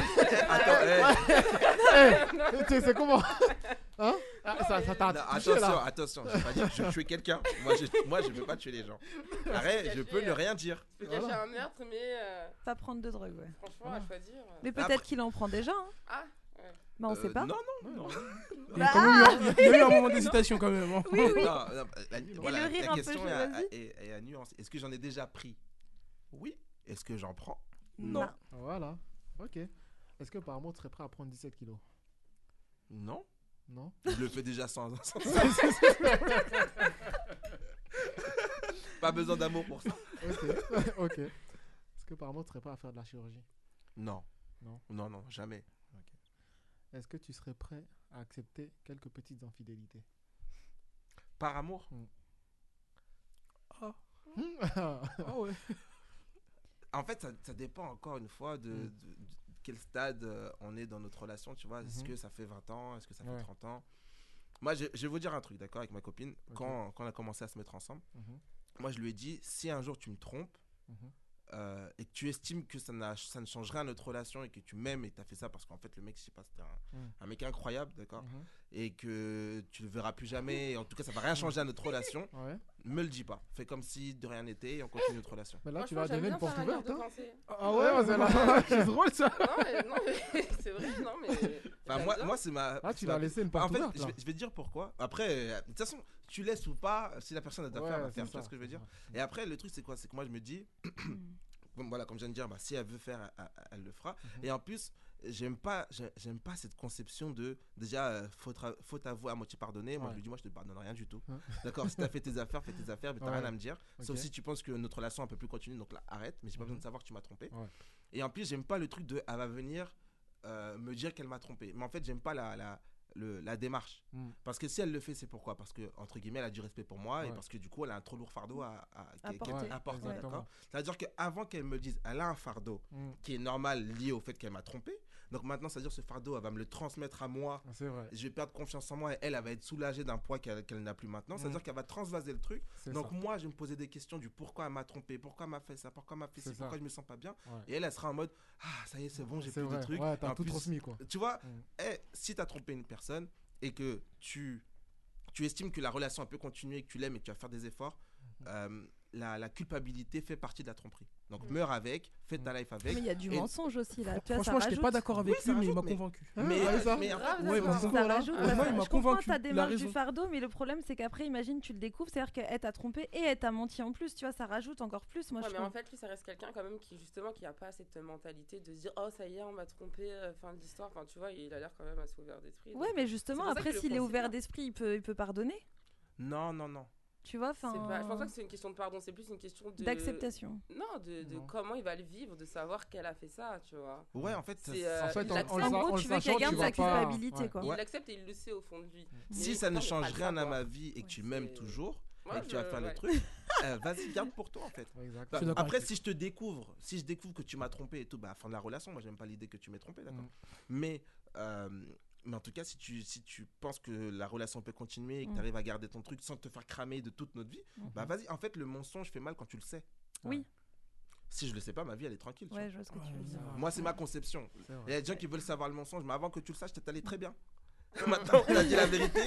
Speaker 8: erreurs.
Speaker 2: eh, eh.
Speaker 8: Non,
Speaker 2: Eh,
Speaker 8: mais-
Speaker 2: tu sais, c'est comment Hein Ah, Ça, ça t'a
Speaker 3: Non,
Speaker 2: touché,
Speaker 3: attention,
Speaker 2: là.
Speaker 3: attention, j'ai pas dit que je tuais quelqu'un. Moi, je, moi, je veux pas tuer les gens. Arrête, je peux ne rien dire.
Speaker 7: Tu peux cacher un meurtre, mais. euh,
Speaker 8: Pas prendre de drogue, ouais.
Speaker 7: Franchement,
Speaker 5: Ah.
Speaker 7: à choisir. euh.
Speaker 8: Mais peut-être qu'il en prend déjà. Hein.
Speaker 7: Ah, ouais.
Speaker 8: Bah, on sait
Speaker 3: Euh,
Speaker 8: pas.
Speaker 3: non,
Speaker 8: non, non.
Speaker 4: Bah,
Speaker 5: Il y a quand même eu un- il y a eu un moment d'hésitation quand même. hein.
Speaker 3: Non, non, la,
Speaker 5: Et
Speaker 3: voilà,
Speaker 5: le
Speaker 3: la
Speaker 5: rire un peu,
Speaker 3: question
Speaker 5: je-
Speaker 3: est, à,
Speaker 5: vas-y.
Speaker 3: est- est à nuance. Est-ce que j'en ai déjà pris Oui. Est-ce que j'en prends
Speaker 2: Voilà. Ah, Ok. Est-ce que par tu serais prêt à prendre 17 kilos
Speaker 3: Non.
Speaker 2: Non.
Speaker 3: Je le fais déjà sans. sans- Pas besoin d'amour pour ça.
Speaker 2: ok, ok. Est-ce que par tu serais prêt à faire de la chirurgie
Speaker 3: Non.
Speaker 2: Non.
Speaker 3: Non, non, jamais.
Speaker 2: Est-ce que tu serais prêt à accepter quelques petites infidélités Hmm.
Speaker 3: Par amour
Speaker 5: Ah.
Speaker 2: Ah
Speaker 5: ouais.
Speaker 3: En fait, ça, ça dépend encore une fois de,
Speaker 2: Mm.
Speaker 3: de- de quel stade euh, on est dans notre relation, tu vois. Est-ce
Speaker 2: Mhm.
Speaker 3: que ça fait 20 ans Est-ce que ça fait
Speaker 2: Ouais.
Speaker 3: 30 ans Moi, je, je vais vous dire un truc, d'accord, avec ma copine.
Speaker 2: Ok.
Speaker 3: Quand, quand on a commencé à se mettre ensemble,
Speaker 2: Mhm.
Speaker 3: moi, je lui ai dit, si un jour tu me trompes,
Speaker 2: Mhm.
Speaker 3: euh, et que tu estimes que ça, n'a- ça ne change rien à notre relation et que tu m'aimes et t'as fait ça parce qu'en fait le mec je sais pas c'était un,
Speaker 2: Mm.
Speaker 3: un mec incroyable d'accord
Speaker 2: Mhm.
Speaker 3: et que tu le verras plus jamais et en tout cas ça va rien changer à notre relation
Speaker 2: Ouais.
Speaker 3: me le dis pas fais comme si de rien n'était et on continue notre relation
Speaker 2: Mais là, tu
Speaker 7: Franchement,
Speaker 2: vas
Speaker 7: j'aime
Speaker 2: donner
Speaker 7: bien
Speaker 2: une porte
Speaker 7: faire un
Speaker 2: ouverte.
Speaker 7: livre de
Speaker 2: hein.
Speaker 7: pensée.
Speaker 2: Ah ouais, ouais, c'est là- c'est drôle ça.
Speaker 7: Non, mais, non, mais c'est vrai, non, mais.
Speaker 3: Enfin, moi, moi c'est ma.
Speaker 2: Ah, tu
Speaker 3: c'est
Speaker 2: l'as
Speaker 3: ma-
Speaker 2: laissé une porte
Speaker 3: En fait,
Speaker 2: ouverte,
Speaker 3: je, vais,
Speaker 2: là.
Speaker 3: je vais te dire pourquoi. Après, euh, de toute façon, tu laisses ou pas, si la personne a d'affaires,
Speaker 2: Ouais,
Speaker 3: elle va
Speaker 2: c'est
Speaker 3: faire. Tu vois
Speaker 2: ça,
Speaker 3: ce que je veux dire Et après, le truc, c'est quoi C'est que moi, je me dis. Bon, voilà, comme je viens de dire, bah, si elle veut faire, elle, elle- elle le fera.
Speaker 2: Mhm.
Speaker 3: Et en plus, j'aime pas, j'ai- j'aime pas cette conception de déjà euh, faute, à, faute à vous à moitié pardonner. Moi,
Speaker 2: Ouais.
Speaker 3: je lui dis, moi, je te pardonne rien du tout.
Speaker 2: Hein
Speaker 3: D'accord, si t'as fait tes affaires, fais tes affaires, mais t'as
Speaker 2: Ouais.
Speaker 3: rien à me dire. Sauf
Speaker 2: Ok.
Speaker 3: si tu penses que notre relation elle peut plus continuer, donc là, arrête. Mais j'ai pas besoin de savoir que tu m'as trompé.
Speaker 2: Ouais.
Speaker 3: Et en plus, j'aime pas le truc de elle va venir euh, me dire qu'elle m'a trompé. Mais en fait, j'aime pas la, la, le- la démarche.
Speaker 2: Mm.
Speaker 3: Parce que si elle le fait, c'est pourquoi Parce que, entre guillemets, elle a du respect pour moi et
Speaker 2: Ouais.
Speaker 3: parce que du coup, elle a un trop lourd fardeau à, à- qu'elle-
Speaker 2: porter.
Speaker 3: qu'elle-
Speaker 2: Ouais,
Speaker 3: à porter,
Speaker 2: exactement.
Speaker 3: d'accord C'est-à-dire qu'avant qu'elle me dise, elle a un fardeau
Speaker 2: Mm.
Speaker 3: qui est normal lié au fait qu'elle m'a trompé. Donc maintenant, c'est-à-dire ce fardeau, elle va me le transmettre à moi.
Speaker 2: Ah, C'est vrai.
Speaker 3: Je vais perdre confiance en moi et elle, elle va être soulagée d'un poids qu'elle qu'elle n'a plus maintenant. C'est-à-dire
Speaker 2: Mm.
Speaker 3: qu'elle va transvaser le truc.
Speaker 2: C'est
Speaker 3: Donc
Speaker 2: ça.
Speaker 3: moi, je vais me poser des questions du pourquoi elle m'a trompé, pourquoi elle m'a fait ça, pourquoi elle m'a fait
Speaker 2: C'est
Speaker 3: ci,
Speaker 2: ça.
Speaker 3: pourquoi je me sens pas bien.
Speaker 2: Ouais.
Speaker 3: Et elle, elle sera en mode Ah, ça y est, c'est bon, j'ai
Speaker 2: C'est
Speaker 3: plus
Speaker 2: vrai.
Speaker 3: de trucs.
Speaker 2: Ouais, t'as
Speaker 3: Et en
Speaker 2: tout
Speaker 3: plus,
Speaker 2: transmis, quoi.
Speaker 3: Tu vois, eh, si t'as trompé une personne et que tu, tu estimes que la relation elle peut continuer, que tu l'aimes et que tu vas faire des efforts,
Speaker 2: Mhm.
Speaker 3: euh, la, la culpabilité fait partie de la tromperie. Donc
Speaker 4: Mm.
Speaker 3: meurs avec, fais
Speaker 2: Mhm.
Speaker 3: ta life avec.
Speaker 4: Mais il y a du
Speaker 3: et-
Speaker 4: mensonge aussi là. Tu vois, ça
Speaker 5: Franchement, je n'étais pas
Speaker 4: rajoute.
Speaker 5: d'accord avec lui, mais il m'a convaincu.
Speaker 3: mais- mais-
Speaker 5: ouais,
Speaker 3: mais en fait-
Speaker 5: ouais, il m'a
Speaker 4: Ça
Speaker 5: convaincu.
Speaker 4: rajoute,
Speaker 5: Ah,
Speaker 4: parce
Speaker 5: moi,
Speaker 4: que
Speaker 5: il m'a
Speaker 4: je comprends
Speaker 5: convaincu.
Speaker 4: ta
Speaker 5: Il a
Speaker 4: démarche du
Speaker 5: raison.
Speaker 4: fardeau, mais le problème c'est qu'après, imagine, tu le découvres, c'est-à-dire qu'elle t'a trompé et elle t'a menti en plus, tu vois, ça rajoute encore plus. Moi,
Speaker 7: Ouais,
Speaker 4: je
Speaker 7: mais en
Speaker 4: trouve.
Speaker 7: fait, lui, ça reste quelqu'un quand même qui, justement, qui a pas cette mentalité de se dire Oh, ça y est, on m'a trompé, euh, fin de l'histoire. Enfin, tu vois, il a l'air quand même assez ouvert d'esprit.
Speaker 4: Ouais,
Speaker 7: donc-
Speaker 4: mais
Speaker 7: C'est
Speaker 4: justement,
Speaker 7: pour ça
Speaker 4: après,
Speaker 7: que je le
Speaker 4: s'il est
Speaker 7: conseille
Speaker 4: ouvert
Speaker 7: pas.
Speaker 4: d'esprit, il peut, il peut pardonner.
Speaker 3: Non, non, non.
Speaker 4: Tu vois,
Speaker 7: C'est
Speaker 4: enfin.
Speaker 7: pas- je pense pas que c'est une question de pardon, c'est plus une question de.
Speaker 4: D'acceptation.
Speaker 7: Non, de, de comment il va le vivre, de savoir qu'elle a fait ça, tu vois.
Speaker 3: Ouais, en fait,
Speaker 7: C'est,
Speaker 3: ça-
Speaker 7: euh,
Speaker 3: en fait,
Speaker 7: il
Speaker 3: on- on le
Speaker 7: l'accepte.
Speaker 3: sa- En gros, on le tu veux qu'elle sachant, garde tu sa vas pas- culpabilité,
Speaker 7: Ouais.
Speaker 3: quoi.
Speaker 7: Il
Speaker 3: Ouais.
Speaker 7: l'accepte et il le sait au fond de lui. Mais
Speaker 3: Si ça ne
Speaker 7: putain, on va
Speaker 3: change
Speaker 7: le
Speaker 3: rien à
Speaker 7: savoir.
Speaker 3: ma vie et que tu m'aimes toujours
Speaker 7: Moi,
Speaker 3: et que tu vas
Speaker 7: je-
Speaker 3: faire
Speaker 7: ouais.
Speaker 3: le truc, euh, vas-y, garde pour toi en fait.
Speaker 2: Je
Speaker 3: Bah,
Speaker 2: suis d'accord
Speaker 3: après,
Speaker 2: avec
Speaker 3: si je te découvre, si je découvre que tu m'as trompé et tout, bah, fin de la relation, moi j'aime pas l'idée que tu m'aies trompé, d'accord.
Speaker 2: Mm.
Speaker 3: Mais, euh, mais en tout cas, si tu, si tu penses que la relation peut continuer et que
Speaker 4: Mm.
Speaker 3: tu arrives à garder ton truc sans te faire cramer de toute notre vie,
Speaker 2: Mm. Mm-hmm.
Speaker 4: Mhm.
Speaker 3: bah vas-y. En fait, le mensonge fait mal quand tu le sais.
Speaker 4: Oui.
Speaker 3: Si je le sais pas, ma vie elle est tranquille. tu
Speaker 4: Ouais,
Speaker 3: vois.
Speaker 4: je vois ce que tu veux dire.
Speaker 3: Moi, c'est ma conception.
Speaker 4: C'est vrai.
Speaker 3: Il y a des gens qui veulent savoir le mensonge, mais avant que tu le saches, t'es allé
Speaker 4: Mm.
Speaker 3: très bien. Maintenant, on a dit la vérité.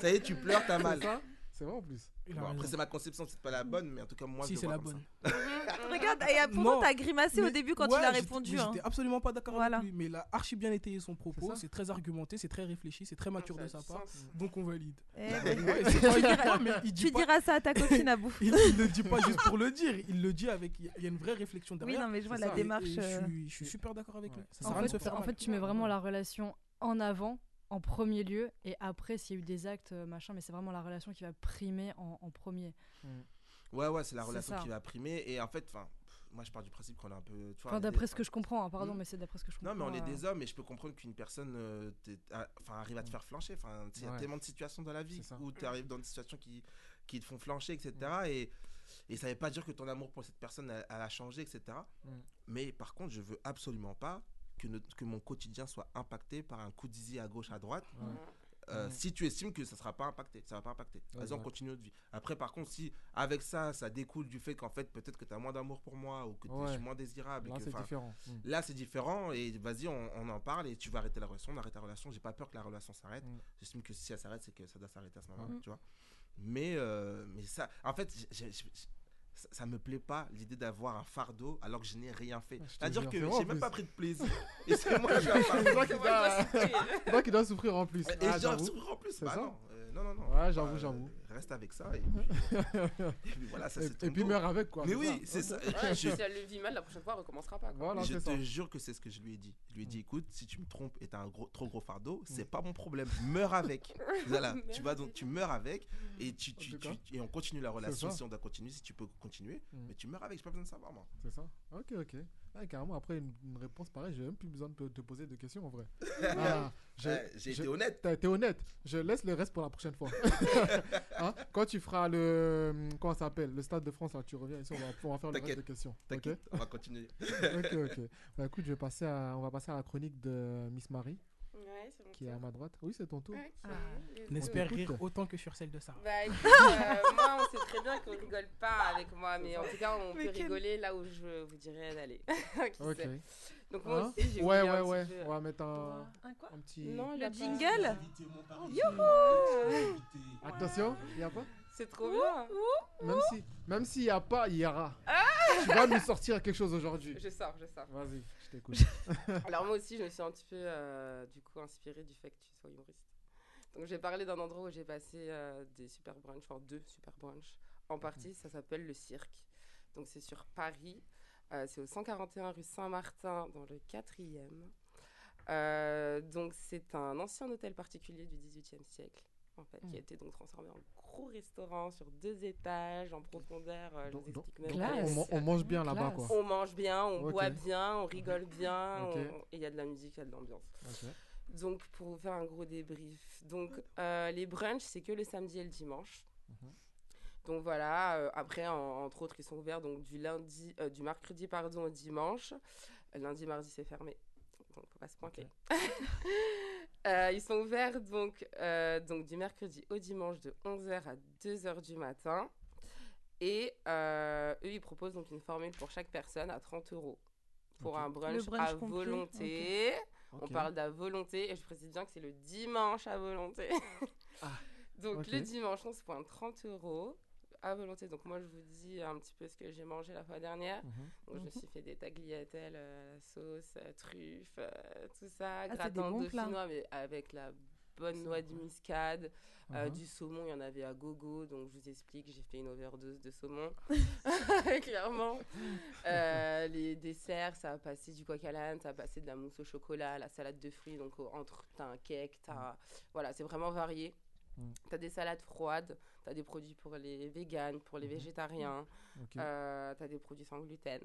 Speaker 3: Ça y est, tu pleures, t'as mal.
Speaker 2: C'est ça C'est vrai en plus. Mm.
Speaker 3: Bon, après, c'est ma conception, c'est pas la bonne, mais en tout cas, moi,
Speaker 5: Si,
Speaker 3: je
Speaker 5: c'est
Speaker 3: le
Speaker 5: la
Speaker 3: vois comme ça.
Speaker 4: Mm-hmm. Mhm. Regarde, et pourtant,
Speaker 5: Non,
Speaker 4: t'as grimacé au
Speaker 5: mais-
Speaker 4: début quand
Speaker 5: ouais,
Speaker 4: il a
Speaker 5: j'étais-
Speaker 4: répondu.
Speaker 5: mais
Speaker 4: hein.
Speaker 5: J'étais absolument pas d'accord avec lui, mais il a archi bien étayé son propos. C'est très argumenté, c'est très réfléchi, c'est très mature
Speaker 4: ça
Speaker 5: de
Speaker 4: a
Speaker 5: sa
Speaker 4: du
Speaker 5: part.
Speaker 4: sens.
Speaker 5: Donc on valide. Bah,
Speaker 4: Eh
Speaker 5: Ouais,
Speaker 4: oui. Tu
Speaker 5: c'est pas-
Speaker 4: diras-
Speaker 5: Ouais, mais il dit
Speaker 4: tu
Speaker 5: pas-
Speaker 4: diras ça à ta copine, Abou.
Speaker 5: il, il le dit pas juste pour le dire, il le dit avec. Il y a- il y a une vraie réflexion
Speaker 4: Oui,
Speaker 5: derrière.
Speaker 4: non, mais je vois
Speaker 5: C'est
Speaker 4: la
Speaker 5: ça, et-
Speaker 4: démarche,
Speaker 5: et je
Speaker 4: euh,
Speaker 5: suis- je suis super d'accord avec lui. Ça sert
Speaker 6: en,
Speaker 5: à rien de
Speaker 6: fait,
Speaker 5: se faire
Speaker 6: en
Speaker 5: mal.
Speaker 6: fait, tu mets vraiment la relation en avant, en premier lieu, et après, s'il y a eu des actes, euh, machin, mais c'est vraiment la relation qui va primer en, en premier.
Speaker 3: Ouais, ouais, c'est la
Speaker 6: C'est
Speaker 3: relation
Speaker 6: ça.
Speaker 3: qui va primer. Et en fait, enfin, pff, moi, je pars du principe qu'on est un peu. tu vois, on
Speaker 6: Enfin,
Speaker 3: est
Speaker 6: d'après
Speaker 3: des-
Speaker 6: ce que je comprends, hein, pardon,
Speaker 3: Mm.
Speaker 6: mais c'est d'après ce que je
Speaker 3: Non,
Speaker 6: comprends.
Speaker 3: mais on est
Speaker 6: euh,
Speaker 3: des hommes et je peux comprendre qu'une personne euh, t'est- a- enfin, arrive à te faire flancher. Enfin, tu sais, il y
Speaker 2: Ouais.
Speaker 3: a tellement de situations dans la vie où tu arrives dans des situations qui, qui te font flancher, etc. Et, et ça veut pas dire que ton amour pour cette personne, elle, elle a changé, etc.
Speaker 2: Mm.
Speaker 3: Mais par contre, je veux absolument pas que, notre- que mon quotidien soit impacté par un coup de zizi à gauche, à droite.
Speaker 2: Ouais.
Speaker 3: Euh,
Speaker 2: Mm.
Speaker 3: si tu estimes que ça sera pas impacté, ça va pas impacter. Vas-y, on
Speaker 2: Exact.
Speaker 3: continue notre vie. Après, par contre, si avec ça, ça découle du fait qu'en fait, peut-être que tu as moins d'amour pour moi ou que tu
Speaker 2: Ouais.
Speaker 3: es moins désirable. et
Speaker 2: Là,
Speaker 3: que,
Speaker 2: c'est
Speaker 3: enfin,
Speaker 2: différent. Mm.
Speaker 3: Là, c'est différent et vas-y, on, on en parle et tu vas arrêter la relation. On arrête la relation. J'ai pas peur que la relation s'arrête.
Speaker 2: Mm.
Speaker 3: J'estime que si elle s'arrête, c'est que ça doit s'arrêter à ce moment-là,
Speaker 2: Ouais.
Speaker 3: tu vois. Mais, euh, mais ça, en fait, j'ai- j'ai- j'ai- ça, ça me plaît pas l'idée d'avoir un fardeau alors que je n'ai rien fait.
Speaker 2: Bah, Je te
Speaker 3: C'est-à-dire
Speaker 2: jure,
Speaker 3: que
Speaker 2: c'est vrai, en
Speaker 3: j'ai même
Speaker 2: plus.
Speaker 3: pas pris de plaisir. Et c'est moi, qui ai un
Speaker 2: C'est toi qui
Speaker 3: fardeau.
Speaker 2: dois- c'est toi qui dois souffrir en plus.
Speaker 3: Et
Speaker 2: Ah,
Speaker 3: je dois
Speaker 2: j'avoue.
Speaker 3: souffrir en plus.
Speaker 2: C'est
Speaker 3: Bah
Speaker 2: ça
Speaker 3: non, euh, non, non, non.
Speaker 2: Ouais, j'avoue,
Speaker 3: Bah,
Speaker 2: j'avoue.
Speaker 3: euh, reste avec ça. Et puis, et puis voilà, ça
Speaker 2: Et-
Speaker 3: c'est ton
Speaker 2: et puis
Speaker 3: dos.
Speaker 2: meurs avec, quoi,
Speaker 3: Mais
Speaker 2: c'est ça.
Speaker 3: oui, c'est ça.
Speaker 2: Ouais,
Speaker 3: Je-
Speaker 7: Si elle le vit mal, la prochaine fois, elle recommencera pas. Quoi.
Speaker 3: je te jure que c'est ce que je lui ai dit. Je lui ai
Speaker 2: Mm.
Speaker 3: dit, écoute, si tu me trompes et t'as un gros, trop gros fardeau, c'est pas mon problème. Meurs avec. voilà, tu vas donc, tu meurs avec et tu, tu-
Speaker 2: tout cas.
Speaker 3: tu- et on continue la
Speaker 2: C'est
Speaker 3: relation
Speaker 2: ça.
Speaker 3: si on doit continuer, si tu peux continuer.
Speaker 2: Mm.
Speaker 3: Mais tu meurs avec, j'ai pas besoin de savoir moi.
Speaker 2: C'est ça Ok, ok. Ah, carrément, après une, une réponse pareille, j'ai même plus besoin de te- te poser de questions en vrai. Ah, je-
Speaker 3: Ouais, Ah, j'ai
Speaker 2: je-
Speaker 3: été honnête.
Speaker 2: T'as été honnête. Je laisse le reste pour la prochaine fois. Hein Quand tu feras le. hum, Comment ça s'appelle Le Stade de France, là, tu reviens ici, on va, on va faire le reste
Speaker 3: T'inquiète,
Speaker 2: des questions. ok
Speaker 3: t'inquiète, on va continuer.
Speaker 2: ok, ok. Bah écoute, je vais passer à, on va passer à la chronique de Miss Marie.
Speaker 7: Ouais, c'est mon
Speaker 2: qui est à ma droite. Oui, c'est ton tour.
Speaker 7: Ok, Ah. les
Speaker 2: On
Speaker 5: N'espère
Speaker 2: t'écoute.
Speaker 5: rire autant que sur celle de Sarah.
Speaker 7: Bah écoute, euh, moi on sait très bien qu'on rigole pas avec moi, mais en tout cas on
Speaker 8: Mais
Speaker 7: peut
Speaker 8: quel-
Speaker 7: rigoler là où je vous dirais d'aller. Qui
Speaker 2: Ok.
Speaker 7: sait. Donc moi
Speaker 2: Hein
Speaker 7: aussi j'ai
Speaker 2: Ouais,
Speaker 7: oublié
Speaker 2: ouais,
Speaker 7: un petit
Speaker 2: ouais.
Speaker 7: peu.
Speaker 2: On va mettre un,
Speaker 7: Un quoi
Speaker 2: un petit.
Speaker 7: Non, il a pas-
Speaker 2: Youhou Attention, il y a pas
Speaker 7: C'est trop bien. Ah
Speaker 2: Même si, même s'il y a pas, il y aura. tu vas nous sortir quelque chose aujourd'hui.
Speaker 7: Je sors, je sors.
Speaker 2: Vas-y, je t'écoute.
Speaker 7: Alors moi aussi, je me suis un petit peu euh, du coup inspirée du fait que tu sois humoriste. Donc j'ai parlé d'un endroit où j'ai passé euh, des super brunchs, enfin deux super brunchs
Speaker 2: Mhm.
Speaker 7: en partie. Ça s'appelle le Cirque. Donc c'est sur Paris. Euh, c'est au 141 rue Saint-Martin, dans le 4e. Euh, donc c'est un ancien hôtel particulier du 18e siècle, en fait,
Speaker 2: Mhm.
Speaker 7: qui a
Speaker 8: Mm.
Speaker 7: été donc transformé en gros restaurant sur deux étages, en profondeur. euh, je vous explique même
Speaker 2: donc,
Speaker 7: pas.
Speaker 2: on- on- on mange bien là-bas, Classe. quoi.
Speaker 7: On mange bien, on
Speaker 2: Ok.
Speaker 7: boit bien, on rigole bien,
Speaker 2: Ok.
Speaker 7: on- et il y a de la musique, il y a de l'ambiance.
Speaker 2: Ok.
Speaker 7: Donc, pour vous faire un gros débrief, donc euh, les brunchs, c'est que le samedi et le dimanche.
Speaker 8: Mhm.
Speaker 7: Donc voilà, euh, après, en- entre autres, ils sont ouverts donc, du, lundi, euh, du mercredi pardon, au dimanche. Euh, Lundi, mardi, c'est fermé. Donc, faut pas se pointer. Euh, ils sont ouverts donc, euh, donc du mercredi au dimanche de 11h à 2h du matin. Et euh, eux, ils proposent donc une formule pour chaque personne à 30 euros pour
Speaker 8: Ok.
Speaker 7: un
Speaker 8: Le
Speaker 7: brunch,
Speaker 8: brunch
Speaker 7: à
Speaker 8: compris,
Speaker 7: volonté.
Speaker 8: ok.
Speaker 7: On
Speaker 8: Ok.
Speaker 7: parle d'à volonté et je précise bien que c'est le dimanche à volonté. donc
Speaker 8: Ah. ok.
Speaker 7: le dimanche, on se pointe 30 euros à volonté. Donc moi, je vous dis un petit peu ce que j'ai mangé la fois dernière.
Speaker 8: Mhm.
Speaker 7: Donc, je me
Speaker 8: Mhm.
Speaker 7: suis fait des tagliatelles, euh, sauce, euh, truffes, euh, tout ça,
Speaker 8: Ah, c'est
Speaker 7: gratin
Speaker 8: des bons plats.
Speaker 7: dauphinois, mais avec la bonne noix de muscade, euh,
Speaker 8: Mhm.
Speaker 7: du saumon, il y en avait à gogo, donc je vous explique, j'ai fait une overdose de saumon, clairement. Euh, les desserts, ça a passé du coq à l'âne, ça a passé de la mousse au chocolat, la salade de fruits, donc au- entre, t'as un cake, t'as... Voilà, c'est vraiment varié.
Speaker 8: Mm.
Speaker 7: T'as des salades froides, t'as des produits pour les véganes, pour les végétariens,
Speaker 8: Mm-hmm. Ok.
Speaker 7: euh, t'as des produits sans gluten,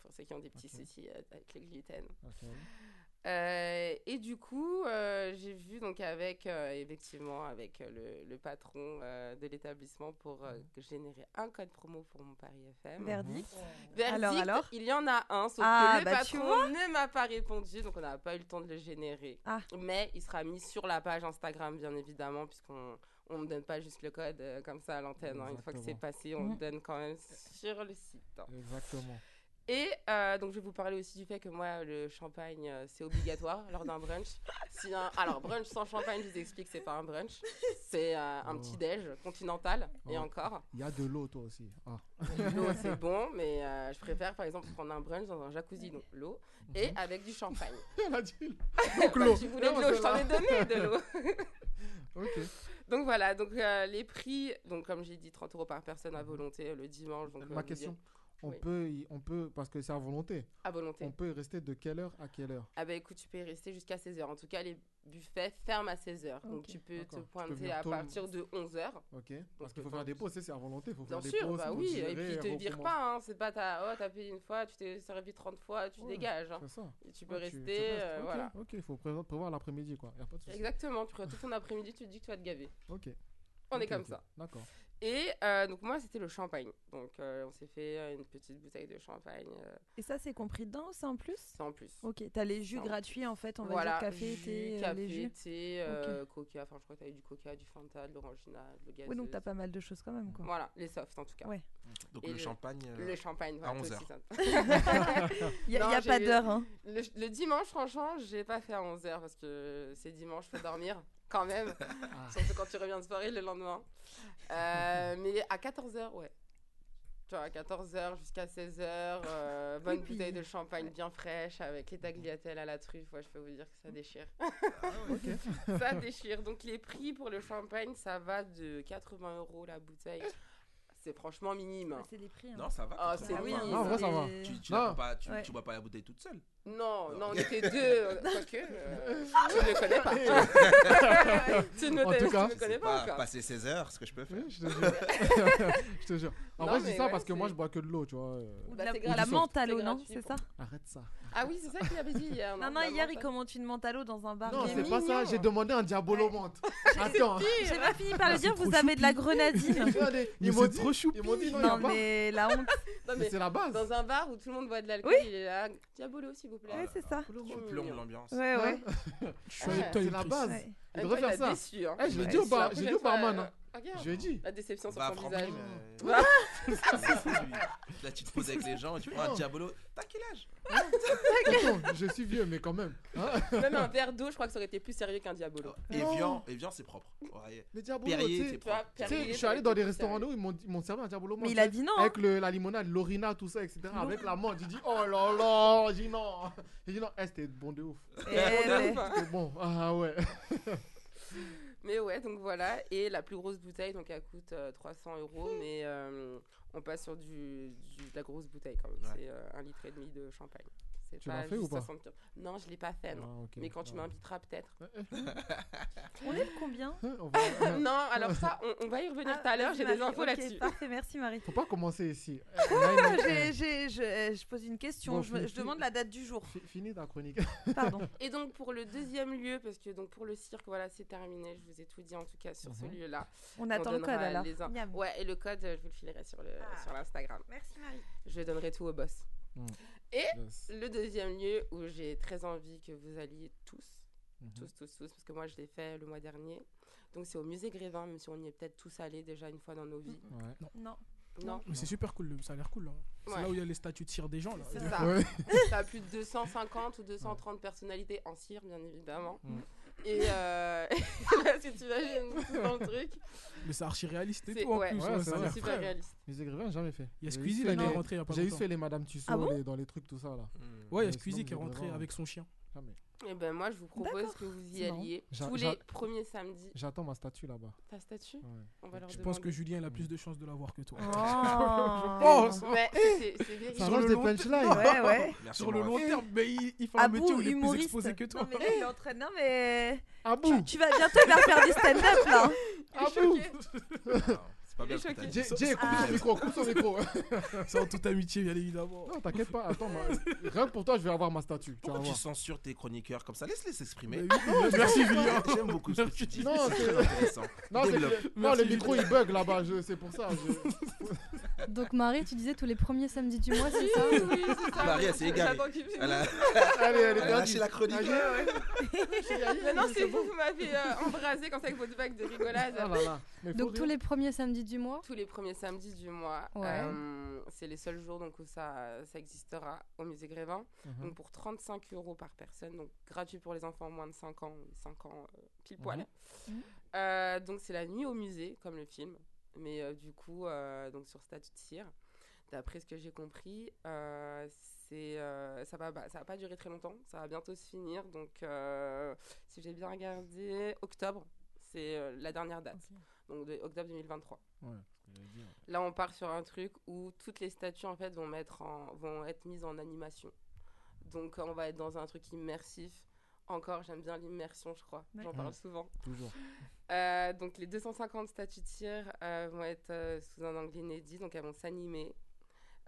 Speaker 7: pour ceux qui ont des petits soucis euh, avec le gluten.
Speaker 8: Ok.
Speaker 7: Euh, et du coup, euh, j'ai vu donc avec euh, effectivement avec euh, le, le patron euh, de l'établissement pour euh,
Speaker 8: Mm.
Speaker 7: générer un code promo pour mon Paris FM.
Speaker 8: Verdict.
Speaker 7: Verdict.
Speaker 8: Alors, alors
Speaker 7: il y en a un, sauf
Speaker 8: Ah,
Speaker 7: que le
Speaker 8: bah, tu vois. Ah.
Speaker 7: patron ne m'a pas répondu, donc on n'a pas eu le temps de le générer. Mais il sera mis sur la page Instagram, bien évidemment, puisqu'on on ne donne pas juste le code euh, comme ça à l'antenne. hein. Une fois que c'est
Speaker 2: Exactement.
Speaker 7: passé, on
Speaker 8: Mm.
Speaker 2: Mhm.
Speaker 7: le donne quand même sur le site. hein.
Speaker 2: Exactement.
Speaker 7: Et euh, donc, je vais vous parler aussi du fait que moi, le champagne, euh, c'est obligatoire lors d'un brunch. Si un- Alors, brunch sans champagne, je vous explique, c'est pas un brunch. C'est euh, un
Speaker 2: Oh.
Speaker 7: petit déj continental, et
Speaker 2: Ouais.
Speaker 7: encore.
Speaker 2: Oh. Il y a de l'eau, toi aussi. Ah.
Speaker 7: L'eau, c'est bon, mais euh, je préfère, par exemple, prendre un brunch dans un jacuzzi, donc l'eau, et avec du champagne.
Speaker 2: Elle a dit l'eau.
Speaker 7: Donc,
Speaker 2: Mhm. l'eau.
Speaker 7: Bah, Tu voulais de l'eau, je t'en ai donné de l'eau. Bah, Donc voilà, donc euh, les prix, donc comme j'ai dit, 30 euros par personne à volonté le dimanche. Donc, euh,
Speaker 2: Mhm. Ma
Speaker 7: vous
Speaker 2: question,
Speaker 7: dire-
Speaker 2: on,
Speaker 7: Oui.
Speaker 2: peut y- on peut, parce que c'est à volonté.
Speaker 7: À volonté.
Speaker 2: On peut y rester de quelle heure à quelle heure
Speaker 7: Ah bah écoute, tu peux y rester jusqu'à 16h. En tout cas, les buffets ferment à 16h. Donc
Speaker 2: Ok.
Speaker 7: tu peux
Speaker 2: D'accord.
Speaker 7: te
Speaker 2: Tu peux
Speaker 7: pointer
Speaker 2: venir
Speaker 7: à
Speaker 2: tôt le-
Speaker 7: partir de 11h.
Speaker 2: Ok. Parce qu'il faut faire des pauses, c'est à volonté. Faut
Speaker 7: Bien
Speaker 2: faire des
Speaker 7: sûr,
Speaker 2: pauses,
Speaker 7: bah
Speaker 2: faut
Speaker 7: oui,
Speaker 2: digérer,
Speaker 7: et puis ils te virent
Speaker 2: recommencer.
Speaker 7: pas, hein. c'est pas ta oh t'as payé une fois, tu t'es servi 30 fois, tu
Speaker 2: Ouais,
Speaker 7: dégages. hein.
Speaker 2: c'est ça.
Speaker 7: Et tu peux
Speaker 2: Ah,
Speaker 7: rester,
Speaker 2: restes.
Speaker 7: euh,
Speaker 2: Ok,
Speaker 7: voilà.
Speaker 2: Ok, il faut pré- prévoir l'après-midi, quoi. Y a pas de souci.
Speaker 7: Exactement, tu prends tout ton après-midi, tu te dis que tu vas te gaver.
Speaker 2: Ok.
Speaker 7: On est
Speaker 2: Ok,
Speaker 7: comme
Speaker 2: ok.
Speaker 7: ça.
Speaker 2: D'accord.
Speaker 7: Et euh, donc moi c'était le champagne. Donc euh, on s'est fait euh, une petite bouteille de champagne. euh,
Speaker 4: Et ça, c'est compris dedans, c'est en plus C'est
Speaker 7: en plus.
Speaker 4: Ok, t'as les jus
Speaker 7: Non.
Speaker 4: gratuits en fait, on va
Speaker 7: Voilà,
Speaker 4: dire café,
Speaker 7: jus,
Speaker 4: thé, euh,
Speaker 7: café,
Speaker 4: les jus.
Speaker 7: thé,
Speaker 4: Ok.
Speaker 7: euh, coca, enfin je crois que t'as eu du coca, du Fanta, de l'orangina, de l'eau
Speaker 4: Oui, donc t'as
Speaker 7: gazeuse.
Speaker 4: pas mal de choses quand même. Quoi.
Speaker 7: Voilà, les softs en tout cas.
Speaker 4: Ouais.
Speaker 3: Donc le champagne, euh,
Speaker 7: le champagne,
Speaker 3: à
Speaker 7: voilà, toi
Speaker 3: 11
Speaker 7: aussi,
Speaker 3: heures.
Speaker 7: ça te-
Speaker 4: Y a- y a
Speaker 7: Non,
Speaker 4: pas
Speaker 7: j'ai-
Speaker 4: d'heure, hein.
Speaker 7: Le, le dimanche, franchement, j'ai pas fait à 11h parce que c'est dimanche, faut dormir quand même. Surtout quand tu reviens de soirée le lendemain. Euh, mais à 14h, ouais. Tu vois, à 14h jusqu'à 16h, bonne bouteille de champagne bien fraîche avec les tagliatelles à la truffe. Ouais, je peux vous dire que ça déchire. ça déchire. Donc, les prix pour le champagne, ça va de 80 euros la bouteille. C'est franchement minime.
Speaker 4: C'est des prix. hein.
Speaker 3: Non, ça va.
Speaker 7: Ah,
Speaker 3: quand
Speaker 7: c'est
Speaker 3: même.
Speaker 7: oui.
Speaker 2: Non, en vrai, ça va.
Speaker 3: Tu, tu,
Speaker 2: Non.
Speaker 3: la prends pas, tu,
Speaker 7: Ouais.
Speaker 3: tu bois pas la bouteille toute seule.
Speaker 7: Non, non,
Speaker 3: Non.
Speaker 7: on était deux. Quoique, euh, tu ne le connais
Speaker 3: En
Speaker 7: pas. tu ne
Speaker 3: tout
Speaker 7: tu
Speaker 3: cas,
Speaker 7: ne connais
Speaker 3: c'est
Speaker 7: pas
Speaker 3: pas
Speaker 7: encore.
Speaker 3: passer 16 heures, ce que je peux faire.
Speaker 2: Oui, je te jure. je te jure. En
Speaker 7: Non,
Speaker 2: vrai, je
Speaker 7: mais
Speaker 2: dis ça
Speaker 7: ouais,
Speaker 2: parce que
Speaker 7: c'est-
Speaker 2: moi, je bois que de l'eau, tu vois. euh,
Speaker 7: Ou de la-
Speaker 2: ou
Speaker 7: c'est
Speaker 2: du
Speaker 7: grave.
Speaker 4: La
Speaker 2: soft.
Speaker 4: menthe à l'eau,
Speaker 7: C'est
Speaker 4: non
Speaker 7: gratuit
Speaker 4: C'est
Speaker 7: pour
Speaker 4: ça
Speaker 2: Arrête ça.
Speaker 7: Ah oui, c'est ça qu'il avait dit hier.
Speaker 4: Non, non, hier, il commente une menthe à l'eau dans un bar.
Speaker 2: Non,
Speaker 4: Il est
Speaker 2: c'est pas ça.
Speaker 4: mignon.
Speaker 2: J'ai demandé un diabolo menthe. Attends.
Speaker 4: J'ai pas fini par le
Speaker 2: C'est
Speaker 4: dire,
Speaker 2: trop
Speaker 4: vous avez de la grenadine.
Speaker 2: Regardez, Ils m'ont dit, ils m'ont dit non, il y a
Speaker 4: Non,
Speaker 2: pas.
Speaker 4: mais la honte.
Speaker 7: Non,
Speaker 2: Mais c'est la base.
Speaker 7: Dans un bar où tout le monde boit de l'alcool, il est là. Diabolo, s'il vous plaît.
Speaker 4: Ouais, c'est ça.
Speaker 7: Trop
Speaker 3: Tu
Speaker 7: mignon.
Speaker 3: plombes l'ambiance.
Speaker 4: Ouais, ouais.
Speaker 2: C'est c'est la base.
Speaker 7: Ouais.
Speaker 2: Il
Speaker 7: Ah,
Speaker 2: devrait
Speaker 7: toi, il
Speaker 2: faire ça.
Speaker 7: a déçu, hein.
Speaker 2: Eh, je l'ai
Speaker 7: Ouais,
Speaker 2: dit au
Speaker 7: c'est
Speaker 2: bar-
Speaker 7: la
Speaker 2: je l'ai dit
Speaker 7: prochaine
Speaker 2: au barman.
Speaker 7: fois,
Speaker 2: hein.
Speaker 7: euh, regarde.
Speaker 2: Je lui ai dit.
Speaker 7: La déception sur
Speaker 3: Bah,
Speaker 7: son
Speaker 3: Francky,
Speaker 7: visage.
Speaker 3: mais-
Speaker 7: Bah.
Speaker 3: Là, tu te poses avec les gens et tu prends un
Speaker 2: Non.
Speaker 3: diabolo. T'as quel âge
Speaker 2: Attends, je suis vieux, mais quand même. Hein
Speaker 7: Même un verre d'eau, je crois que ça aurait été plus sérieux qu'un Diabolo.
Speaker 3: Evian, Evian, c'est propre. Ouais.
Speaker 2: Mais Diabolo,
Speaker 3: Perrier,
Speaker 2: tu
Speaker 3: c'est
Speaker 2: sais,
Speaker 3: propre.
Speaker 2: tu sais, je suis allé dans des restaurants d'eau, ils m'ont ils m'ont servi un diabolo
Speaker 4: Mais
Speaker 2: menthe,
Speaker 4: il a
Speaker 2: tu sais,
Speaker 4: dit non,
Speaker 2: Avec le- la limonade, l'orina, tout ça, etc. Avec la menthe, j'ai dit oh là là, j'ai dit non. J'ai dit non, Eh, c'était bon de ouf.
Speaker 7: Eh ouais.
Speaker 2: C'était bon, ah ouais.
Speaker 7: Mais ouais, donc voilà. Et la plus grosse bouteille, donc elle coûte euh, 300 euros,
Speaker 2: Mmh.
Speaker 7: mais euh, on passe sur du, du- de la grosse bouteille quand même.
Speaker 3: Ouais.
Speaker 7: C'est euh, un litre et demi de champagne. C'est
Speaker 2: Tu
Speaker 7: pas
Speaker 2: l'as fait ou
Speaker 7: juste
Speaker 2: pas
Speaker 7: 75. Non, je l'ai pas fait, non.
Speaker 2: Ah, ok.
Speaker 7: Mais quand tu
Speaker 2: Ah.
Speaker 7: m'inviteras, peut-être.
Speaker 4: On est le combien
Speaker 2: On va-
Speaker 7: non, alors ça, on, on va y
Speaker 4: Ah,
Speaker 7: revenir tout à l'heure. J'ai des infos là-dessus.
Speaker 4: Parfait, merci Marie.
Speaker 2: Faut pas commencer ici. Euh,
Speaker 4: J'ai- j'ai- je, euh, je pose une question,
Speaker 2: Bon,
Speaker 4: je, me-
Speaker 2: fini-
Speaker 4: je demande la date du jour.
Speaker 2: Fini ta chronique.
Speaker 7: Et donc pour le deuxième lieu, parce que donc pour le cirque, voilà, c'est terminé. Je vous ai tout dit en tout cas sur ce
Speaker 4: Mhm.
Speaker 7: lieu-là.
Speaker 4: On attend le
Speaker 7: donnera
Speaker 4: code, alors.
Speaker 7: les in-
Speaker 4: Miam. Ah.
Speaker 7: Ouais, et le code, euh, je vous le filerai sur le sur l'Instagram.
Speaker 4: Merci Marie.
Speaker 7: Je donnerai tout au boss.
Speaker 2: Mm.
Speaker 7: Et
Speaker 2: Yes.
Speaker 7: le deuxième lieu où j'ai très envie que vous alliez tous,
Speaker 2: Mhm.
Speaker 7: tous, tous, tous, parce que moi je l'ai fait le mois dernier. Donc c'est au musée Grévin, même si on y est peut-être tous allés déjà une fois dans nos vies.
Speaker 2: Ouais.
Speaker 5: Non.
Speaker 4: Non.
Speaker 7: Non.
Speaker 5: Mais c'est super cool, le- ça a l'air cool. là. C'est
Speaker 7: Ouais.
Speaker 5: là où il y a les statues de cire des gens. là.
Speaker 7: C'est ça.
Speaker 5: Ouais.
Speaker 7: T'as plus de 250 ou 230 personnalités en cire, bien évidemment.
Speaker 5: Mm.
Speaker 7: Et euh... là, si tu imagines tout dans le truc.
Speaker 5: Mais c'est archi réaliste et
Speaker 7: C'est-
Speaker 5: tout en
Speaker 7: ouais.
Speaker 5: plus.
Speaker 7: Ouais,
Speaker 5: hein, ça
Speaker 7: c'est
Speaker 5: a
Speaker 7: vrai.
Speaker 5: l'air
Speaker 7: Super
Speaker 5: frais.
Speaker 7: réaliste.
Speaker 2: Les écrivains, jamais fait.
Speaker 5: Il y a
Speaker 2: J'ai
Speaker 5: Squeezie,
Speaker 2: juste
Speaker 5: là,
Speaker 2: fait
Speaker 5: qui est
Speaker 2: les-
Speaker 5: rentré il y a pas
Speaker 2: J'ai juste
Speaker 5: longtemps.
Speaker 2: fait les Madame Tussaud
Speaker 5: Ah bon
Speaker 2: les- dans les trucs, tout ça là.
Speaker 5: Ouais, il y
Speaker 2: Mais
Speaker 5: a
Speaker 2: sinon,
Speaker 5: Squeezie qui est
Speaker 2: les
Speaker 5: rentré
Speaker 2: écrivains,
Speaker 5: avec son chien.
Speaker 2: jamais.
Speaker 7: Et ben moi, je vous propose que vous y
Speaker 2: C'est marrant.
Speaker 7: alliez
Speaker 2: J'a-
Speaker 7: tous
Speaker 2: j'a-
Speaker 7: les premiers samedis.
Speaker 2: J'attends ma statue là-bas.
Speaker 7: Ta statue
Speaker 2: Ouais.
Speaker 7: On va leur
Speaker 5: Je pense
Speaker 7: demander. Ah.
Speaker 5: que Julien il a plus de chances de l'avoir que toi.
Speaker 4: Oh.
Speaker 5: Je pense.
Speaker 7: Ouais, c'est- c'est vérifié.
Speaker 2: Ça lance des punchlines.
Speaker 4: Ouais, ouais.
Speaker 5: Sur le long terme, mais il,
Speaker 8: Ah
Speaker 5: il fait un
Speaker 4: Abou,
Speaker 5: métier où il est plus
Speaker 4: humoriste.
Speaker 5: exposé que toi.
Speaker 4: Non, mais là, il est en train- Non, mais.
Speaker 2: Abou
Speaker 4: Tu vas bientôt il va faire du stand-up
Speaker 2: Ah
Speaker 4: là.
Speaker 8: Ah,
Speaker 2: Abou
Speaker 3: C'est pas bien ce que t'as dit.
Speaker 2: Jay, Jay, coupe son micro, coupe son micro.
Speaker 5: Sans toute amitié, bien évidemment.
Speaker 2: Non, t'inquiète pas, attends, ma- rien que pour toi, je vais avoir ma statue. Tu vas
Speaker 3: Pourquoi tu
Speaker 2: voir.
Speaker 3: censures tes chroniqueurs comme ça Laisse-les s'exprimer.
Speaker 5: Mais oui, merci, Julien.
Speaker 3: J'aime beaucoup ce que tu dis.
Speaker 2: Non,
Speaker 3: c'est
Speaker 2: c'est-
Speaker 3: très intéressant.
Speaker 2: Non, c'est que
Speaker 3: Développe.
Speaker 2: le, non, le micro il bug là-bas, je- c'est pour ça. je-
Speaker 6: Donc Marie, tu disais tous les premiers samedis du mois, c'est ça
Speaker 3: Marie, elle s'est égarée. Elle a-
Speaker 2: Allez, elle est
Speaker 3: Elle a
Speaker 2: bien
Speaker 3: lâché
Speaker 2: dit.
Speaker 3: la chronique.
Speaker 2: Allez, ouais.
Speaker 7: Maintenant, c'est vous, vous m'avez euh, embrasé comme ça avec votre vague de rigolade.
Speaker 2: Ah là là. Mais faut
Speaker 6: Donc tous
Speaker 2: rire.
Speaker 6: les premiers samedis du mois
Speaker 7: Tous les premiers samedis du mois.
Speaker 6: Ouais.
Speaker 7: Euh, c'est les seuls jours donc, où ça, ça existera au musée Grévin.
Speaker 2: Uh-huh.
Speaker 6: Mhm.
Speaker 7: Donc pour 35 euros par personne, donc gratuit pour les enfants moins de 5 ans, 5 ans euh, pile poil.
Speaker 6: Mhm.
Speaker 7: Euh, donc c'est la nuit au musée, comme le film, mais euh, du coup, euh, donc sur Statue de Cire. D'après ce que j'ai compris, euh, c'est, euh, ça va, bah, ça va pas durer très longtemps, ça va bientôt se finir. Donc, euh, si j'ai bien regardé, octobre, c'est euh, la dernière date, donc de octobre 2023.
Speaker 2: Ouais,
Speaker 7: Là, on part sur un truc où toutes les statues en fait vont mettre en, vont être mises en animation. Donc, euh, on va être dans un truc immersif. Encore, j'aime bien l'immersion, je crois. J'en
Speaker 2: Ouais.
Speaker 7: parle souvent.
Speaker 2: Toujours.
Speaker 7: Euh, donc les 250 statues de cire euh, vont être euh, sous un angle inédit, donc elles vont s'animer.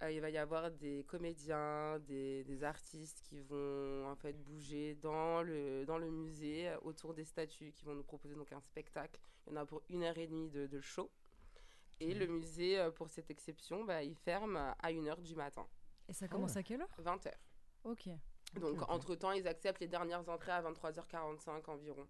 Speaker 7: Euh, il va y avoir des comédiens, des, des artistes qui vont en fait bouger dans le, dans le musée euh, autour des statues, qui vont nous proposer donc un spectacle. Il y en a pour une heure et demie de, de show. Et le musée, euh, pour cette exception, bah, il ferme à 1h du matin.
Speaker 6: Et ça commence à quelle heure
Speaker 7: 20h.
Speaker 6: Ok.
Speaker 7: Donc
Speaker 6: ok.
Speaker 7: entre-temps, ils acceptent les dernières entrées à 23h45 environ,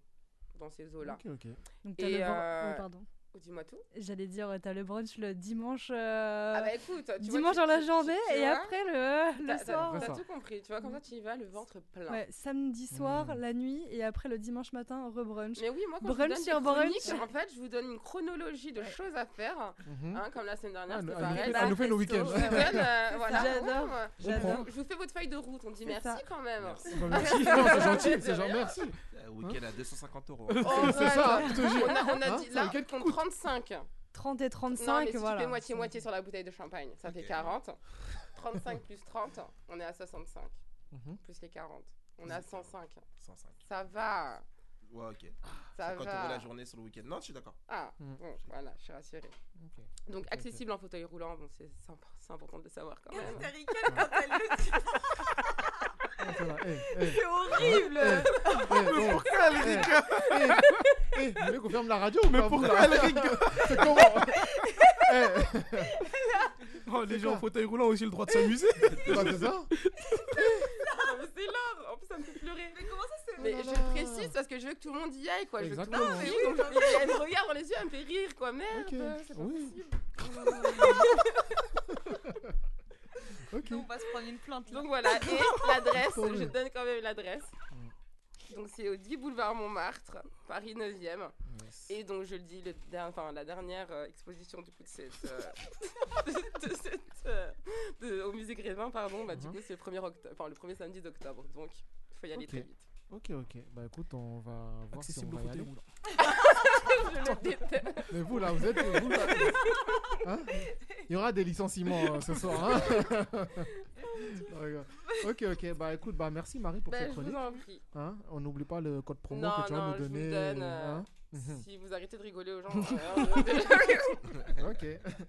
Speaker 7: dans ces eaux-là.
Speaker 2: Ok, ok.
Speaker 6: Donc t'as le
Speaker 7: Et,
Speaker 6: vent-
Speaker 7: euh,
Speaker 6: oh, pardon.
Speaker 7: Dis-moi tout.
Speaker 6: J'allais dire, euh, t'as le brunch le dimanche. euh,
Speaker 7: Ah bah écoute, tu vois,
Speaker 6: dimanche
Speaker 7: tu-
Speaker 6: dans la
Speaker 7: tu- tu-
Speaker 6: journée
Speaker 7: tu
Speaker 6: et
Speaker 7: vois,
Speaker 6: après le,
Speaker 7: t'as-
Speaker 6: le
Speaker 7: t'as-
Speaker 6: soir.
Speaker 7: T'as tout compris, tu vois, comme ça tu y vas le ventre plein.
Speaker 6: Ouais, samedi
Speaker 2: Hmm.
Speaker 6: soir, la nuit et après le dimanche matin, rebrunch.
Speaker 7: Mais oui, moi quand
Speaker 6: brunch
Speaker 7: je vous
Speaker 6: sur
Speaker 7: donne des
Speaker 6: brunch.
Speaker 7: chroniques, en fait, je vous donne une chronologie de choses à faire,
Speaker 2: Mhm.
Speaker 7: hein, comme la semaine dernière,
Speaker 2: Ah,
Speaker 7: c'était
Speaker 2: elle nous
Speaker 7: pareil. bah,
Speaker 2: fait- elle nous fait nos
Speaker 7: Resto,
Speaker 2: week-ends.
Speaker 7: je vous donne, euh,
Speaker 2: C'est
Speaker 7: voilà,
Speaker 2: ça. J'adore,
Speaker 7: ouais, ouais.
Speaker 2: j'adore.
Speaker 7: Je vous fais votre feuille de route, on dit
Speaker 2: C'est
Speaker 7: merci
Speaker 2: ça.
Speaker 7: quand même.
Speaker 2: Bah, merci. Non, c'est gentil, c'est genre
Speaker 7: rien.
Speaker 2: merci.
Speaker 3: Un Euh, Week-end à 250 euros.
Speaker 7: Oh,
Speaker 2: C'est ça,
Speaker 7: ouais,
Speaker 2: je te jure.
Speaker 7: On a, on a
Speaker 2: Hein,
Speaker 7: dit
Speaker 2: c'est
Speaker 7: là,
Speaker 2: lequel
Speaker 7: on compte 35.
Speaker 6: 30 et 35,
Speaker 7: non, mais si
Speaker 6: voilà.
Speaker 7: tu fais moitié-moitié sur la bouteille de champagne, ça fait 40. 35 plus 30, on est à 65.
Speaker 3: Mhm.
Speaker 7: Plus les 40, on est
Speaker 3: Plus
Speaker 7: à
Speaker 3: les
Speaker 7: 105.
Speaker 3: 105.
Speaker 7: Ça va.
Speaker 3: Ouais, ok.
Speaker 7: Ça
Speaker 3: C'est quand
Speaker 7: va.
Speaker 3: on veut la journée sur le week-end. Non, je suis d'accord.
Speaker 7: Ah,
Speaker 2: Hmm.
Speaker 7: bon, voilà, je suis rassurée. Donc,
Speaker 3: Mm. Ok, ok.
Speaker 7: accessible en fauteuil roulant, bon, c'est c'est impor- c'est important de le savoir quand même.
Speaker 8: T'as rigolé quand elle le dit.
Speaker 3: Ah,
Speaker 2: C'est
Speaker 3: Eh,
Speaker 8: C'est horrible.
Speaker 2: Eh, Mais
Speaker 8: pourquoi elle
Speaker 2: rigole Eh, vous voulez qu'on ferme la radio ou
Speaker 8: Mais
Speaker 2: pas,
Speaker 8: pourquoi
Speaker 2: vous, là
Speaker 8: elle rigole
Speaker 2: C'est comment
Speaker 5: Oh, les gens en fauteuil roulant ont aussi le droit de s'amuser.
Speaker 3: Ah,
Speaker 2: c'est ça
Speaker 7: Non, mais c'est l'or En plus, ça me fait pleurer. Mais comment ça, c'est Mais
Speaker 8: Oh là
Speaker 7: je
Speaker 8: là.
Speaker 7: le précise parce que je veux que tout le monde y aille, quoi. Je veux que tout le
Speaker 8: Exactement. Non,
Speaker 7: monde
Speaker 8: mais
Speaker 7: rit,
Speaker 8: oui,
Speaker 7: donc
Speaker 8: non,
Speaker 7: je-
Speaker 8: mais-
Speaker 7: Elle me regarde dans les yeux, elle me fait rire, quoi. Merde, c'est pas possible.
Speaker 8: on va se prendre une plante.
Speaker 7: Donc voilà, et l'adresse,
Speaker 8: Attendez.
Speaker 7: je donne quand même l'adresse.
Speaker 8: Mm.
Speaker 7: Donc c'est au 10 boulevard Montmartre, Paris 9e. Et donc je le dis, le der- enfin, la dernière euh, exposition du coup de cette... euh, de, de cette euh, de- au musée Grévin, pardon,
Speaker 8: Mm-hmm.
Speaker 7: bah, du coup c'est le, premier octo- enfin, le premier samedi d'octobre. Donc il faut y aller
Speaker 2: Ok.
Speaker 7: très vite.
Speaker 2: Ok, ok. Bah écoute, on va voir si on
Speaker 5: Accessible
Speaker 2: va
Speaker 5: au
Speaker 2: y
Speaker 5: fauteuil
Speaker 2: aller.
Speaker 5: roulant.
Speaker 7: Je le déteste.
Speaker 2: Mais vous là, vous êtes. Vous, là, hein Il y aura des licenciements euh, ce soir. hein.
Speaker 7: Oh,
Speaker 2: Non, regarde. ok, ok. Bah écoute, bah merci Marie pour
Speaker 7: Bah,
Speaker 2: cette
Speaker 7: je vous
Speaker 2: chronique.
Speaker 7: en prie.
Speaker 2: Hein on n'oublie pas le code promo
Speaker 7: non,
Speaker 2: que tu vas
Speaker 7: non,
Speaker 2: nous donner.
Speaker 7: je vous donne. euh,
Speaker 2: hein Mhm.
Speaker 7: Si vous arrêtez de rigoler aux gens. euh,
Speaker 2: ok.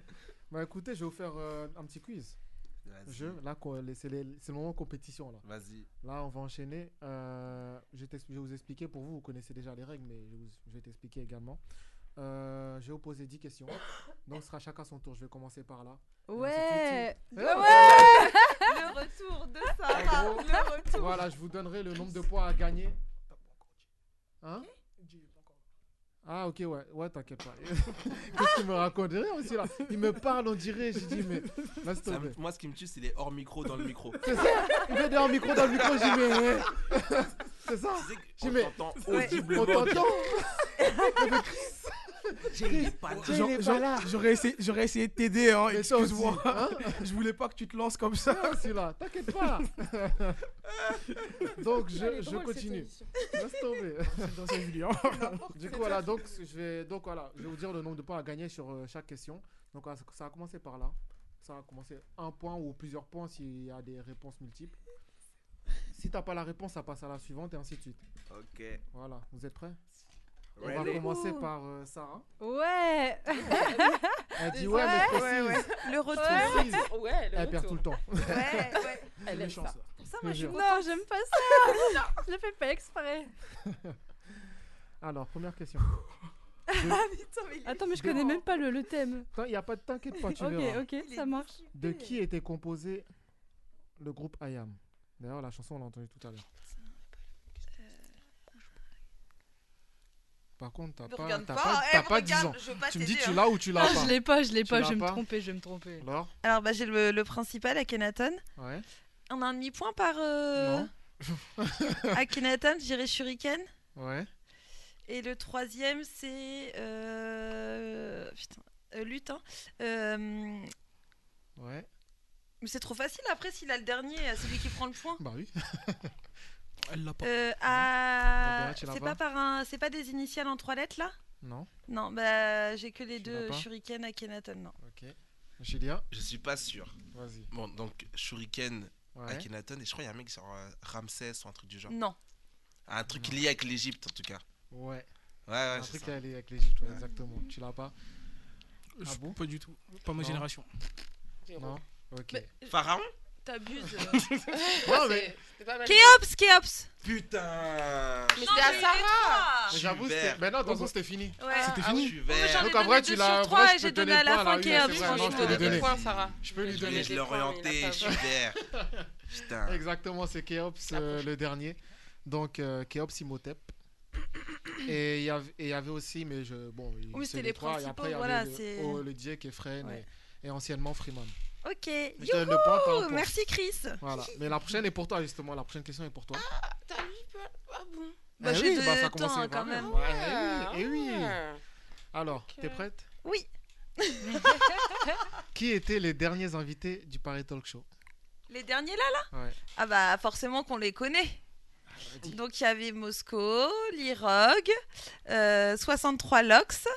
Speaker 2: Bah écoutez, je vais vous faire euh, un petit quiz.
Speaker 3: Vas-y.
Speaker 2: Je, là, qu'on- les- c'est les- c'est le moment compétition. Là.
Speaker 3: Vas-y.
Speaker 2: Là, on va enchaîner. Euh, je, t'ex- je vais vous expliquer pour vous. Vous connaissez déjà les règles, mais je, vous- je vais t'expliquer également. Euh, je vais vous poser 10 questions. Donc, ce sera chacun son tour. Je vais commencer par là. Et ensuite,
Speaker 8: Ouais.
Speaker 2: tu-
Speaker 8: De-
Speaker 2: Eh, on-
Speaker 8: ouais. Le retour de Sarah.
Speaker 2: En gros,
Speaker 8: Le retour.
Speaker 2: Ah Voilà, je vous donnerai le nombre de points à gagner. Hein Ah, ok, ouais, ouais t'inquiète pas. Qu'est-ce qu'il me raconte Rien aussi là. Il me parle, on dirait. J'ai dit, mais laisse
Speaker 3: Ça
Speaker 2: tomber.
Speaker 3: me- moi, ce qui me tue, c'est les hors micro dans le micro.
Speaker 2: C'est ça Il fait des hors micro dans le micro, j'y mets. hein. C'est ça J'y mets.
Speaker 3: Ouais. audiblement.
Speaker 2: On t'entend
Speaker 3: Jay, il est pas là.
Speaker 2: Jay, il est pas
Speaker 5: J'aurais-
Speaker 2: là.
Speaker 5: J'aurais essayé, j'aurais essayé de t'aider, hein, excuse-moi.
Speaker 2: hein.
Speaker 5: je voulais pas que tu te lances comme ça.
Speaker 2: là t'inquiète pas. Donc je,
Speaker 5: Elle est
Speaker 2: je
Speaker 5: drôle, cette
Speaker 2: continue.
Speaker 5: émission.
Speaker 2: Laisse tomber.
Speaker 5: Dans sa Julien.
Speaker 2: du coup voilà donc je vais donc voilà je vais vous dire le nombre de points à gagner sur euh, chaque question. Donc voilà, ça- ça a commencé par là. Ça a commencé un point ou plusieurs points s'il y a des réponses multiples. Si t'as pas la réponse, ça passe à la suivante et ainsi de suite.
Speaker 3: Ok.
Speaker 2: Voilà, vous êtes prêts On va
Speaker 3: Ready.
Speaker 2: commencer par euh, Sarah.
Speaker 6: Ouais.
Speaker 2: Elle dit ouais, mais précise.
Speaker 6: Le retour.
Speaker 2: Précise.
Speaker 7: Ah Ouais,
Speaker 2: Elle perd tout le temps.
Speaker 7: Elle aime ça.
Speaker 2: ça, moi, je suis
Speaker 6: Non, j'aime pas ça. je le fais pas exprès.
Speaker 2: Alors, première question.
Speaker 6: Attends, Ah, mais je connais même pas le, le thème.
Speaker 2: Il n'y a pas de t'inquiète pas, tu
Speaker 6: Ok,
Speaker 2: verras.
Speaker 6: ok, ça marche.
Speaker 2: De qui était composé le groupe I Am D'ailleurs, la chanson, on l'a entendue tout à l'heure. Par contre, t'as
Speaker 6: Me
Speaker 2: pas,
Speaker 6: regarde
Speaker 2: t'as
Speaker 6: pas,
Speaker 2: pas,
Speaker 6: eh,
Speaker 2: t'as
Speaker 6: me
Speaker 2: pas 10 ans.
Speaker 6: regarde, je veux pas
Speaker 2: tu me dis,
Speaker 6: t'aider,
Speaker 2: tu
Speaker 6: hein.
Speaker 2: l'as ou tu l'as
Speaker 6: Ah,
Speaker 2: pas
Speaker 6: je l'ai pas, je l'ai
Speaker 2: Tu
Speaker 6: pas, je
Speaker 2: l'as
Speaker 6: vais me tromper, je vais me tromper.
Speaker 2: Alors
Speaker 8: Alors bah j'ai le, le principal à Kenaton.
Speaker 2: Ouais.
Speaker 8: On a un demi point par. euh,
Speaker 2: Non.
Speaker 8: à Kenaton, je dirais Shuriken.
Speaker 2: Ouais.
Speaker 8: Et le troisième c'est euh, putain euh, lutin. Euh, mais
Speaker 2: Ouais.
Speaker 8: c'est trop facile après s'il a le dernier, c'est lui qui prend le point.
Speaker 2: Bah oui.
Speaker 5: Elle l'a pas.
Speaker 8: Euh,
Speaker 2: Ah
Speaker 8: ah,
Speaker 2: bah, tu l'as
Speaker 8: c'est
Speaker 2: pas
Speaker 8: pas par un, c'est pas des initiales en trois lettres là
Speaker 2: Non.
Speaker 8: Non, bah j'ai que les deux
Speaker 3: pas
Speaker 8: Shuriken à Kenaton. Non.
Speaker 2: Ok. Julien
Speaker 3: Je suis pas sûr.
Speaker 2: Vas-y.
Speaker 3: Bon, donc Shuriken,
Speaker 2: Ouais.
Speaker 3: Akhenaton, et je crois qu'il y a un mec sur euh, Ramsès ou un truc du genre.
Speaker 8: Non.
Speaker 3: Un truc lié avec l'Égypte en tout cas.
Speaker 2: Ouais.
Speaker 3: Ouais, ouais,
Speaker 2: Un
Speaker 3: c'est
Speaker 2: truc
Speaker 3: ça.
Speaker 2: avec avec l'Égypte, ouais,
Speaker 3: Ouais.
Speaker 2: exactement. Tu l'as pas
Speaker 5: Je-
Speaker 2: Ah bon
Speaker 5: Pas du tout. Pas ma
Speaker 2: Non.
Speaker 5: génération.
Speaker 2: Non. Ok.
Speaker 3: Pharaon
Speaker 8: T'abuses.
Speaker 2: Non, mais-
Speaker 8: Kéops, Kéops.
Speaker 3: Putain
Speaker 8: Mais c'était à Sarah. Ah
Speaker 2: Mais J'avoue,
Speaker 3: Super.
Speaker 2: c'était. Mais non, de toute façon, c'était fini.
Speaker 8: Ouais. C'était fini.
Speaker 3: je suis vert.
Speaker 8: mais j'en ai
Speaker 2: Donc, en
Speaker 8: donné
Speaker 2: vrai,
Speaker 8: deux
Speaker 2: tu
Speaker 8: sur
Speaker 2: l'as. en
Speaker 8: trois
Speaker 2: vrai,
Speaker 8: et
Speaker 2: je
Speaker 8: j'ai
Speaker 2: peux te
Speaker 8: donné à
Speaker 2: les
Speaker 8: la
Speaker 2: points,
Speaker 8: fin
Speaker 2: oui,
Speaker 8: qu'il y a
Speaker 2: c'est
Speaker 8: un
Speaker 2: vrai.
Speaker 8: truc,
Speaker 2: Non, je te les donner.
Speaker 7: Point, Sarah.
Speaker 2: Je peux lui
Speaker 3: Je
Speaker 2: donner.
Speaker 3: voulais l'orienter, je suis vert. Putain.
Speaker 2: Exactement, c'est Kéops euh, le dernier. Donc, euh, Kéops Imhotep. Et il y avait- et il y avait aussi, mais je. Bon, il-
Speaker 8: Oui,
Speaker 2: c'est
Speaker 8: c'était les
Speaker 2: trois, et
Speaker 8: principaux,
Speaker 2: après, il y
Speaker 8: voilà,
Speaker 2: avait le-
Speaker 8: c'est-
Speaker 2: oh, le DJ Kefren
Speaker 8: Ouais.
Speaker 2: et, et anciennement Freeman.
Speaker 8: Ok,
Speaker 2: Je te donne le point par
Speaker 8: youhou,
Speaker 2: rapport.
Speaker 8: merci Chris.
Speaker 2: Voilà. Mais la prochaine est pour toi, justement. La prochaine question est pour toi.
Speaker 7: T'as vu pas Ah bon
Speaker 8: Bah,
Speaker 2: Eh
Speaker 8: j'ai
Speaker 2: oui,
Speaker 8: de
Speaker 2: bah, ça a
Speaker 8: temps,
Speaker 2: commencé
Speaker 8: quand
Speaker 2: par là.
Speaker 8: même. Ah.
Speaker 2: Ouais,
Speaker 8: Ouais,
Speaker 2: eh oui, eh oui.
Speaker 8: ouais.
Speaker 2: Alors, t'es prête
Speaker 8: Oui.
Speaker 2: Qui étaient les derniers invités du Paris Talk Show
Speaker 8: Les derniers là, là
Speaker 2: Ouais. Ah bah,
Speaker 8: Ah bah forcément qu'on les connaît. Donc il y avait Mosco, Lirog, euh, 63 Lox,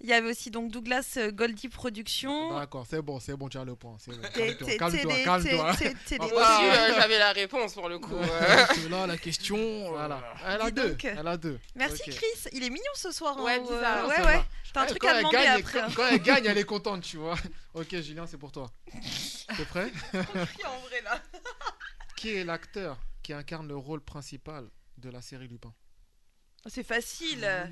Speaker 8: il y avait aussi donc Douglas euh, Goldie Productions.
Speaker 2: Ah bah, D'accord, c'est bon, c'est bon, tu as le point. c'est bon.
Speaker 8: T'es-
Speaker 2: Calme-toi,
Speaker 8: t'es-
Speaker 2: calme-toi,
Speaker 8: t'es les-
Speaker 2: calme-toi.
Speaker 8: t'es- t'es- t'es
Speaker 2: Ah,
Speaker 8: les-
Speaker 2: bah,
Speaker 7: Aussi, euh, j'avais la réponse pour le coup. euh.
Speaker 5: Parce que là, la question. Voilà.
Speaker 2: euh, Elle a
Speaker 8: Dis
Speaker 2: deux.
Speaker 8: donc.
Speaker 2: Elle a deux.
Speaker 8: Merci
Speaker 2: Ok.
Speaker 8: Chris, il est mignon ce soir. hein,
Speaker 7: Ouais,
Speaker 8: ou,
Speaker 7: bizarre,
Speaker 8: euh,
Speaker 2: ça
Speaker 8: ouais,
Speaker 2: va.
Speaker 8: ouais. T'as un
Speaker 2: Ouais,
Speaker 8: truc
Speaker 2: quand
Speaker 8: à
Speaker 2: elle
Speaker 8: demander
Speaker 2: gagne,
Speaker 8: après.
Speaker 2: quand-
Speaker 8: hein.
Speaker 2: Quand elle gagne, elle est contente, tu vois. Ok, Julien, c'est pour toi. T'es prêt
Speaker 8: en vrai là.
Speaker 2: Qui est l'acteur qui incarne le rôle principal de la série Lupin
Speaker 8: Ah, C'est
Speaker 2: Ah
Speaker 8: facile.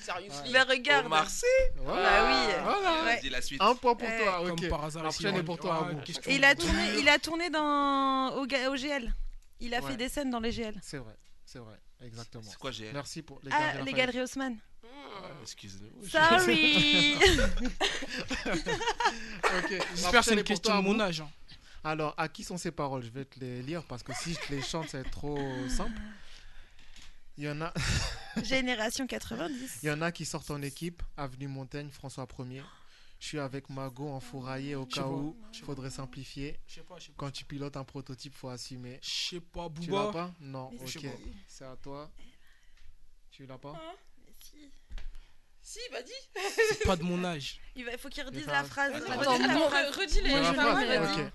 Speaker 7: Seriously.
Speaker 8: Mais regarde.
Speaker 7: Omar Sy
Speaker 8: Bah oui.
Speaker 2: Voilà.
Speaker 8: Ouais.
Speaker 2: Un point pour
Speaker 8: Ouais.
Speaker 2: toi,
Speaker 5: Comme
Speaker 2: ok.
Speaker 5: par hasard,
Speaker 2: La
Speaker 5: ici,
Speaker 2: prochaine
Speaker 5: on-
Speaker 2: est pour toi,
Speaker 5: Ah,
Speaker 2: Abou.
Speaker 5: question.
Speaker 8: Et il a tourné, il a tourné dans au, ga- au GL. Il a
Speaker 2: Ouais.
Speaker 8: fait des scènes dans les GL.
Speaker 2: C'est vrai, c'est vrai, exactement.
Speaker 3: C'est quoi, GL?
Speaker 2: Merci pour les
Speaker 8: ah,
Speaker 2: Galeries
Speaker 8: les
Speaker 2: Lafayette.
Speaker 8: Galeries Haussmann.
Speaker 3: Excusez-nous.
Speaker 8: Sorry.
Speaker 2: Ok, la
Speaker 5: J'espère
Speaker 2: prochaine
Speaker 5: que c'est une
Speaker 2: est pour
Speaker 5: question
Speaker 2: toi,
Speaker 5: de mon
Speaker 2: Abou.
Speaker 5: âge, hein.
Speaker 2: Alors, à qui sont ces paroles Je vais te les lire parce que si je te les chante, ça va être trop simple. Il y en a.
Speaker 8: Génération 90.
Speaker 2: Il y en a qui sortent en équipe, Avenue Montaigne, François 1er. Je suis avec Mago en fourraillé au
Speaker 5: Je sais
Speaker 2: cas
Speaker 5: pas,
Speaker 2: où
Speaker 5: je sais
Speaker 2: faudrait simplifier.
Speaker 5: Je sais pas, je sais pas.
Speaker 2: Quand tu pilotes un prototype, faut assumer.
Speaker 5: Je sais pas,
Speaker 2: Tu
Speaker 5: Booba.
Speaker 2: l'as pas Non,
Speaker 5: Mais je
Speaker 2: ok.
Speaker 5: sais pas.
Speaker 2: C'est à toi. Tu l'as pas
Speaker 7: Si, bah dis.
Speaker 5: C'est pas de mon âge.
Speaker 8: Il va- faut qu'il redise
Speaker 2: ça-
Speaker 8: la phrase.
Speaker 7: Attends,
Speaker 8: Redis la
Speaker 7: non,
Speaker 8: phrase.
Speaker 7: re-
Speaker 2: Tu
Speaker 7: redis-les,
Speaker 2: l'as
Speaker 7: redis-les.
Speaker 2: pas
Speaker 7: Ouais,
Speaker 2: Ok.
Speaker 7: vas-y.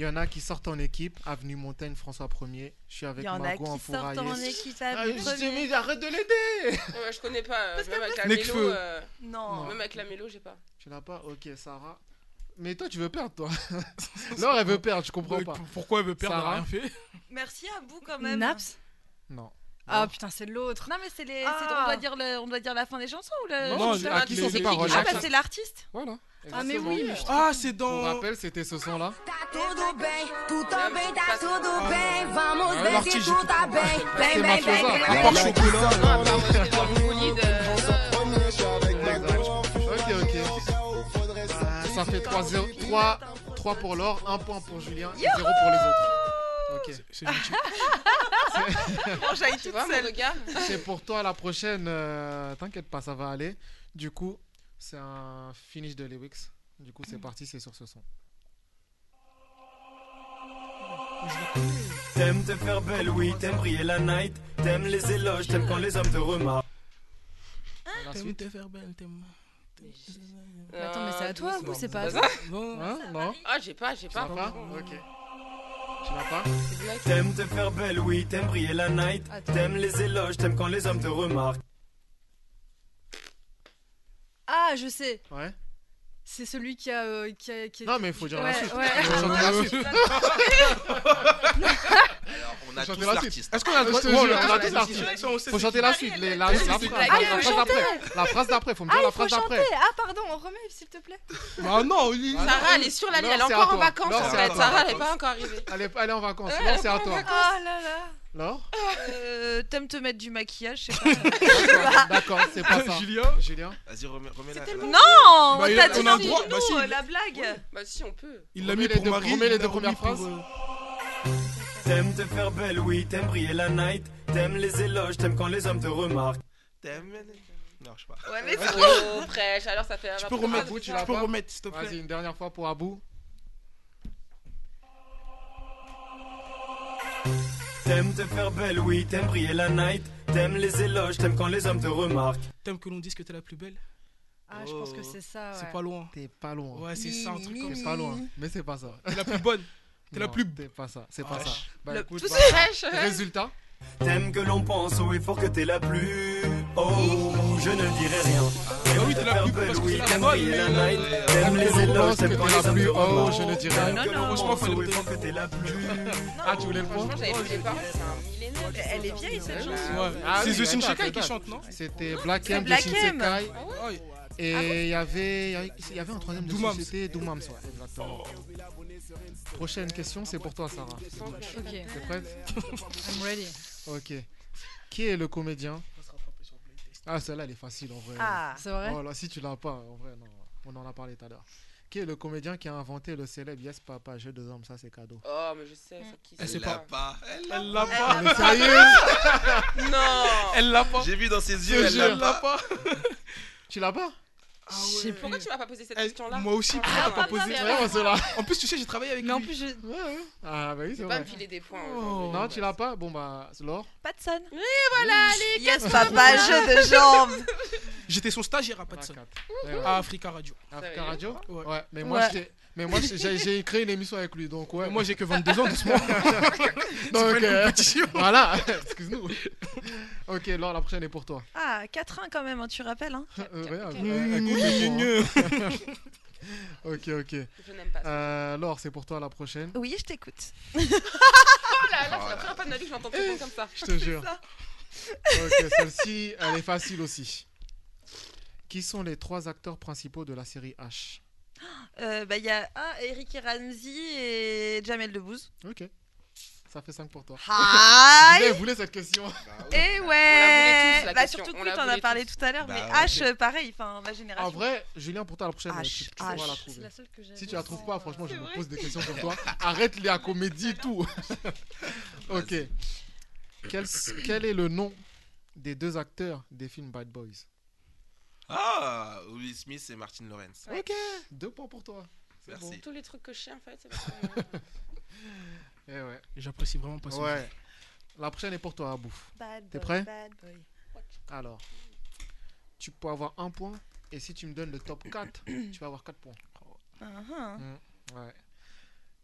Speaker 2: Il y en a qui sortent en équipe, Avenue Montaigne, François 1er. Je suis avec
Speaker 8: Il y en a
Speaker 2: Mago
Speaker 8: qui
Speaker 2: en
Speaker 8: sortent
Speaker 2: fourraillé.
Speaker 8: en équipe
Speaker 2: Ah,
Speaker 8: Avenue
Speaker 2: je t'ai
Speaker 8: Premier.
Speaker 2: mis, arrête de l'aider
Speaker 7: Ouais, je connais pas. euh, même avec la
Speaker 2: Nekfeu.
Speaker 7: mélo. euh,
Speaker 8: Non.
Speaker 7: Même avec la mélo, j'ai pas.
Speaker 2: Tu l'as pas Ok, Sarah. Mais toi, tu veux perdre, toi. Laure, elle veut perdre, je comprends
Speaker 5: Ouais,
Speaker 2: pas.
Speaker 5: pour- pourquoi elle veut perdre, elle a
Speaker 2: Sarah
Speaker 5: rien fait
Speaker 8: Merci à vous quand même.
Speaker 6: Naps
Speaker 2: Non.
Speaker 6: Ah putain, c'est l'autre.
Speaker 8: Hein. Non mais c'est les.
Speaker 6: Ah.
Speaker 8: c'est- On doit dire le- on doit dire la fin des chansons ou le.
Speaker 2: Non, Non, à qui sont ces paroles
Speaker 8: Ah bah c'est l'artiste.
Speaker 2: Voilà.
Speaker 8: Ah, mais oui, mais je-
Speaker 5: Ah, c'est
Speaker 2: Pour
Speaker 5: dans.
Speaker 2: rappel, c'était ce son-là.
Speaker 14: Tudo bem, tudo bem, tá tudo bem. Vamos ver
Speaker 2: Ah,
Speaker 14: se
Speaker 2: l'artiste,
Speaker 14: tu tá bem. Bem, bem, bem, bem,
Speaker 2: À part chocolat. Ok,
Speaker 7: euh,
Speaker 2: ok. Ah, ça fait 3-0. 3, 3 pour Laure, 1 point pour Julien, et 0 pour les autres. Ok.
Speaker 5: C'est gentil.
Speaker 8: J'aille
Speaker 7: Tu
Speaker 8: toute
Speaker 7: vois, Ah, mon
Speaker 8: seule.
Speaker 7: regard
Speaker 2: C'est pour toi la prochaine. euh, T'inquiète pas, ça va aller. Du coup, c'est un finish de Lewix. Du coup, c'est parti, c'est sur ce son.
Speaker 11: T'aimes te faire belle, oui, t'aimes briller la night, t'aimes les éloges, t'aimes quand les hommes te remarquent.
Speaker 2: La
Speaker 5: T'aimes
Speaker 2: suite.
Speaker 5: te faire belle, t'aimes. t'aimes-
Speaker 6: Mais attends, mais c'est à toi,
Speaker 7: doucement.
Speaker 6: ou c'est pas à
Speaker 7: C'est
Speaker 6: toi
Speaker 7: pas
Speaker 5: Non,
Speaker 2: Hein Non
Speaker 7: Ah, j'ai pas, j'ai
Speaker 2: Tu
Speaker 7: pas.
Speaker 2: l'as pas Ok. Tu l'as pas
Speaker 11: T'aimes te faire belle, oui, t'aimes briller la night, t'aimes les éloges, t'aimes quand les hommes te remarquent.
Speaker 6: Ah, je sais.
Speaker 2: Ouais.
Speaker 6: C'est celui qui a, euh, qui a- qui a-
Speaker 2: Non, mais il faut dire la
Speaker 6: Ouais,
Speaker 2: suite.
Speaker 6: ouais.
Speaker 2: Faut chanter la suite.
Speaker 3: On
Speaker 2: Faut chanter la
Speaker 3: a tous
Speaker 2: suite.
Speaker 3: l'artiste.
Speaker 2: Est-ce qu'on a le droit
Speaker 3: Je te
Speaker 2: Bon, on
Speaker 3: jure,
Speaker 2: a
Speaker 3: on a
Speaker 2: tous
Speaker 3: tous
Speaker 2: l'artiste.
Speaker 3: l'artiste.
Speaker 2: Faut chanter la suite. les- La la phrase
Speaker 6: Ah, il faut
Speaker 2: la phrase
Speaker 6: chanter.
Speaker 2: d'après. La phrase d'après, faut me
Speaker 6: Ah,
Speaker 2: dire la
Speaker 6: il faut
Speaker 2: phrase
Speaker 6: chanter.
Speaker 2: d'après.
Speaker 6: Ah, pardon, on remet, s'il te plaît.
Speaker 2: Bah
Speaker 5: Oh,
Speaker 2: non, oui.
Speaker 7: Sarah, elle est sur la ligne, elle est
Speaker 2: Laure, c'est à
Speaker 7: encore en
Speaker 2: toi.
Speaker 7: vacances
Speaker 2: Laure,
Speaker 7: en
Speaker 2: c'est à
Speaker 7: fait.
Speaker 2: toi.
Speaker 7: Sarah, elle est pas encore arrivée.
Speaker 2: Elle est, elle est en vacances. Laure, c'est à toi.
Speaker 8: Ah là là.
Speaker 2: Laure
Speaker 8: Euh, T'aimes te mettre du maquillage, je sais pas.
Speaker 2: D'accord, c'est pas ça.
Speaker 5: Julien
Speaker 2: Julien
Speaker 3: Vas-y, remets, remets la.
Speaker 8: Non,
Speaker 5: Bah, il-
Speaker 8: t'as
Speaker 5: on
Speaker 8: dit
Speaker 5: a
Speaker 8: non, euh,
Speaker 5: le droit- bah, si, il-
Speaker 8: la blague.
Speaker 7: Bah, si, on peut.
Speaker 5: Il l'a
Speaker 2: Remets
Speaker 5: mis
Speaker 2: les
Speaker 5: pour
Speaker 2: deux-
Speaker 5: Marie.
Speaker 2: remets les
Speaker 5: il
Speaker 2: deux
Speaker 5: l'a mis
Speaker 2: premières
Speaker 5: pour,
Speaker 2: phrases.
Speaker 5: euh,
Speaker 11: T'aimes te faire belle, oui, t'aimes briller la night, t'aimes les éloges, t'aimes quand les hommes te remarquent.
Speaker 3: T'aimes les- Non, je sais pas.
Speaker 8: Ouais mais c'est
Speaker 7: Oh, prêche, alors ça fait.
Speaker 5: peux remettre,
Speaker 2: Abou, tu
Speaker 5: je
Speaker 2: l'as
Speaker 5: peux
Speaker 2: pas
Speaker 5: remettre, s'il te plaît.
Speaker 2: Vas-y, une dernière fois pour Abou.
Speaker 11: T'aimes te faire belle, oui, t'aimes briller la night, t'aimes les éloges, t'aimes quand les hommes te remarquent.
Speaker 5: T'aimes que l'on dise que t'es la plus belle
Speaker 6: Ah, je pense que c'est ça.
Speaker 5: C'est
Speaker 6: ouais.
Speaker 5: pas loin.
Speaker 2: T'es pas loin.
Speaker 5: Ouais, c'est ça, un truc comme
Speaker 2: T'es
Speaker 5: ça.
Speaker 2: pas loin. Mais c'est pas ça.
Speaker 5: T'es la plus bonne. T'es la
Speaker 2: Non,
Speaker 5: plus.
Speaker 2: T'es pas ça. C'est pas
Speaker 5: Ah,
Speaker 2: ça.
Speaker 5: wesh.
Speaker 2: Bah
Speaker 5: Le-
Speaker 2: écoute,
Speaker 8: tout
Speaker 2: bah,
Speaker 7: Prêche
Speaker 2: résultat.
Speaker 11: T'aimes que l'on pense au effort que t'es la plus. Oh, je ne dirai rien.
Speaker 5: Bah oui, t'es la plus parce
Speaker 11: Belle,
Speaker 5: que c'est
Speaker 11: oui,
Speaker 5: la
Speaker 11: t'aimes
Speaker 5: bonne.
Speaker 11: briller la night, t'aimes
Speaker 2: Je
Speaker 11: les éloges,
Speaker 2: pense que
Speaker 11: t'aimes quand
Speaker 2: t'es
Speaker 11: les
Speaker 2: la
Speaker 11: hommes te
Speaker 2: plus. Oh,
Speaker 11: remarquent.
Speaker 2: je ne dirais rien.
Speaker 11: T'aimes que l'on
Speaker 5: franchement,
Speaker 11: pense
Speaker 5: fallait
Speaker 11: au
Speaker 5: le
Speaker 11: effort que t'es la plus.
Speaker 2: Ah, tu voulais le point
Speaker 7: Franchement, j'avais pris les paroles, c'est un millénaire.
Speaker 8: Elle est vieille cette chanson.
Speaker 5: Ouais.
Speaker 2: Ah
Speaker 5: C'est
Speaker 2: oui,
Speaker 5: The Sin
Speaker 2: attends,
Speaker 5: Shekai qui
Speaker 2: attends.
Speaker 5: chante, non Ah
Speaker 2: C'était Black
Speaker 8: C'est
Speaker 2: M de
Speaker 8: Black
Speaker 2: Shin
Speaker 8: M.
Speaker 2: Sekai.
Speaker 5: Ouais.
Speaker 2: Et il y avait, il y avait un troisième de
Speaker 5: Doomams.
Speaker 2: société, Doomams, ouais, exactement. Prochaine question, c'est pour toi, Sarah.
Speaker 6: Ok,
Speaker 2: T'es prête
Speaker 6: I'm ready.
Speaker 2: Ok. Qui est le comédien Ah, celle-là, elle est facile en vrai.
Speaker 8: Ah. C'est vrai
Speaker 2: Oh là, si tu l'as pas, en vrai, non. On en a parlé tout à l'heure. Qui est le comédien qui a inventé le célèbre Yes Papa, j'ai deux hommes, ça c'est cadeau.
Speaker 7: Oh, mais je sais, ça qui
Speaker 2: Elle
Speaker 7: c'est
Speaker 2: sait
Speaker 7: là.
Speaker 2: pas. pas.
Speaker 7: Elle
Speaker 2: Elle l'a
Speaker 7: Elle
Speaker 2: pas.
Speaker 7: l'a
Speaker 2: Elle est sérieuse
Speaker 7: Non
Speaker 2: Elle l'a pas.
Speaker 3: J'ai vu dans ses
Speaker 2: Je
Speaker 3: yeux, elle
Speaker 2: jure.
Speaker 3: l'a pas.
Speaker 2: Tu l'as pas
Speaker 7: Pourquoi tu m'as pas posé cette question-là
Speaker 2: Ah Eh, Moi aussi,
Speaker 7: Ah,
Speaker 2: pourquoi t'as
Speaker 7: pas
Speaker 2: pas posé
Speaker 7: bien,
Speaker 2: vraiment
Speaker 7: mais-
Speaker 2: cela
Speaker 5: En plus, tu sais, j'ai travaillé avec
Speaker 8: Mais en plus, je.
Speaker 2: Ah, bah oui, c'est
Speaker 7: Faut pas
Speaker 2: vrai.
Speaker 7: me filer des
Speaker 8: hein,
Speaker 7: points. hein.
Speaker 2: Oh. Non, tu l'as pas Bon, bah, c'est Laure.
Speaker 8: Pas de son.
Speaker 7: Oui, voilà, allez,
Speaker 8: Yes,
Speaker 7: casse-toi,
Speaker 8: papa,
Speaker 7: voilà.
Speaker 8: jeu de jambes.
Speaker 5: J'étais son stagiaire à Patson.
Speaker 2: Ouais, ouais.
Speaker 5: À Africa Radio.
Speaker 2: Africa Radio
Speaker 5: Ouais.
Speaker 2: Ouais, mais moi,
Speaker 5: Ouais.
Speaker 2: j'étais- mais moi j'ai- j'ai j'ai créé une émission avec lui, donc ouais.
Speaker 5: Moi, j'ai que 22 ans, doucement. C'est pas une compétition.
Speaker 2: euh, voilà, excuse-nous. Ok, Laure, la prochaine est pour toi.
Speaker 8: Ah, 4-1 quand même, hein, tu rappelles. Hein.
Speaker 2: Euh, ouais,
Speaker 8: Ok.
Speaker 2: euh, écoute, les points. ok, ok.
Speaker 8: Je n'aime pas ça.
Speaker 2: Euh, Laure, c'est pour toi la prochaine.
Speaker 8: Oui, je t'écoute.
Speaker 7: Oh là là, c'est la première fois de ma vie que j'entends tout le monde comme ça.
Speaker 2: Eh, Je te jure. Ok, celle-ci, elle est facile aussi. Qui sont les trois acteurs principaux de la série H
Speaker 8: Euh, bah, il y a ah, Eric et Ramsey et Jamel Debbouze.
Speaker 2: Ok. Ça fait 5 pour toi.
Speaker 8: Hi
Speaker 2: Vous voulez- vous voulez cette question
Speaker 7: Bah
Speaker 8: Et
Speaker 7: voulait
Speaker 8: ouais
Speaker 7: tous, la
Speaker 8: Bah,
Speaker 7: question.
Speaker 8: surtout
Speaker 7: On
Speaker 8: que
Speaker 7: la
Speaker 8: t'en
Speaker 7: voulait
Speaker 8: as parlé
Speaker 7: tous.
Speaker 8: tout à l'heure,
Speaker 2: Bah,
Speaker 8: mais
Speaker 2: ouais.
Speaker 8: H, pareil, enfin, ma génération.
Speaker 2: En vrai, Julien, pour toi, la prochaine,
Speaker 8: H,
Speaker 2: tu, tu pourras
Speaker 8: H.
Speaker 2: la
Speaker 8: C'est
Speaker 2: trouver.
Speaker 8: la seule que j'avais.
Speaker 2: si tu la trouves pas, franchement, je
Speaker 8: C'est
Speaker 2: me
Speaker 8: vrai.
Speaker 2: pose des questions pour toi. Arrête les comédies et tout. ok. Quel, quel est le nom des deux acteurs des films Bad Boys
Speaker 3: Ah, Will Smith et Martin Lawrence.
Speaker 2: Ok, deux points pour toi. C'est
Speaker 3: Merci.
Speaker 7: Tous les trucs que je sais, en fait, c'est parce que...
Speaker 2: Eh ouais.
Speaker 5: J'apprécie vraiment pas ça.
Speaker 2: Ouais. La prochaine est pour toi, Abou.
Speaker 8: Bad
Speaker 2: T'es
Speaker 8: boy,
Speaker 2: prêt
Speaker 8: bad boy.
Speaker 2: Alors, tu peux avoir un point. Et si tu me donnes le top 4, tu vas avoir 4 points.
Speaker 8: Ah,
Speaker 2: Mm, ouais.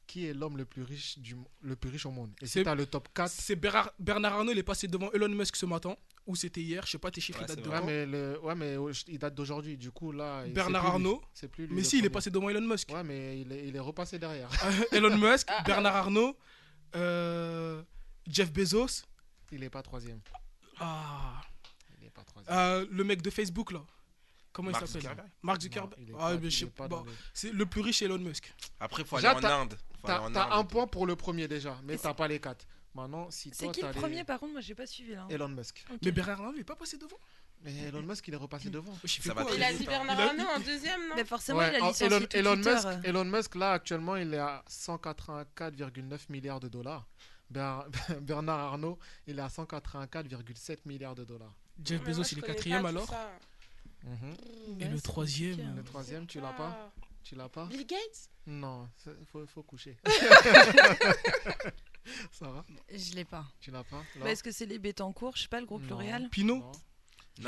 Speaker 2: Qui est l'homme le plus riche du mo- le plus riche au monde Et
Speaker 5: C'est-
Speaker 2: si t'as le top 4
Speaker 5: C'est Bernard, Bernard Arnault, il est passé devant Elon Musk ce matin, ou c'était hier, je sais pas tes chiffres, ils datent de
Speaker 2: Ouais,
Speaker 5: quand.
Speaker 2: mais, le- ouais, mais au- il date d'aujourd'hui. Du coup, là. il-
Speaker 5: Bernard
Speaker 2: c'est plus lui.
Speaker 5: Arnault.
Speaker 2: C'est plus lui
Speaker 5: Mais
Speaker 2: le
Speaker 5: si, il est
Speaker 2: premier.
Speaker 5: passé devant Elon Musk.
Speaker 2: Ouais, mais il est, il est repassé derrière.
Speaker 5: Elon Musk, Bernard Arnault, euh, Jeff Bezos,
Speaker 2: Il est pas troisième.
Speaker 5: ah,
Speaker 2: Il est pas troisième.
Speaker 5: euh, le mec de Facebook là. Comment
Speaker 3: Mark
Speaker 5: il s'appelle
Speaker 3: Zuckerberg
Speaker 5: Mark Zuckerberg.
Speaker 2: Non, il est
Speaker 5: Ah,
Speaker 2: pas-
Speaker 5: mais
Speaker 2: il
Speaker 5: je sais
Speaker 2: est
Speaker 5: pas.
Speaker 2: pas dans
Speaker 5: bah,
Speaker 2: les-
Speaker 5: C'est le plus riche, Elon Musk.
Speaker 3: Après, faut aller
Speaker 2: Déjà,
Speaker 3: en
Speaker 2: t'as-
Speaker 3: Inde. Faut aller
Speaker 2: T'as
Speaker 3: en
Speaker 2: t'as
Speaker 3: Inde
Speaker 2: un
Speaker 3: et
Speaker 2: point pour le premier déjà, mais
Speaker 8: Et
Speaker 2: t'as
Speaker 8: c'est-
Speaker 2: pas les 4. Maintenant, si
Speaker 8: C'est
Speaker 7: Oh,
Speaker 2: toi,
Speaker 8: qui le
Speaker 2: t'as les-
Speaker 8: premier, par contre Moi, j'ai pas suivi là.
Speaker 2: Elon Musk.
Speaker 8: Ok.
Speaker 5: Mais Bernard Arnault, il est pas passé devant.
Speaker 2: Mais Elon Musk, il est repassé devant.
Speaker 5: Je sais
Speaker 3: Ça
Speaker 5: plus
Speaker 3: va
Speaker 5: quoi,
Speaker 3: très
Speaker 7: Il a
Speaker 3: vite,
Speaker 7: dit
Speaker 3: hein.
Speaker 7: Bernard
Speaker 5: Il a-
Speaker 7: Arnault en deuxième, non
Speaker 8: Mais forcément, il a
Speaker 2: en-
Speaker 8: licencié
Speaker 2: Elon,
Speaker 8: tout
Speaker 2: Elon
Speaker 8: Twitter.
Speaker 2: Musk, Elon Musk, là, actuellement, il est à 184,9 milliards de dollars. Ber- Bernard Arnault, il est à 184,7 milliards de dollars. Mhm.
Speaker 5: Jeff
Speaker 7: Mais
Speaker 5: Bezos,
Speaker 7: moi, je
Speaker 5: il est
Speaker 7: connais
Speaker 5: quatrième
Speaker 7: pas tout
Speaker 5: alors.
Speaker 7: ça.
Speaker 5: Et le troisième.
Speaker 2: Le troisième, tu l'as pas Tu l'as pas
Speaker 7: hein. Bill Gates
Speaker 2: Non, c'est- faut, faut coucher. Ça va
Speaker 6: Je l'ai pas.
Speaker 2: Tu l'as pas
Speaker 8: Bah, Est-ce que c'est les Bétancourt Je sais pas, le groupe
Speaker 2: Non.
Speaker 8: L'Oréal
Speaker 5: Pinot
Speaker 3: Non,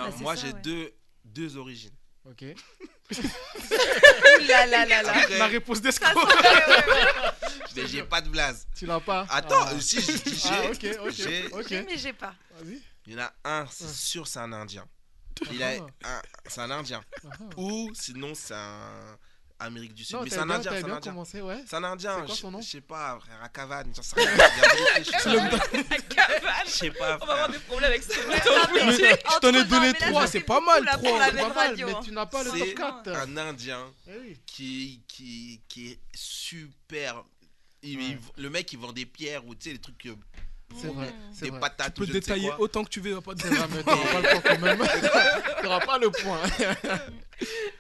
Speaker 8: Bah, c'est
Speaker 3: moi
Speaker 8: ça,
Speaker 3: j'ai
Speaker 8: ouais.
Speaker 3: deux, deux origines.
Speaker 2: Ok.
Speaker 8: Ouh là là Ah, là là.
Speaker 3: Après,
Speaker 5: La réponse d'escroc.
Speaker 3: j'ai- j'ai pas de blase.
Speaker 2: Tu l'as pas
Speaker 3: Attends,
Speaker 2: Ah.
Speaker 3: euh, si j'ai. j'ai-
Speaker 2: Ah, ok, ok,
Speaker 3: j'ai-
Speaker 2: ok. Ah.
Speaker 8: J'ai, mais j'ai pas.
Speaker 2: Vas-y.
Speaker 3: Il y en a un, c'est sûr, c'est un Indien.
Speaker 2: Ah.
Speaker 3: Il a un- c'est un Indien. Ou sinon, c'est un Amérique du Sud.
Speaker 2: Non,
Speaker 3: Mais c'est
Speaker 2: t'avais
Speaker 3: un
Speaker 2: bien,
Speaker 3: Indien,
Speaker 2: t'avais
Speaker 3: c'est un
Speaker 2: bien
Speaker 3: Indien.
Speaker 2: commencé, ouais.
Speaker 3: C'est un Indien.
Speaker 2: C'est quoi
Speaker 3: je-
Speaker 2: son nom
Speaker 3: Je sais pas, frère, à Cavane, j'en sais rien. Il vient de l'Autriche, je sais pas. Je sais pas,
Speaker 7: On va avoir
Speaker 3: frère.
Speaker 7: des problèmes avec ce
Speaker 5: Mais Je t'en ai donné trois, c'est pas mal.
Speaker 8: là, pour
Speaker 5: Trois.
Speaker 8: la
Speaker 2: C'est pas
Speaker 8: même
Speaker 2: mal,
Speaker 8: radio,
Speaker 2: mais
Speaker 8: hein.
Speaker 2: tu n'as pas le
Speaker 3: C'est
Speaker 2: top 4.
Speaker 3: un Indien
Speaker 2: Eh oui.
Speaker 3: qui, qui, qui est super. Il- il- le mec, il vend des pierres ou tu sais, des trucs. euh,
Speaker 2: C'est vrai. C'est
Speaker 3: Des
Speaker 2: vrai.
Speaker 3: patates,
Speaker 5: Tu peux
Speaker 3: ou je ne sais
Speaker 5: détailler
Speaker 3: quoi.
Speaker 5: autant que tu veux. y a pas de-
Speaker 2: C'est vrai, mais t'auras pas le point quand même. t'auras pas le point.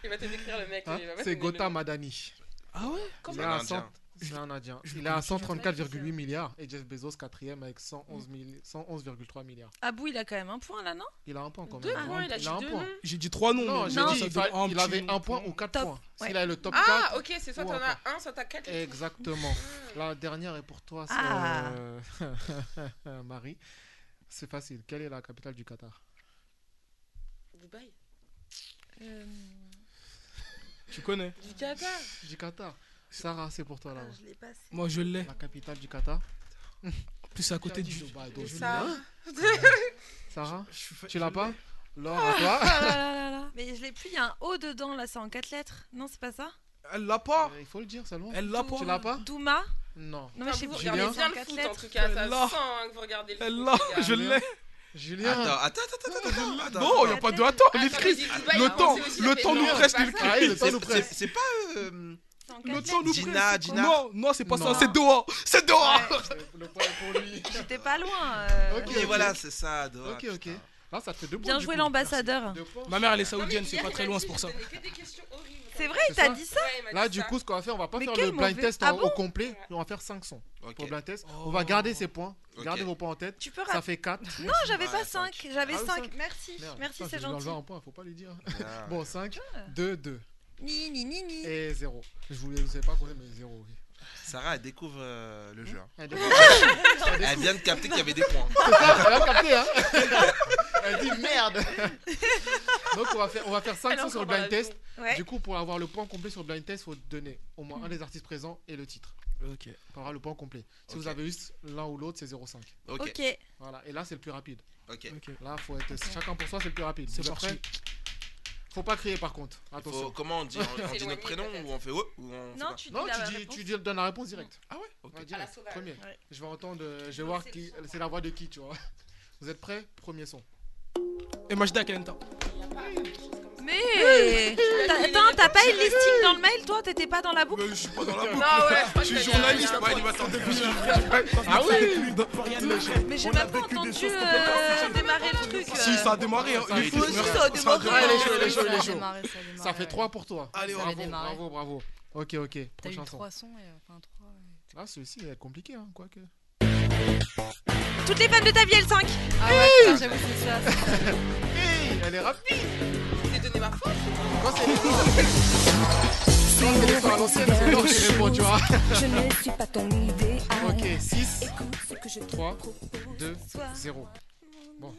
Speaker 7: Il va te décrire le mec.
Speaker 2: Hein,
Speaker 7: il va pas te
Speaker 2: c'est
Speaker 7: donner
Speaker 2: Gota Madani.
Speaker 5: Ah ouais
Speaker 2: Il
Speaker 7: Comment
Speaker 2: est
Speaker 3: un
Speaker 2: à
Speaker 3: Indien.
Speaker 2: 100 C'est un Indien.
Speaker 5: je
Speaker 2: Il est
Speaker 5: le
Speaker 2: à
Speaker 5: connais
Speaker 2: 134,8 milliards et Jeff Bezos quatrième avec 111 mille- 111,3 milliards.
Speaker 8: Abou, Ah, il a quand même un point là, non
Speaker 2: Il a un point quand
Speaker 7: Deux
Speaker 2: même.
Speaker 7: points, il a dit
Speaker 2: un
Speaker 7: deux
Speaker 2: point.
Speaker 7: noms.
Speaker 5: J'ai dit trois noms.
Speaker 2: Non,
Speaker 5: mais
Speaker 2: j'ai
Speaker 5: ça
Speaker 2: dit il,
Speaker 5: donne
Speaker 2: fa-
Speaker 5: un
Speaker 2: il
Speaker 5: petit
Speaker 2: avait
Speaker 5: nom.
Speaker 2: un point ou quatre
Speaker 8: Top,
Speaker 2: points.
Speaker 8: ouais.
Speaker 2: S'il a le top 4.
Speaker 7: Ah, ok, c'est soit
Speaker 2: ou
Speaker 7: t'en
Speaker 2: un
Speaker 7: as un, soit t'as quatre. et tout.
Speaker 2: Exactement. La dernière est pour toi, c'est
Speaker 8: Ah.
Speaker 2: euh, Marie. C'est facile. Quelle est la capitale du Qatar
Speaker 7: Dubaï
Speaker 8: Euh,
Speaker 5: Tu connais
Speaker 7: Du Qatar
Speaker 2: Du Qatar. Sarah, c'est pour toi là.
Speaker 8: ah, Je l'ai passé.
Speaker 5: Moi, je l'ai.
Speaker 2: La capitale du Qatar.
Speaker 5: En Plus c'est à côté du.
Speaker 2: Dubaï, Ah, donc
Speaker 7: Ou
Speaker 2: je
Speaker 7: ça
Speaker 2: l'ai. Sarah, tu l'as pas Laure, à
Speaker 8: Ah
Speaker 2: toi.
Speaker 8: là là là là. Mais je l'ai plus, il y a un O dedans là, c'est en quatre lettres. Non, c'est pas ça
Speaker 5: Elle l'a pas.
Speaker 2: Euh, Il faut le dire seulement.
Speaker 5: Elle l'a
Speaker 2: Tu
Speaker 5: pas.
Speaker 2: l'as pas
Speaker 8: Douma
Speaker 2: Non.
Speaker 8: Non, mais je sais
Speaker 7: vous
Speaker 8: plus.
Speaker 2: Julien
Speaker 7: regardez bien le
Speaker 8: Quatre
Speaker 7: foot en
Speaker 8: lettres.
Speaker 7: tout cas, ça
Speaker 5: Là.
Speaker 7: sent hein, que vous regardez le foot.
Speaker 5: Elle l'a.
Speaker 7: les gars.
Speaker 5: Je l'ai.
Speaker 2: Julien.
Speaker 3: Attends, attends, attends, attends, attends.
Speaker 5: Non, il n'y a pas de attends.
Speaker 7: Attends,
Speaker 5: L'ilcris.
Speaker 7: mais
Speaker 3: Ah,
Speaker 7: dis Dubaï,
Speaker 5: Le
Speaker 7: hein,
Speaker 5: temps,
Speaker 7: c'est aussi
Speaker 5: le
Speaker 7: la
Speaker 5: temps nous
Speaker 7: Belgique,
Speaker 5: presse,
Speaker 7: c'est pas
Speaker 5: l'ilcris.
Speaker 7: ça.
Speaker 2: Ah, et le temps
Speaker 3: C'est-
Speaker 2: nous
Speaker 3: c'est-
Speaker 2: presse.
Speaker 3: C'est pas. euh,
Speaker 8: C'est en
Speaker 5: Le
Speaker 8: quatre
Speaker 5: temps nous presse.
Speaker 8: lettres.
Speaker 3: Gina,
Speaker 5: c'est quoi
Speaker 3: Gina.
Speaker 5: Non, non, c'est pas
Speaker 2: Non.
Speaker 5: ça. C'est Doha. C'est Doha.
Speaker 2: Le point est pour lui.
Speaker 8: J'étais pas loin. euh.
Speaker 2: Ok.
Speaker 3: Oui, voilà, c'est ça, Doha.
Speaker 2: Ok, ok.
Speaker 3: putain.
Speaker 2: Là, ça te fait deux
Speaker 8: Bien
Speaker 2: points, du
Speaker 8: joué
Speaker 2: coup.
Speaker 8: l'ambassadeur.
Speaker 2: Deux points.
Speaker 5: Ma mère, elle est saoudienne, c'est pas très loin, c'est pour ça.
Speaker 8: C'est vrai,
Speaker 2: C'est
Speaker 8: il t'a dit ça
Speaker 2: Là, du coup, ce qu'on va faire, on va pas
Speaker 8: Mais
Speaker 2: faire
Speaker 8: quel
Speaker 2: le blind
Speaker 8: mauvais-
Speaker 2: test
Speaker 8: Ah
Speaker 2: en-
Speaker 8: bon
Speaker 2: au complet. On va faire 500 pour blind test. On
Speaker 8: Oh.
Speaker 2: va garder ces points.
Speaker 8: Ok.
Speaker 2: Gardez vos points en tête.
Speaker 8: Tu peux
Speaker 2: Ça
Speaker 8: rap-
Speaker 2: fait 4.
Speaker 8: Non, j'avais pas 5, j'avais
Speaker 2: Ah oui,
Speaker 8: 5.
Speaker 2: cinq.
Speaker 8: Merci,
Speaker 2: Merde,
Speaker 8: merci,
Speaker 2: putain,
Speaker 8: c'est
Speaker 2: je vais lui
Speaker 8: gentil.
Speaker 2: enlever un hein, point, faut pas lui dire. Bon, 5,
Speaker 8: Ah.
Speaker 2: 2, 2.
Speaker 8: Ni, ni, ni, ni.
Speaker 2: Et 0. Je voulais, je sais pas combien, mais 0.
Speaker 3: Sarah, elle découvre euh, le jeu. hein.
Speaker 2: Elle
Speaker 3: Elle,
Speaker 2: découvre. Elle
Speaker 3: vient de capter qu'il y avait des points.
Speaker 2: C'est ça, elle a capté, hein Elle dit merde Donc on va faire, on va faire
Speaker 8: Elle est
Speaker 2: 500 sur
Speaker 8: encore
Speaker 2: le
Speaker 8: dans
Speaker 2: blind
Speaker 8: la
Speaker 2: test.
Speaker 8: zone. Ouais.
Speaker 2: Du coup, pour avoir le point complet sur le blind test, il faut donner au moins un
Speaker 8: Hmm.
Speaker 2: des artistes présents et le titre.
Speaker 5: Ok.
Speaker 2: On aura le point complet. Si vous
Speaker 3: Ok.
Speaker 2: avez juste l'un ou l'autre, c'est 0,5.
Speaker 3: Ok. Ok.
Speaker 2: Voilà, et là, c'est le plus rapide.
Speaker 3: Ok.
Speaker 2: Là, faut être chacun pour soi, c'est le plus rapide.
Speaker 5: C'est
Speaker 2: Vous êtes
Speaker 5: parti.
Speaker 2: prêts Faut pas crier par contre.
Speaker 3: Faut-
Speaker 2: Attention.
Speaker 3: comment on dit On, on dit notre prénom ou on fait oh, ou on fait
Speaker 2: Non,
Speaker 3: pas
Speaker 2: tu dis Non, la tu dis- réponse. tu dis- donnes la réponse directe. Ah ouais
Speaker 3: Ok.
Speaker 2: direct. Premier. Je vais entendre, euh, je vais voir qui, c'est la voix de qui, tu vois. Vous êtes prêts Premier son.
Speaker 5: Et Majda Kalenta.
Speaker 8: Mais t'as- Attends, t'as pas eu le listing dans le mail, toi T'étais pas dans la boucle
Speaker 3: Je suis pas dans la
Speaker 8: boucle. Ah ouais,
Speaker 3: Je suis journaliste,
Speaker 8: euh,
Speaker 3: pas animateur de film.
Speaker 8: Ah
Speaker 3: oui
Speaker 8: Mais j'ai même pas entendu euh, démarrer le truc. euh.
Speaker 3: Si, ça a démarré, hein.
Speaker 8: Ça a
Speaker 3: Il est-
Speaker 8: démarré. Ça
Speaker 2: Ça
Speaker 8: a démarré.
Speaker 2: il est chaud, il est chaud, il est
Speaker 6: Ça a
Speaker 2: chaud.
Speaker 6: démarré, ça a
Speaker 2: Ça
Speaker 6: démarré,
Speaker 2: fait
Speaker 6: ouais.
Speaker 2: 3 pour toi.
Speaker 6: Allez, Ça on- avait
Speaker 2: bravo,
Speaker 6: démarré.
Speaker 2: bravo, bravo. Ok, ok.
Speaker 6: T'as eu
Speaker 2: Prochain son.
Speaker 6: trois sons et. euh, Enfin, trois.
Speaker 2: Ah, celui-ci est compliqué, hein, quoique.
Speaker 8: Toutes les femmes de ta vie, elles 5.
Speaker 6: Ah ouais,
Speaker 2: Mmh.
Speaker 6: putain, j'avoue, c'est ça.
Speaker 2: Hey, elle est rapide.
Speaker 7: J'ai donné ma faute.
Speaker 2: Quand c'est Quand c'est les sons à l'ancienne, c'est l'heure qui répond, tu vois.
Speaker 13: Je ne suis pas ton idée.
Speaker 2: Ok, 6, 3, 2, 0. Bon,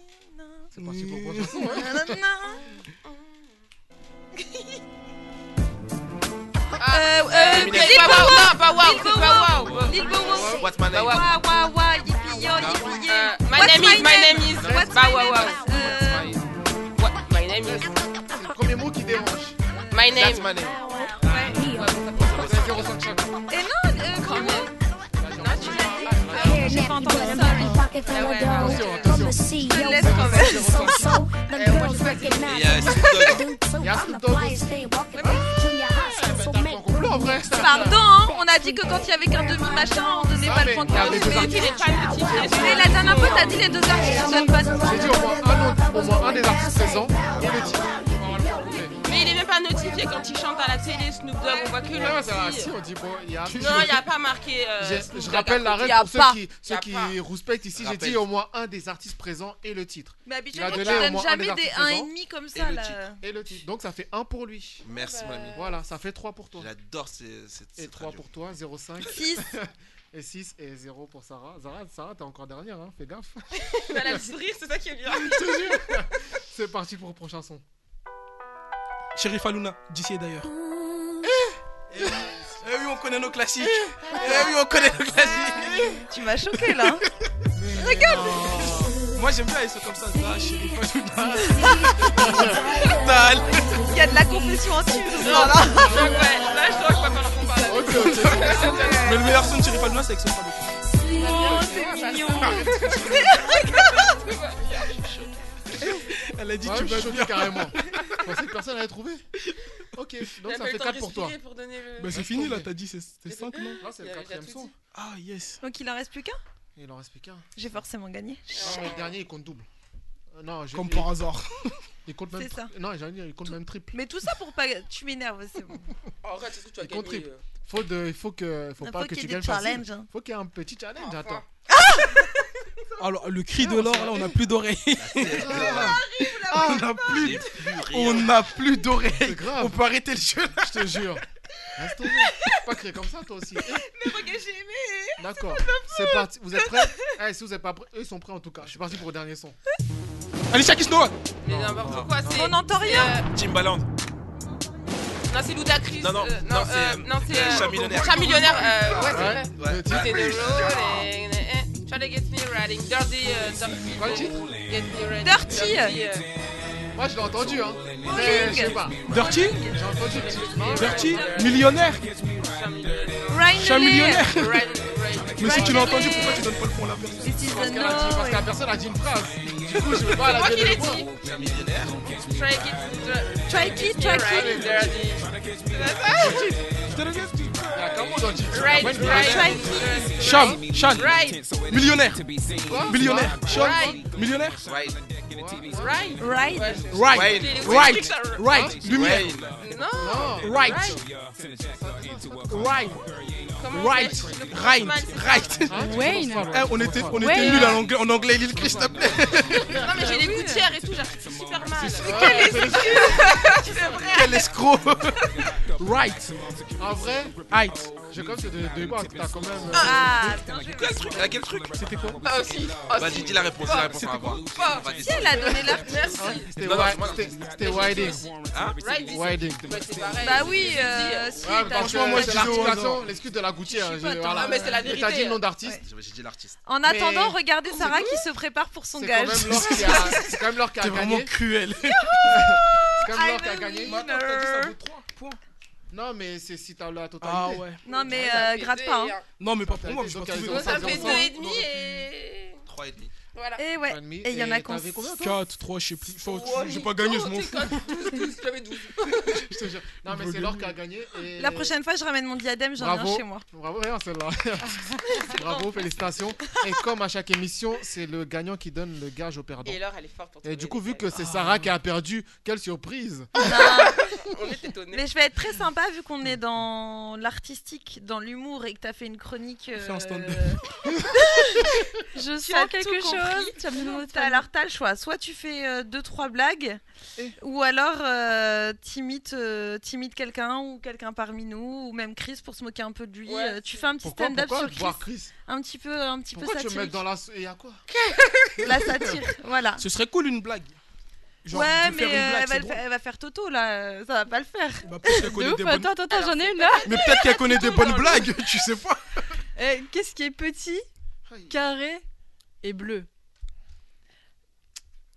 Speaker 2: c'est parti pour le prochain son. hein.
Speaker 5: Ah,
Speaker 8: Euh, euh,
Speaker 3: Eminem.
Speaker 8: Lil
Speaker 3: Pas
Speaker 8: Bow
Speaker 3: wow,
Speaker 8: Wow,
Speaker 3: non, pas wow,
Speaker 8: Lil Bow
Speaker 3: pas
Speaker 8: Wow,
Speaker 3: wow.
Speaker 8: Lil Bow Wow.
Speaker 3: What's my name?
Speaker 8: Wow, wow, wow, yippee yo, yippee yay.
Speaker 7: Euh, my
Speaker 8: What's
Speaker 7: name is- my name is-
Speaker 8: What's
Speaker 7: Bow
Speaker 8: my
Speaker 7: Wow
Speaker 8: name?
Speaker 7: Wow.
Speaker 8: Euh,
Speaker 7: What my name is
Speaker 2: C'est le premier mot qui dérange.
Speaker 7: My name.
Speaker 3: That's my name.
Speaker 2: Vous avez 0,5 chacun.
Speaker 8: Et non, euh, quand même.
Speaker 13: J'ai pas entendu ça.
Speaker 8: Ah ouais.
Speaker 13: Je te laisse
Speaker 8: quand même. Eh,
Speaker 13: Il y a Snoop Dogg.
Speaker 8: hein, Eh, ben,
Speaker 2: On l'a en vrai.
Speaker 8: Pardon, hein, on a dit que quand il y avait qu'un demi-machin, on
Speaker 3: Ah,
Speaker 8: donnait pas le point commun.
Speaker 2: les deux
Speaker 8: Mais
Speaker 2: artistes.
Speaker 8: mais la dernière fois, t'as dit les deux artistes, je donne pas de
Speaker 2: J'ai dit au moins un autre- au moins un des artistes présents et le titre.
Speaker 7: Mais il est même pas notifié quand il chante à la télé, Snoop Dogg, on voit que
Speaker 2: Ah, ça,
Speaker 7: le
Speaker 2: si
Speaker 7: petit. euh,
Speaker 2: on dit bon, il y a.
Speaker 7: Non, il n'y a pas marqué. euh,
Speaker 2: J'ai-
Speaker 7: Snoop
Speaker 2: je
Speaker 7: Dogg
Speaker 2: rappelle
Speaker 7: à
Speaker 2: la
Speaker 7: côté.
Speaker 2: règle
Speaker 7: Y a
Speaker 2: pour ceux
Speaker 7: pas.
Speaker 2: qui,
Speaker 7: Y
Speaker 2: ceux
Speaker 7: a
Speaker 2: qui
Speaker 7: pas.
Speaker 2: respectent ici. J'ai
Speaker 3: Rappelle.
Speaker 2: dit au moins un des artistes présents et le titre. Il
Speaker 8: Mais
Speaker 2: a
Speaker 8: habituellement, tu
Speaker 2: donné au
Speaker 8: donnes
Speaker 2: moins un
Speaker 8: jamais des
Speaker 2: artistes
Speaker 8: 1,5
Speaker 2: présents.
Speaker 8: comme
Speaker 3: Et
Speaker 8: ça,
Speaker 3: le
Speaker 8: là.
Speaker 3: titre.
Speaker 2: Et le titre. Donc ça fait 1 pour lui.
Speaker 3: Merci, mamie.
Speaker 2: Voilà, ça fait 3 pour toi.
Speaker 3: J'adore ces- cette
Speaker 2: Et
Speaker 3: cette
Speaker 2: 3
Speaker 3: radio.
Speaker 2: pour toi, 0,5.
Speaker 8: 6.
Speaker 2: Et 6 et 0 pour Sarah. Sarah, Sarah t'es encore dernière, hein, fais gaffe.
Speaker 7: Elle a le sourire, c'est ça qui est bien.
Speaker 2: Je te jure. C'est parti pour le prochain son.
Speaker 5: Sheriff Aluna, d'ici et d'ailleurs. Eh oui, on connaît nos classiques.
Speaker 8: Eh
Speaker 5: oui, on connaît nos classiques.
Speaker 8: Tu m'as choqué, là. hein.
Speaker 3: Oh.
Speaker 5: Moi, j'aime bien, ils sont comme ça. Ah, Sheriff Aluna.
Speaker 8: Dalle. Il y a de la confession en dessus. Voilà.
Speaker 7: Là, je dois pas qu'on en parle.
Speaker 2: Ok, ok.
Speaker 5: Mais le meilleur son de Sheriff Aluna, c'est avec son frère.
Speaker 8: Oh, c'est mignon.
Speaker 5: Elle a dit,
Speaker 2: Ah,
Speaker 5: tu
Speaker 2: je
Speaker 5: vas
Speaker 2: suis choqué
Speaker 5: bien.
Speaker 2: carrément. Je pensais que personne allait trouver. Ok, donc
Speaker 7: T'as
Speaker 2: ça
Speaker 7: pas
Speaker 2: fait
Speaker 7: eu le temps
Speaker 2: 4
Speaker 7: de
Speaker 2: pour toi.
Speaker 7: respirer pour donner le-
Speaker 5: Bah, c'est fini, là, t'as dit, c'est- c'est 5, non
Speaker 2: Là, c'est
Speaker 7: Il
Speaker 2: le
Speaker 7: y avait
Speaker 2: quatrième
Speaker 7: déjà tout
Speaker 2: son.
Speaker 7: dit.
Speaker 5: Ah, yes.
Speaker 8: Donc, il en reste plus qu'un
Speaker 2: Et Il en reste plus qu'un.
Speaker 8: J'ai forcément gagné.
Speaker 2: Non, mais le dernier, il compte double. Euh, non, j'ai-
Speaker 5: Comme
Speaker 2: il-
Speaker 5: par hasard.
Speaker 2: Il compte même
Speaker 8: C'est ça.
Speaker 2: tri- Non, j'ai envie de dire, il compte même triple.
Speaker 8: Mais tout ça pour pas. Tu m'énerves, c'est bon.
Speaker 7: Arrête, c'est ce que tu as
Speaker 2: Il compte
Speaker 7: gagné.
Speaker 2: triple.
Speaker 7: euh.
Speaker 2: Faut de, il faut que, faut
Speaker 8: Il
Speaker 2: pas
Speaker 8: faut
Speaker 2: que
Speaker 8: qu'il y
Speaker 2: tu
Speaker 8: ait des
Speaker 2: gagnes facile.
Speaker 8: challenges, hein.
Speaker 2: Faut qu'il y ait un petit challenge à toi.
Speaker 5: Alors, le cri de l'or, là, on n'a plus d'oreilles. Ah, on n'a plus, on n'a plus d'oreilles.
Speaker 2: grave.
Speaker 5: On peut arrêter le jeu. là.
Speaker 2: Je te jure. Reste tomber. Faut Pas créer comme ça toi aussi. Eh,
Speaker 8: Mais regarde, j'ai aimé.
Speaker 2: D'accord. C'est parti. Vous êtes prêts Eh, Si vous êtes pas prêts, eux ils sont prêts en tout cas. Je suis parti pour le dernier son.
Speaker 5: Allez, Shaki Snow.
Speaker 7: Mais n'importe quoi, c'est. euh,
Speaker 8: On n'entend rien.
Speaker 3: Timbaland.
Speaker 7: Non, c'est Ludacris.
Speaker 3: Non, non,
Speaker 7: euh,
Speaker 3: non, c'est,
Speaker 7: euh,
Speaker 3: euh,
Speaker 7: non, c'est.
Speaker 3: euh,
Speaker 7: euh,
Speaker 3: Chat millionnaire.
Speaker 7: Chat millionnaire, euh, ouais, c'est vrai.
Speaker 3: Ouais.
Speaker 7: C'est the rolling. eh, eh, Try to get me riding. Dirty. euh, dirty.
Speaker 2: Quoi le titre
Speaker 7: Get me riding.
Speaker 8: Dirty.
Speaker 7: euh,
Speaker 2: Moi je l'ai entendu hein. Mais je sais pas.
Speaker 5: Dirty
Speaker 2: J'ai entendu le titre. Non,
Speaker 5: Dirty Millionnaire Chat
Speaker 8: Ryan
Speaker 5: millionnaire Mais si tu l'as entendu, pourquoi tu donnes pas le point à la personne
Speaker 8: This is the
Speaker 2: Parce qu'elle a dit- parce que la
Speaker 8: no.
Speaker 2: personne a dit une phrase. Du coup je vais pas
Speaker 7: C'est moi
Speaker 2: la
Speaker 7: qui
Speaker 2: donner
Speaker 7: l'ai
Speaker 2: le point.
Speaker 7: dit.
Speaker 3: Un millionnaire.
Speaker 7: Try to get.
Speaker 8: Try it,
Speaker 7: Try
Speaker 8: try it.
Speaker 7: Dirty.
Speaker 5: Je te le dis.
Speaker 8: Right, right.
Speaker 3: Cham, Sean,
Speaker 8: Right.
Speaker 3: millionnaire, millionnaire, Sean,
Speaker 8: Right.
Speaker 3: millionnaire, right,
Speaker 8: Right. Right.
Speaker 3: right, right, right,
Speaker 7: Hein?
Speaker 3: lumière,
Speaker 8: Non.
Speaker 3: right,
Speaker 8: Right.
Speaker 3: right, right,
Speaker 8: Hein
Speaker 3: right.
Speaker 8: Wayne.
Speaker 3: Eh, on était, on était
Speaker 8: Wayne.
Speaker 3: nuls en anglais, en anglais, Lil Chris, s'il te plaît.
Speaker 8: Non, mais j'ai les gouttières et tout, j'arrive super mal. Mais
Speaker 3: quel
Speaker 8: quel excuse C'est vrai.
Speaker 3: Quel escroc. right,
Speaker 2: En vrai,
Speaker 3: height.
Speaker 2: je comme que de départ, t'as quand même. euh,
Speaker 8: Ah,
Speaker 3: Quel truc, à quel truc C'était quoi
Speaker 8: Ah, aussi.
Speaker 3: Vas-y, dis la réponse, dis la réponse à voir.
Speaker 8: Fort. Si elle a donné la merci.
Speaker 2: C'était
Speaker 3: Non, non,
Speaker 2: wi-
Speaker 3: moi,
Speaker 2: c'était-
Speaker 3: je-
Speaker 2: c'était
Speaker 3: je-
Speaker 2: Wilding.
Speaker 3: Hein
Speaker 2: Wilding.
Speaker 8: Bah oui, euh, si.
Speaker 2: Ah. Ouais,
Speaker 8: t'as-
Speaker 2: parce que moi, c'est
Speaker 8: t'as-
Speaker 2: l'articulation, l'excuse de la Gucci. hein,
Speaker 8: Je suis
Speaker 2: j'ai-
Speaker 8: pas
Speaker 2: voilà.
Speaker 8: toi. Non, mais c'est la
Speaker 2: Et T'as
Speaker 8: vérité.
Speaker 2: dit le nom d'artiste.
Speaker 3: J'ai dit l'artiste.
Speaker 8: En
Speaker 2: Mais-
Speaker 8: attendant, regardez Sarah qui se prépare pour son
Speaker 2: C'est
Speaker 8: gage.
Speaker 2: quand même l'or qui a- c'est quand même l'or qui a
Speaker 3: T'es
Speaker 2: gagné.
Speaker 3: vraiment cruel.
Speaker 2: C'est quand même l'or qui a
Speaker 8: I'm a
Speaker 2: gagné.
Speaker 8: winner. Maintenant, t'as dit ça vaut
Speaker 2: Non, mais c'est si t'as la
Speaker 5: Ah
Speaker 2: totalité.
Speaker 5: ouais.
Speaker 8: Non, mais euh, gratte pas. Hein.
Speaker 5: Non, mais pas pour moi, mais je
Speaker 2: Donc,
Speaker 5: vais
Speaker 2: elles
Speaker 5: trouver
Speaker 2: ont
Speaker 5: comme
Speaker 2: ça
Speaker 5: ça.
Speaker 2: fait deux et
Speaker 8: demi et.
Speaker 3: 3 et demi.
Speaker 8: Voilà. Et Eh ouais. Et il y en a qu'on. Oh,
Speaker 5: 4, 3, je sais plus. Faut-
Speaker 8: Ouais,
Speaker 5: J'ai pas gagné, je m'en fous.
Speaker 8: J'avais 12.
Speaker 2: Je te jure. Non, mais c'est l'or qui a gagné. et-
Speaker 8: La prochaine fois, je ramène mon diadème, j'en ai
Speaker 2: Bravo.
Speaker 8: un chez moi.
Speaker 2: Bravo, rien celle-là. Bravo, félicitations. Et comme à chaque émission, c'est le gagnant qui donne le gage au perdant.
Speaker 7: Et l'or, elle est forte pour
Speaker 2: Et
Speaker 7: trouver
Speaker 2: du coup,
Speaker 7: les
Speaker 2: vu que c'est
Speaker 7: gages.
Speaker 2: Sarah qui a perdu, quelle surprise
Speaker 7: Ah, On est étonnés.
Speaker 8: Mais je vais être très sympa vu qu'on est dans l'artistique, dans l'humour et que t'as fait une chronique. euh,
Speaker 5: Fais un stand-up.
Speaker 8: je
Speaker 6: Tu as
Speaker 8: sens quelque
Speaker 6: tout compris,
Speaker 8: chose.
Speaker 6: tu as mis le mot de
Speaker 8: T'as- alors t'as le choix. Soit tu fais 2 deux trois blagues, ou alors euh, t'imites euh, t'imites quelqu'un ou quelqu'un parmi nous ou même Chris pour se moquer un peu de lui. Euh, tu fais un petit
Speaker 2: Pourquoi-
Speaker 8: stand-up
Speaker 2: pourquoi
Speaker 8: sur
Speaker 2: voir
Speaker 8: Chris.
Speaker 2: Chris
Speaker 8: Un petit peu un petit
Speaker 2: Pourquoi
Speaker 8: peu
Speaker 2: tu me mets
Speaker 8: satirique.
Speaker 2: dans la. Et à quoi
Speaker 8: La satire. Voilà.
Speaker 5: Ce serait cool une blague. Genre,
Speaker 8: ouais,
Speaker 5: de
Speaker 8: mais
Speaker 5: faire une
Speaker 8: euh,
Speaker 5: blague,
Speaker 8: elle, va
Speaker 5: c'est
Speaker 8: le
Speaker 5: drôle. Bah,
Speaker 8: faire- elle va faire Toto là, ça va pas le faire.
Speaker 5: parce qu'elle connaît des bonnes-
Speaker 8: attends, attends, j'en ai une là.
Speaker 5: Mais peut-être qu'elle connaît des bonnes blagues, tu sais pas.
Speaker 6: Euh, Qu'est-ce qui est petit, carré et bleu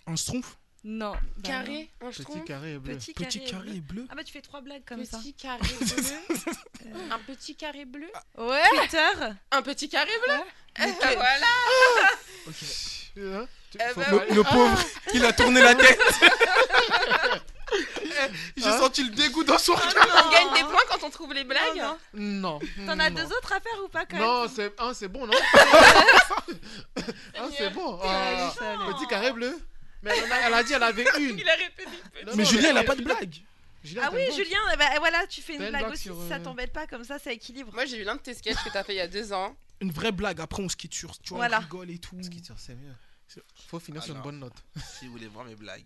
Speaker 5: Un schtroumpf
Speaker 6: Bah Non.
Speaker 7: Carré, un
Speaker 5: Petit
Speaker 7: schtroumpf.
Speaker 5: carré et bleu. Petit carré Petit et carré bleu. et bleu.
Speaker 8: Ah bah tu fais trois blagues comme ça.
Speaker 7: Petit carré bleu. un petit carré bleu.
Speaker 8: Ouais. Ah Twitter.
Speaker 7: Un petit carré bleu. Eh ben voilà.
Speaker 2: Euh, tu-
Speaker 7: Eh
Speaker 2: faut
Speaker 7: ben
Speaker 2: pas
Speaker 7: oui.
Speaker 2: aller-
Speaker 7: Le pauvre,
Speaker 3: il a tourné la tête.
Speaker 2: J'ai
Speaker 7: Hein
Speaker 2: senti le dégoût dans
Speaker 8: Ah
Speaker 7: Ah
Speaker 2: son regard.
Speaker 7: On gagne des points quand on trouve les blagues.
Speaker 2: Non.
Speaker 8: T'en as deux autres à faire ou pas quand
Speaker 2: Non,
Speaker 8: même
Speaker 2: c'est un, c'est bon, non Un, c'est bon.
Speaker 8: T'es
Speaker 2: Ah,
Speaker 8: allé.
Speaker 2: petit carré bleu. Mais elle, en a, elle a dit, elle avait une.
Speaker 8: Il a répété.
Speaker 2: Non,
Speaker 5: Mais
Speaker 2: non,
Speaker 5: Julien, elle a
Speaker 2: mais-
Speaker 5: pas de blague.
Speaker 2: Julien,
Speaker 8: Ah
Speaker 2: t'as
Speaker 8: oui,
Speaker 2: une blague
Speaker 8: Julien, eh ben, eh, voilà, tu fais
Speaker 2: T'as
Speaker 8: une
Speaker 2: une
Speaker 8: blague
Speaker 2: blague
Speaker 8: aussi,
Speaker 2: sur,
Speaker 8: si ça
Speaker 2: euh,
Speaker 8: t'embête pas, comme ça, ça équilibre.
Speaker 7: Moi, j'ai eu l'un de tes sketchs que t'as fait il y a deux ans.
Speaker 5: Une vraie blague, après on se quitte sur. Tu vois,
Speaker 7: Voilà.
Speaker 5: on rigole et tout. On se quitte
Speaker 2: sur, c'est mieux. Faut finir sur une
Speaker 3: Alors.
Speaker 2: bonne note.
Speaker 3: Si vous voulez voir mes blagues.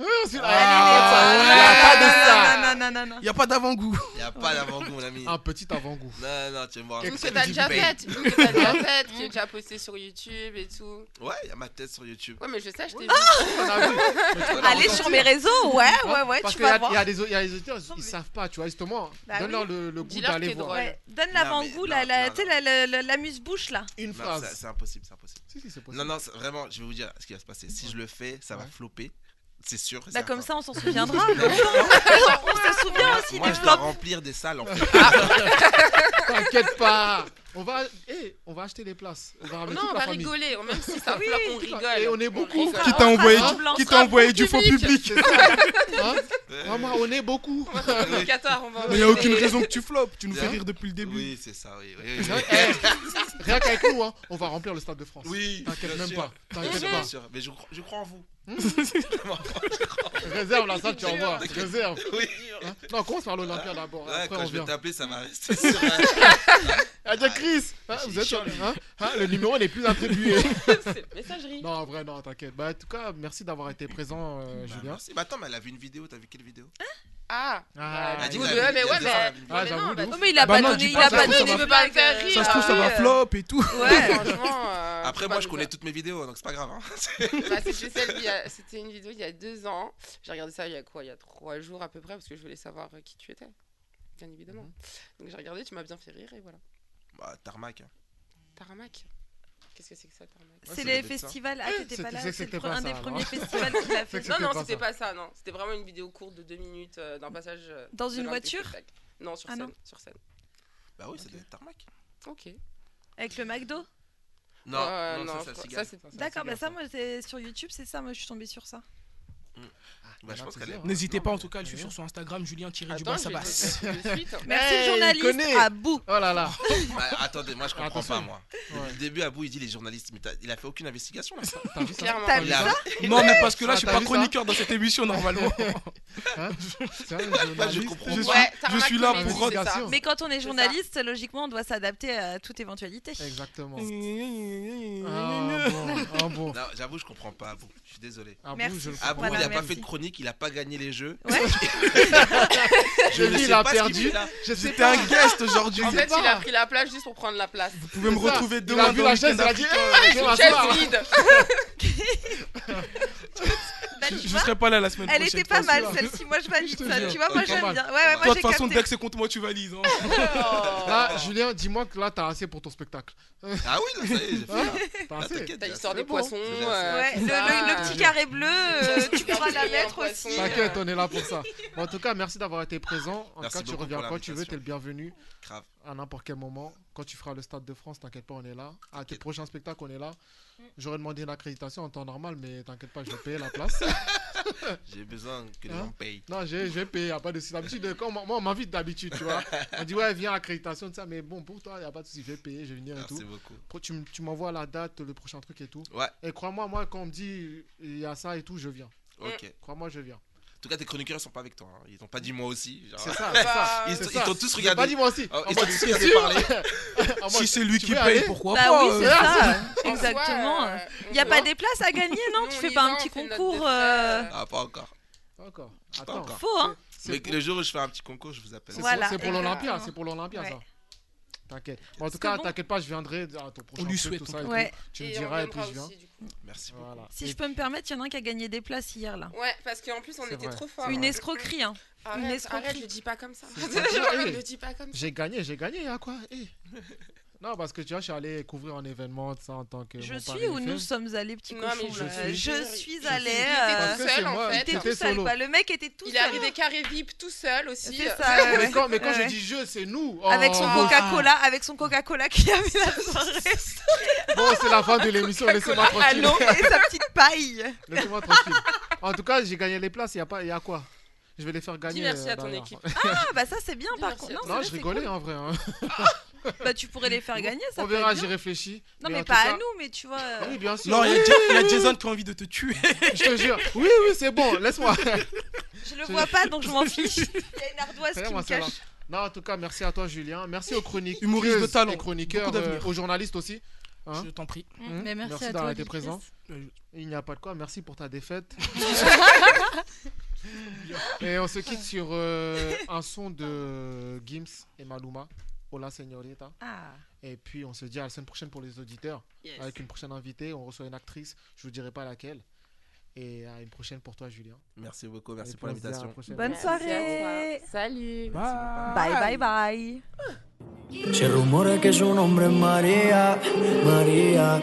Speaker 2: Ah, c'est-
Speaker 3: Ah,
Speaker 2: Ah,
Speaker 3: non, non, non, non, non.
Speaker 5: Y a pas d'avant-goût.
Speaker 3: Il a pas d'avant-goût, mon ami.
Speaker 2: Un petit avant-goût.
Speaker 3: Non, non, tu vas me voir.
Speaker 7: Une que t'as déjà faite, une que t'as déjà faite, qui est déjà postée sur YouTube et tout.
Speaker 3: Ouais, il y a ma tête sur YouTube.
Speaker 7: Ouais, mais je sais, je t'ai
Speaker 2: On a vu. Mais tu
Speaker 7: vu.
Speaker 2: vois, on a
Speaker 8: Allez
Speaker 2: ressenti.
Speaker 8: sur mes réseaux, ouais, ouais, ouais,
Speaker 2: Parce
Speaker 8: tu
Speaker 2: que
Speaker 8: vas
Speaker 2: y a-
Speaker 8: voir.
Speaker 2: y a des au- y a des auditeurs, ils savent pas, tu vois, justement.
Speaker 8: Bah
Speaker 2: Donne-leur
Speaker 8: oui.
Speaker 2: le, le goût
Speaker 8: Dis-leur
Speaker 2: d'aller
Speaker 8: que t'es
Speaker 2: voir.
Speaker 8: drôle. Ouais, Donne l'avant-goût, la- la- tu sais, la- la- la- l'amuse-bouche là.
Speaker 2: Une
Speaker 3: Non, c'est- C'est impossible, c'est impossible. Non, non, c'est- vraiment, je vais vous dire ce qui va se passer. Si je le fais, ça va flopper. C'est sûr.
Speaker 8: Bah, comme ça, on s'en souviendra.
Speaker 3: Non,
Speaker 8: Comme ça, on- on se souvient
Speaker 3: Moi,
Speaker 8: aussi
Speaker 3: Moi,
Speaker 8: des
Speaker 3: je dois
Speaker 8: flops.
Speaker 3: remplir des salles en fait. Ah.
Speaker 7: Euh,
Speaker 2: T'inquiète pas. On va, eh, on va acheter les places. On va ramener
Speaker 7: Non,
Speaker 2: toute
Speaker 7: on
Speaker 2: la
Speaker 7: va
Speaker 2: famille.
Speaker 7: rigoler, même si ça
Speaker 2: Oui.
Speaker 7: floppe, on rigole.
Speaker 2: Et on est beaucoup.
Speaker 7: rigole.
Speaker 5: Qui t'a envoyé, qui t'a envoyé du faux public.
Speaker 2: C'est ça. Hein Vraiment, on est beaucoup.
Speaker 7: faire du Qatar, on va
Speaker 5: Mais y a
Speaker 7: envoyer
Speaker 5: aucune
Speaker 7: des-
Speaker 5: raison que tu floppes. Tu nous fais
Speaker 3: Bien.
Speaker 5: rire depuis le début.
Speaker 3: Oui, c'est ça, oui. oui, oui.
Speaker 2: Eh, Rien qu'avec nous, hein, on va remplir le Stade de France.
Speaker 3: Oui,
Speaker 2: T'inquiète
Speaker 3: bien
Speaker 2: même
Speaker 3: sûr.
Speaker 2: pas. T'inquiète
Speaker 3: Bien
Speaker 2: pas. Hmm
Speaker 3: sûr, Mais je crois, je crois en vous.
Speaker 2: Réserve la salle, tu envoies. Réserve.
Speaker 3: Oui. Ah,
Speaker 2: Hein non, commence par l'Olympia d'abord.
Speaker 3: Ouais,
Speaker 2: après,
Speaker 3: quand
Speaker 2: on
Speaker 3: je vais
Speaker 2: vient.
Speaker 3: t'appeler, ça va rester sur. un-
Speaker 2: Ah, tiens, Chris, hein, vous êtes hein, hein, Le numéro n'est plus attribué.
Speaker 7: messagerie.
Speaker 2: Non, en vrai, non, t'inquiète. Bah, en tout cas, merci d'avoir été présent, euh,
Speaker 3: Bah,
Speaker 2: Julien.
Speaker 3: merci. Bah, attends, mais elle a vu une vidéo. T'as vu quelle vidéo
Speaker 8: Hein
Speaker 7: Ah,
Speaker 2: Ah,
Speaker 7: bah,
Speaker 3: dit
Speaker 7: vous
Speaker 3: la
Speaker 7: deux,
Speaker 3: vie,
Speaker 7: mais
Speaker 3: elle
Speaker 7: ouais,
Speaker 3: dit
Speaker 7: mais.
Speaker 3: ça,
Speaker 7: mais
Speaker 2: j'avoue,
Speaker 7: non,
Speaker 2: de
Speaker 7: bah-
Speaker 2: ouf.
Speaker 7: non, mais il a
Speaker 2: Bah
Speaker 7: pas
Speaker 2: non,
Speaker 7: donné,
Speaker 2: dis
Speaker 7: il
Speaker 2: pas,
Speaker 7: a
Speaker 2: ça
Speaker 7: pas
Speaker 2: se trouve,
Speaker 7: donné,
Speaker 2: ça
Speaker 7: il
Speaker 2: va
Speaker 7: veut pas faire rire.
Speaker 5: Ça se trouve, ça va
Speaker 7: Ah oui,
Speaker 5: flop et tout.
Speaker 7: euh, Ouais, franchement. euh,
Speaker 3: Après,
Speaker 7: faut
Speaker 3: moi,
Speaker 7: pas
Speaker 3: je
Speaker 7: nous
Speaker 3: connais toutes mes vidéos, donc c'est pas grave. hein.
Speaker 7: Bah, c'est chez celle, il y a- c'était une vidéo il y a deux ans. J'ai regardé ça il y a quoi Il y a trois jours à peu près, parce que je voulais savoir euh, qui tu étais, bien évidemment. Donc j'ai regardé, tu m'as bien fait rire, et voilà.
Speaker 3: Bah, tarmac. hein.
Speaker 7: Tarmac Qu'est-ce que c'est que ça, Tarmac
Speaker 8: C'est les festivals. Ah, t'étais pas là. C'est le pre- un des premiers festivals qu'il a fait.
Speaker 7: Non, non, c'était pas ça, non. C'était vraiment une vidéo courte de deux minutes euh, d'un passage. euh,
Speaker 8: Dans
Speaker 7: de
Speaker 8: une
Speaker 7: l'un de tes
Speaker 8: voiture
Speaker 7: spectacles. Non, sur
Speaker 8: Ah,
Speaker 7: scène.
Speaker 8: non.
Speaker 7: Sur scène.
Speaker 3: Bah oui, ça doit être tarmac.
Speaker 7: Ok.
Speaker 8: Avec le McDo.
Speaker 3: Non,
Speaker 7: Euh,
Speaker 3: non,
Speaker 7: non,
Speaker 3: ça,
Speaker 7: je
Speaker 3: ça,
Speaker 7: crois-
Speaker 3: cigale.
Speaker 7: ça, c'est-
Speaker 8: bah, D'accord, bah ça, moi, c'est sur YouTube, c'est ça. Moi, je suis tombée sur ça.
Speaker 15: Bah, je pense qu'elle est.
Speaker 5: N'hésitez pas en tout cas,
Speaker 3: Eh.
Speaker 5: je suis sur son Instagram, Julien tiré du bas
Speaker 15: Attends, je vais
Speaker 5: Sabas.
Speaker 15: le dire tout de suite.
Speaker 8: Merci, journaliste,
Speaker 3: Ah
Speaker 8: à bout.
Speaker 2: Oh là là.
Speaker 15: Bah, attendez, moi je comprends
Speaker 2: Attention.
Speaker 15: pas moi. Depuis
Speaker 2: Ouais.
Speaker 15: le début, Abou il dit les journalistes, mais t'as- il a fait aucune investigation là.
Speaker 2: T'as vu ça
Speaker 15: Clairement.
Speaker 2: T'as vu
Speaker 15: Il a-
Speaker 2: ça
Speaker 5: Non, mais parce que là,
Speaker 2: Ah,
Speaker 5: je suis
Speaker 2: t'as
Speaker 5: pas
Speaker 2: vu ça
Speaker 5: chroniqueur dans cette émission normalement.
Speaker 2: Hein C'est vrai,
Speaker 15: Bah, je
Speaker 2: journaliste.
Speaker 15: comprends pas.
Speaker 5: Je suis-
Speaker 8: Ouais,
Speaker 5: je
Speaker 8: t'arnaques,
Speaker 5: suis là
Speaker 8: mais
Speaker 5: pour
Speaker 8: c'est
Speaker 5: rendre-
Speaker 8: ça.
Speaker 5: Bien sûr.
Speaker 8: Mais quand on est
Speaker 5: C'est
Speaker 8: journaliste, logiquement, on doit s'adapter à toute éventuellement.
Speaker 2: Exactement.
Speaker 5: Ah, bon, ah, bon.
Speaker 15: Non, j'avoue, je comprends pas Abou. Je suis désolé.
Speaker 2: Abou,
Speaker 5: Merci. je le
Speaker 15: Abou,
Speaker 5: comprends
Speaker 15: il
Speaker 5: pas.
Speaker 15: a pas
Speaker 5: Merci.
Speaker 15: fait de chronique, il a pas gagné les jeux.
Speaker 8: Ouais.
Speaker 15: je ne
Speaker 2: Lui,
Speaker 15: sais
Speaker 2: il a
Speaker 15: pas ce qu'il
Speaker 2: perdu.
Speaker 15: fait là.
Speaker 2: Je sais
Speaker 15: J'étais
Speaker 2: pas.
Speaker 15: un guest aujourd'hui.
Speaker 7: En fait, il a pris la place juste pour prendre la place. Vous
Speaker 5: pouvez me retrouver
Speaker 2: demain a vu dans la chaise, Weekend il a dit,
Speaker 5: euh,
Speaker 2: Africain. Eh, je m'assois.
Speaker 7: chaise vide.
Speaker 5: Je je serai pas là la semaine
Speaker 8: Bah, Elle
Speaker 5: prochaine.
Speaker 8: était pas mal
Speaker 5: François.
Speaker 8: celle-ci, moi je valide
Speaker 5: Je te
Speaker 8: ça,
Speaker 5: jure.
Speaker 8: tu vois, moi
Speaker 5: Pas
Speaker 8: j'aime
Speaker 5: mal.
Speaker 8: bien. Ouais, ouais,
Speaker 5: Toi,
Speaker 8: moi
Speaker 5: de
Speaker 8: j'ai
Speaker 5: toute façon,
Speaker 8: capté. Oh.
Speaker 5: dès que c'est contre moi, tu valides. hein.
Speaker 2: Là, Julien, dis-moi que là, t'as assez pour ton spectacle.
Speaker 15: Ah oui, là, ça y est, j'ai fait,
Speaker 2: Hein
Speaker 15: là.
Speaker 2: T'as
Speaker 15: Là,
Speaker 2: assez.
Speaker 15: t'inquiète,
Speaker 7: T'as
Speaker 15: j'ai
Speaker 7: l'histoire
Speaker 15: assez.
Speaker 7: des
Speaker 15: C'est
Speaker 7: poissons.
Speaker 15: bon, j'ai
Speaker 7: euh,
Speaker 8: Ouais,
Speaker 7: tout
Speaker 8: le,
Speaker 7: ça.
Speaker 8: le- le petit carré bleu, euh, tu pourras la mettre aussi.
Speaker 2: T'inquiète, on est là pour ça. Bon, en tout cas, merci d'avoir été présent. En tout
Speaker 15: Merci
Speaker 2: cas, tu
Speaker 15: beaucoup
Speaker 2: reviens
Speaker 15: pour
Speaker 2: quand tu veux,
Speaker 15: l'invitation.
Speaker 2: t'es le bienvenu.
Speaker 15: Grave.
Speaker 2: À n'importe quel moment. Quand tu feras le Stade de France, t'inquiète pas, on est là. À tes prochains spectacles, on est là. J'aurais demandé une accréditation en temps normal, mais t'inquiète pas, je vais payer la place.
Speaker 15: J'ai besoin que les
Speaker 2: Hein
Speaker 15: gens payent.
Speaker 2: Non, je, je vais payer, y a pas de souci. D'habitude, quand on m'a- moi, on m'invite d'habitude, tu vois. On dit, ouais, viens, accréditation, tout ça, mais bon, pour toi, y a pas de souci, je vais payer, je vais venir
Speaker 15: Merci
Speaker 2: et tout.
Speaker 15: beaucoup.
Speaker 2: Pro- Tu, m- tu m'envoies la date, le prochain truc et tout.
Speaker 15: Ouais.
Speaker 2: Et crois-moi, moi, quand on me dit, il y a ça et tout, je viens.
Speaker 15: Ok.
Speaker 2: Crois-moi, je viens.
Speaker 15: En tout cas, tes chroniqueurs ils sont pas avec toi. hein. Ils t'ont pas dit moi aussi. genre.
Speaker 2: C'est ça, c'est ça.
Speaker 15: Ils
Speaker 2: c'est
Speaker 15: t'ont-
Speaker 2: ça.
Speaker 15: ils t'ont tous
Speaker 2: J'ai
Speaker 15: regardé.
Speaker 2: pas dit moi aussi.
Speaker 15: Oh,
Speaker 2: En
Speaker 15: Ils t'ont
Speaker 2: mode,
Speaker 15: tous
Speaker 2: c'est
Speaker 15: regardé
Speaker 2: sûr.
Speaker 15: parler.
Speaker 8: Ah,
Speaker 15: Ah,
Speaker 2: En
Speaker 5: Si
Speaker 2: mode,
Speaker 5: c'est lui
Speaker 2: tu
Speaker 5: qui
Speaker 2: veux
Speaker 5: paye,
Speaker 2: aller
Speaker 5: pourquoi
Speaker 8: Bah
Speaker 5: pas
Speaker 8: oui,
Speaker 5: euh,
Speaker 8: c'est ça, exactement. Il y a pas des places à gagner, non Tu fais pas un petit concours euh,
Speaker 15: Ah, pas encore.
Speaker 2: Pas encore.
Speaker 15: Pas
Speaker 2: Attends.
Speaker 15: encore.
Speaker 8: faux, hein
Speaker 15: Mais le jour où je fais un petit concours, je vous appelle.
Speaker 2: C'est pour, c'est pour l'Olympia, c'est pour l'Olympia ça. T'inquiète. Bon, en tout
Speaker 8: Parce que
Speaker 2: cas,
Speaker 8: bon-
Speaker 2: t'inquiète pas, je viendrai à ton prochain
Speaker 5: lui
Speaker 2: truc,
Speaker 5: souhaite,
Speaker 2: tout
Speaker 5: en
Speaker 2: ça
Speaker 5: tout
Speaker 2: et
Speaker 8: cas.
Speaker 2: tout.
Speaker 8: Ouais.
Speaker 2: Tu me
Speaker 7: Et on
Speaker 2: diras et puis
Speaker 7: viendra
Speaker 2: je viens.
Speaker 7: aussi, du coup.
Speaker 15: Merci beaucoup.
Speaker 2: Voilà.
Speaker 8: Si
Speaker 2: Et
Speaker 8: je peux me permettre, il y en a un qui a gagné des places hier là.
Speaker 7: Ouais, parce qu'en plus, on
Speaker 2: C'est
Speaker 7: était
Speaker 2: vrai,
Speaker 7: trop
Speaker 2: c'est
Speaker 7: forts.
Speaker 8: Une escroquerie, hein.
Speaker 7: Arrête,
Speaker 8: Une
Speaker 7: arrête,
Speaker 8: escroquerie.
Speaker 7: le dis pas comme ça.
Speaker 2: C'est pas sûr,
Speaker 7: Arrête,
Speaker 2: eh.
Speaker 7: le dis pas comme ça.
Speaker 2: J'ai gagné, j'ai gagné, à quoi Eh. Non, parce que tu vois, je suis allé couvrir un événement, tout ça, en tant que.
Speaker 8: Je
Speaker 2: mon
Speaker 8: suis
Speaker 2: Paris
Speaker 8: ou nous
Speaker 2: FM.
Speaker 8: sommes allés, petit
Speaker 7: Non,
Speaker 8: cochon
Speaker 7: mais
Speaker 2: je
Speaker 8: là
Speaker 2: suis-
Speaker 8: Je suis allé.
Speaker 7: Il
Speaker 8: euh,
Speaker 2: Parce
Speaker 7: était
Speaker 2: que c'est
Speaker 7: tout seul, en
Speaker 2: moi,
Speaker 8: Il
Speaker 7: fait.
Speaker 8: était
Speaker 2: T'étais
Speaker 8: tout seul,
Speaker 2: solo.
Speaker 8: quoi. Le mec était tout
Speaker 7: Il est arrivé
Speaker 8: seul.
Speaker 7: des carrés VIP tout seul aussi.
Speaker 8: C'est ça, ouais.
Speaker 2: Mais quand, mais quand
Speaker 8: Ouais,
Speaker 2: je
Speaker 8: ouais.
Speaker 2: dis je, c'est nous. Oh.
Speaker 8: Avec son Coca-Cola, avec son Coca-Cola qui avait la soirée.
Speaker 2: Bon, c'est la fin de l'émission, laissez-moi
Speaker 8: à
Speaker 2: tranquille.
Speaker 8: Londres et sa petite paille.
Speaker 2: Laissez-moi tranquille. En tout cas, j'ai gagné les places, il y a pas, il y a quoi Je vais les faire gagner.
Speaker 7: Dis merci
Speaker 2: euh,
Speaker 7: à ton
Speaker 2: derrière.
Speaker 7: équipe.
Speaker 8: Ah bah ça c'est bien par contre. Non, c'est
Speaker 2: Non,
Speaker 8: vrai,
Speaker 2: je
Speaker 8: c'est
Speaker 2: rigolais en vrai. hein.
Speaker 8: cool. Bah tu pourrais les faire gagner ça.
Speaker 2: On
Speaker 8: peut être
Speaker 2: verra,
Speaker 8: bien.
Speaker 2: j'y réfléchis.
Speaker 8: Non
Speaker 2: en
Speaker 8: mais
Speaker 2: tout
Speaker 8: pas à
Speaker 2: cas-
Speaker 8: nous mais tu vois. euh,
Speaker 2: Oui, bien sûr.
Speaker 5: Non, il y, a
Speaker 2: Oui,
Speaker 5: Ja- il y a
Speaker 2: oui,
Speaker 5: Jason qui a envie de te tuer.
Speaker 2: oui, Je te jure. Oui, oui, c'est bon, laisse-moi.
Speaker 8: Je le
Speaker 2: Je-
Speaker 8: vois pas donc je m'en fiche. Il y a une ardoise
Speaker 2: Rien,
Speaker 8: qui
Speaker 2: moi,
Speaker 8: me
Speaker 2: ça va.
Speaker 8: cache.
Speaker 2: Non, en tout cas, merci à toi, Julien. Merci aux chroniques.
Speaker 5: Humoriste de talent.
Speaker 2: Et chroniqueurs,
Speaker 5: Beaucoup d'avenir.
Speaker 2: euh, aux journalistes aussi. Hein
Speaker 5: Je t'en
Speaker 8: Mm.
Speaker 5: prie. Mm. Euh,
Speaker 2: Hein
Speaker 6: Mais merci à toi,
Speaker 2: d'avoir été
Speaker 6: Dimitris.
Speaker 2: présent. Il n'y a pas de quoi. Merci pour ta défaite. et on se quitte sur euh, un son de Gims et Maluma. Hola, señorita.
Speaker 8: Ah.
Speaker 2: Et puis on se dit à la semaine prochaine pour les auditeurs.
Speaker 8: Yes.
Speaker 2: Avec une prochaine invitée, on reçoit une actrice, je vous dirai pas laquelle. Et à une prochaine pour toi, Julien.
Speaker 15: Merci beaucoup,
Speaker 2: Et
Speaker 15: merci
Speaker 2: puis
Speaker 15: pour
Speaker 2: on se dit à la
Speaker 15: l'invitation.
Speaker 2: prochaine.
Speaker 8: Bonne
Speaker 7: Merci à
Speaker 8: soirée.
Speaker 7: toi. Salut.
Speaker 8: Bye bye bye.
Speaker 12: Se rumora que su nombre es María, María,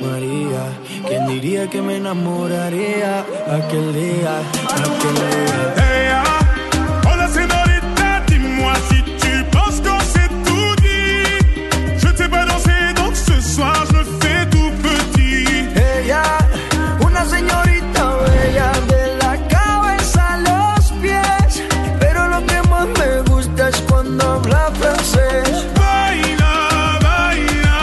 Speaker 12: María. ¿Quién diría que me enamoraría aquel día, aquel día?
Speaker 16: Oh la señorita, dis-moi si tu penses qu'on s'est tout dit. Je t'ai pas dansé, donc ce soir je le fais tout petit.
Speaker 12: Ella, una señorita bella de la cabeza a los pies. Pero lo que más me gusta es cuando habla francés.
Speaker 16: Baila, baila,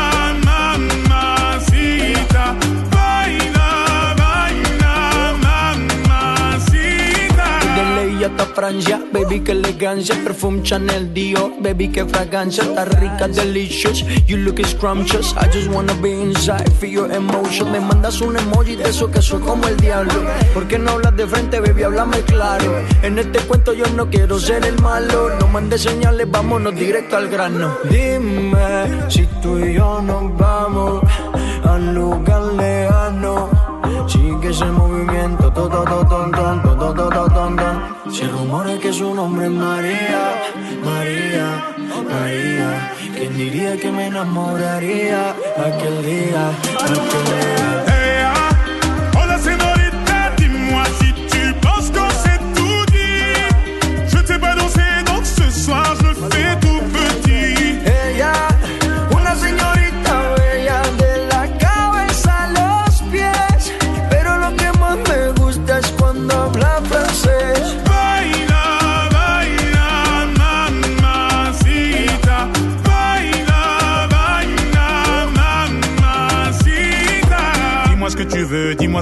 Speaker 16: mamacita. Baila, baila, mamacita.
Speaker 12: De ley hasta Francia, baby que elegancia, perfume Chanel Dior, baby que fragancia, está rica, delicious, you look scrumptious, I just wanna be inside, feel your emotion, me mandas un emoji de eso que soy como el diablo, ¿por qué no hablas de frente, baby, háblame claro, en este cuento yo no quiero ser el malo, no mandes señales, vámonos directo al grano, dime si tú y yo nos vamos a un lugar lejano. Sigue ese movimiento, to, to, to, ton, ton, to, to, to, to, ton, ton. Se rumora que su nombre es María, María, María. ¿Quién diría que me enamoraría aquel día, aquel día?
Speaker 16: Oh la señorita, dis-moi si tu penses qu'on s'est tout dit. Je t'ai pas dansé, donc ce soir je le fais tout petit.
Speaker 12: Ella, una señorita bella de la cabeza a los pies. Pero lo que más me gusta es cuando habla
Speaker 16: que tu veux, dis-moi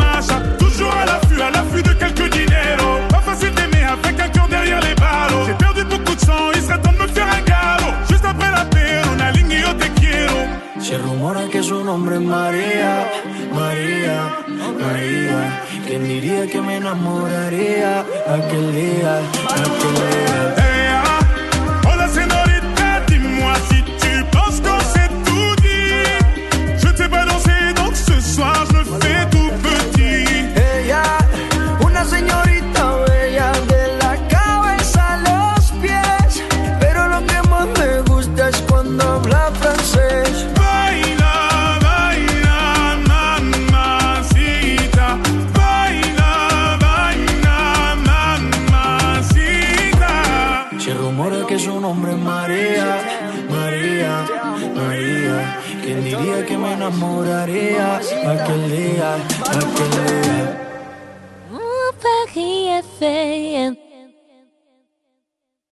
Speaker 16: un chat. Toujours à l'affût, à l'affût de quelques dineros. Pas facile d'aimer avec un cœur derrière les ballots. J'ai perdu beaucoup de sang, il serait temps de me faire un galop. Juste après la paix, on aligne yo te quiero.
Speaker 12: Se rumora que su nombre es María, María, María. ¿Quién diría que me enamoraría aquel día, aquel día?
Speaker 16: Oh la señorita, dis-moi si tu penses qu'on s'est tout dit. Je ne sais pas danser, donc ce soir je me fais tout petit.
Speaker 12: Ella, una señorita bella de la cabeza a los pies. Pero lo que más me gusta es cuando habla francés.
Speaker 16: Baila, baila, mamacita. Baila, baila, mamacita.
Speaker 12: Se rumora que su nombre es María, María, María. ¿Quién diría que me enamoraría aquel día, aquel día?
Speaker 1: Paris est fait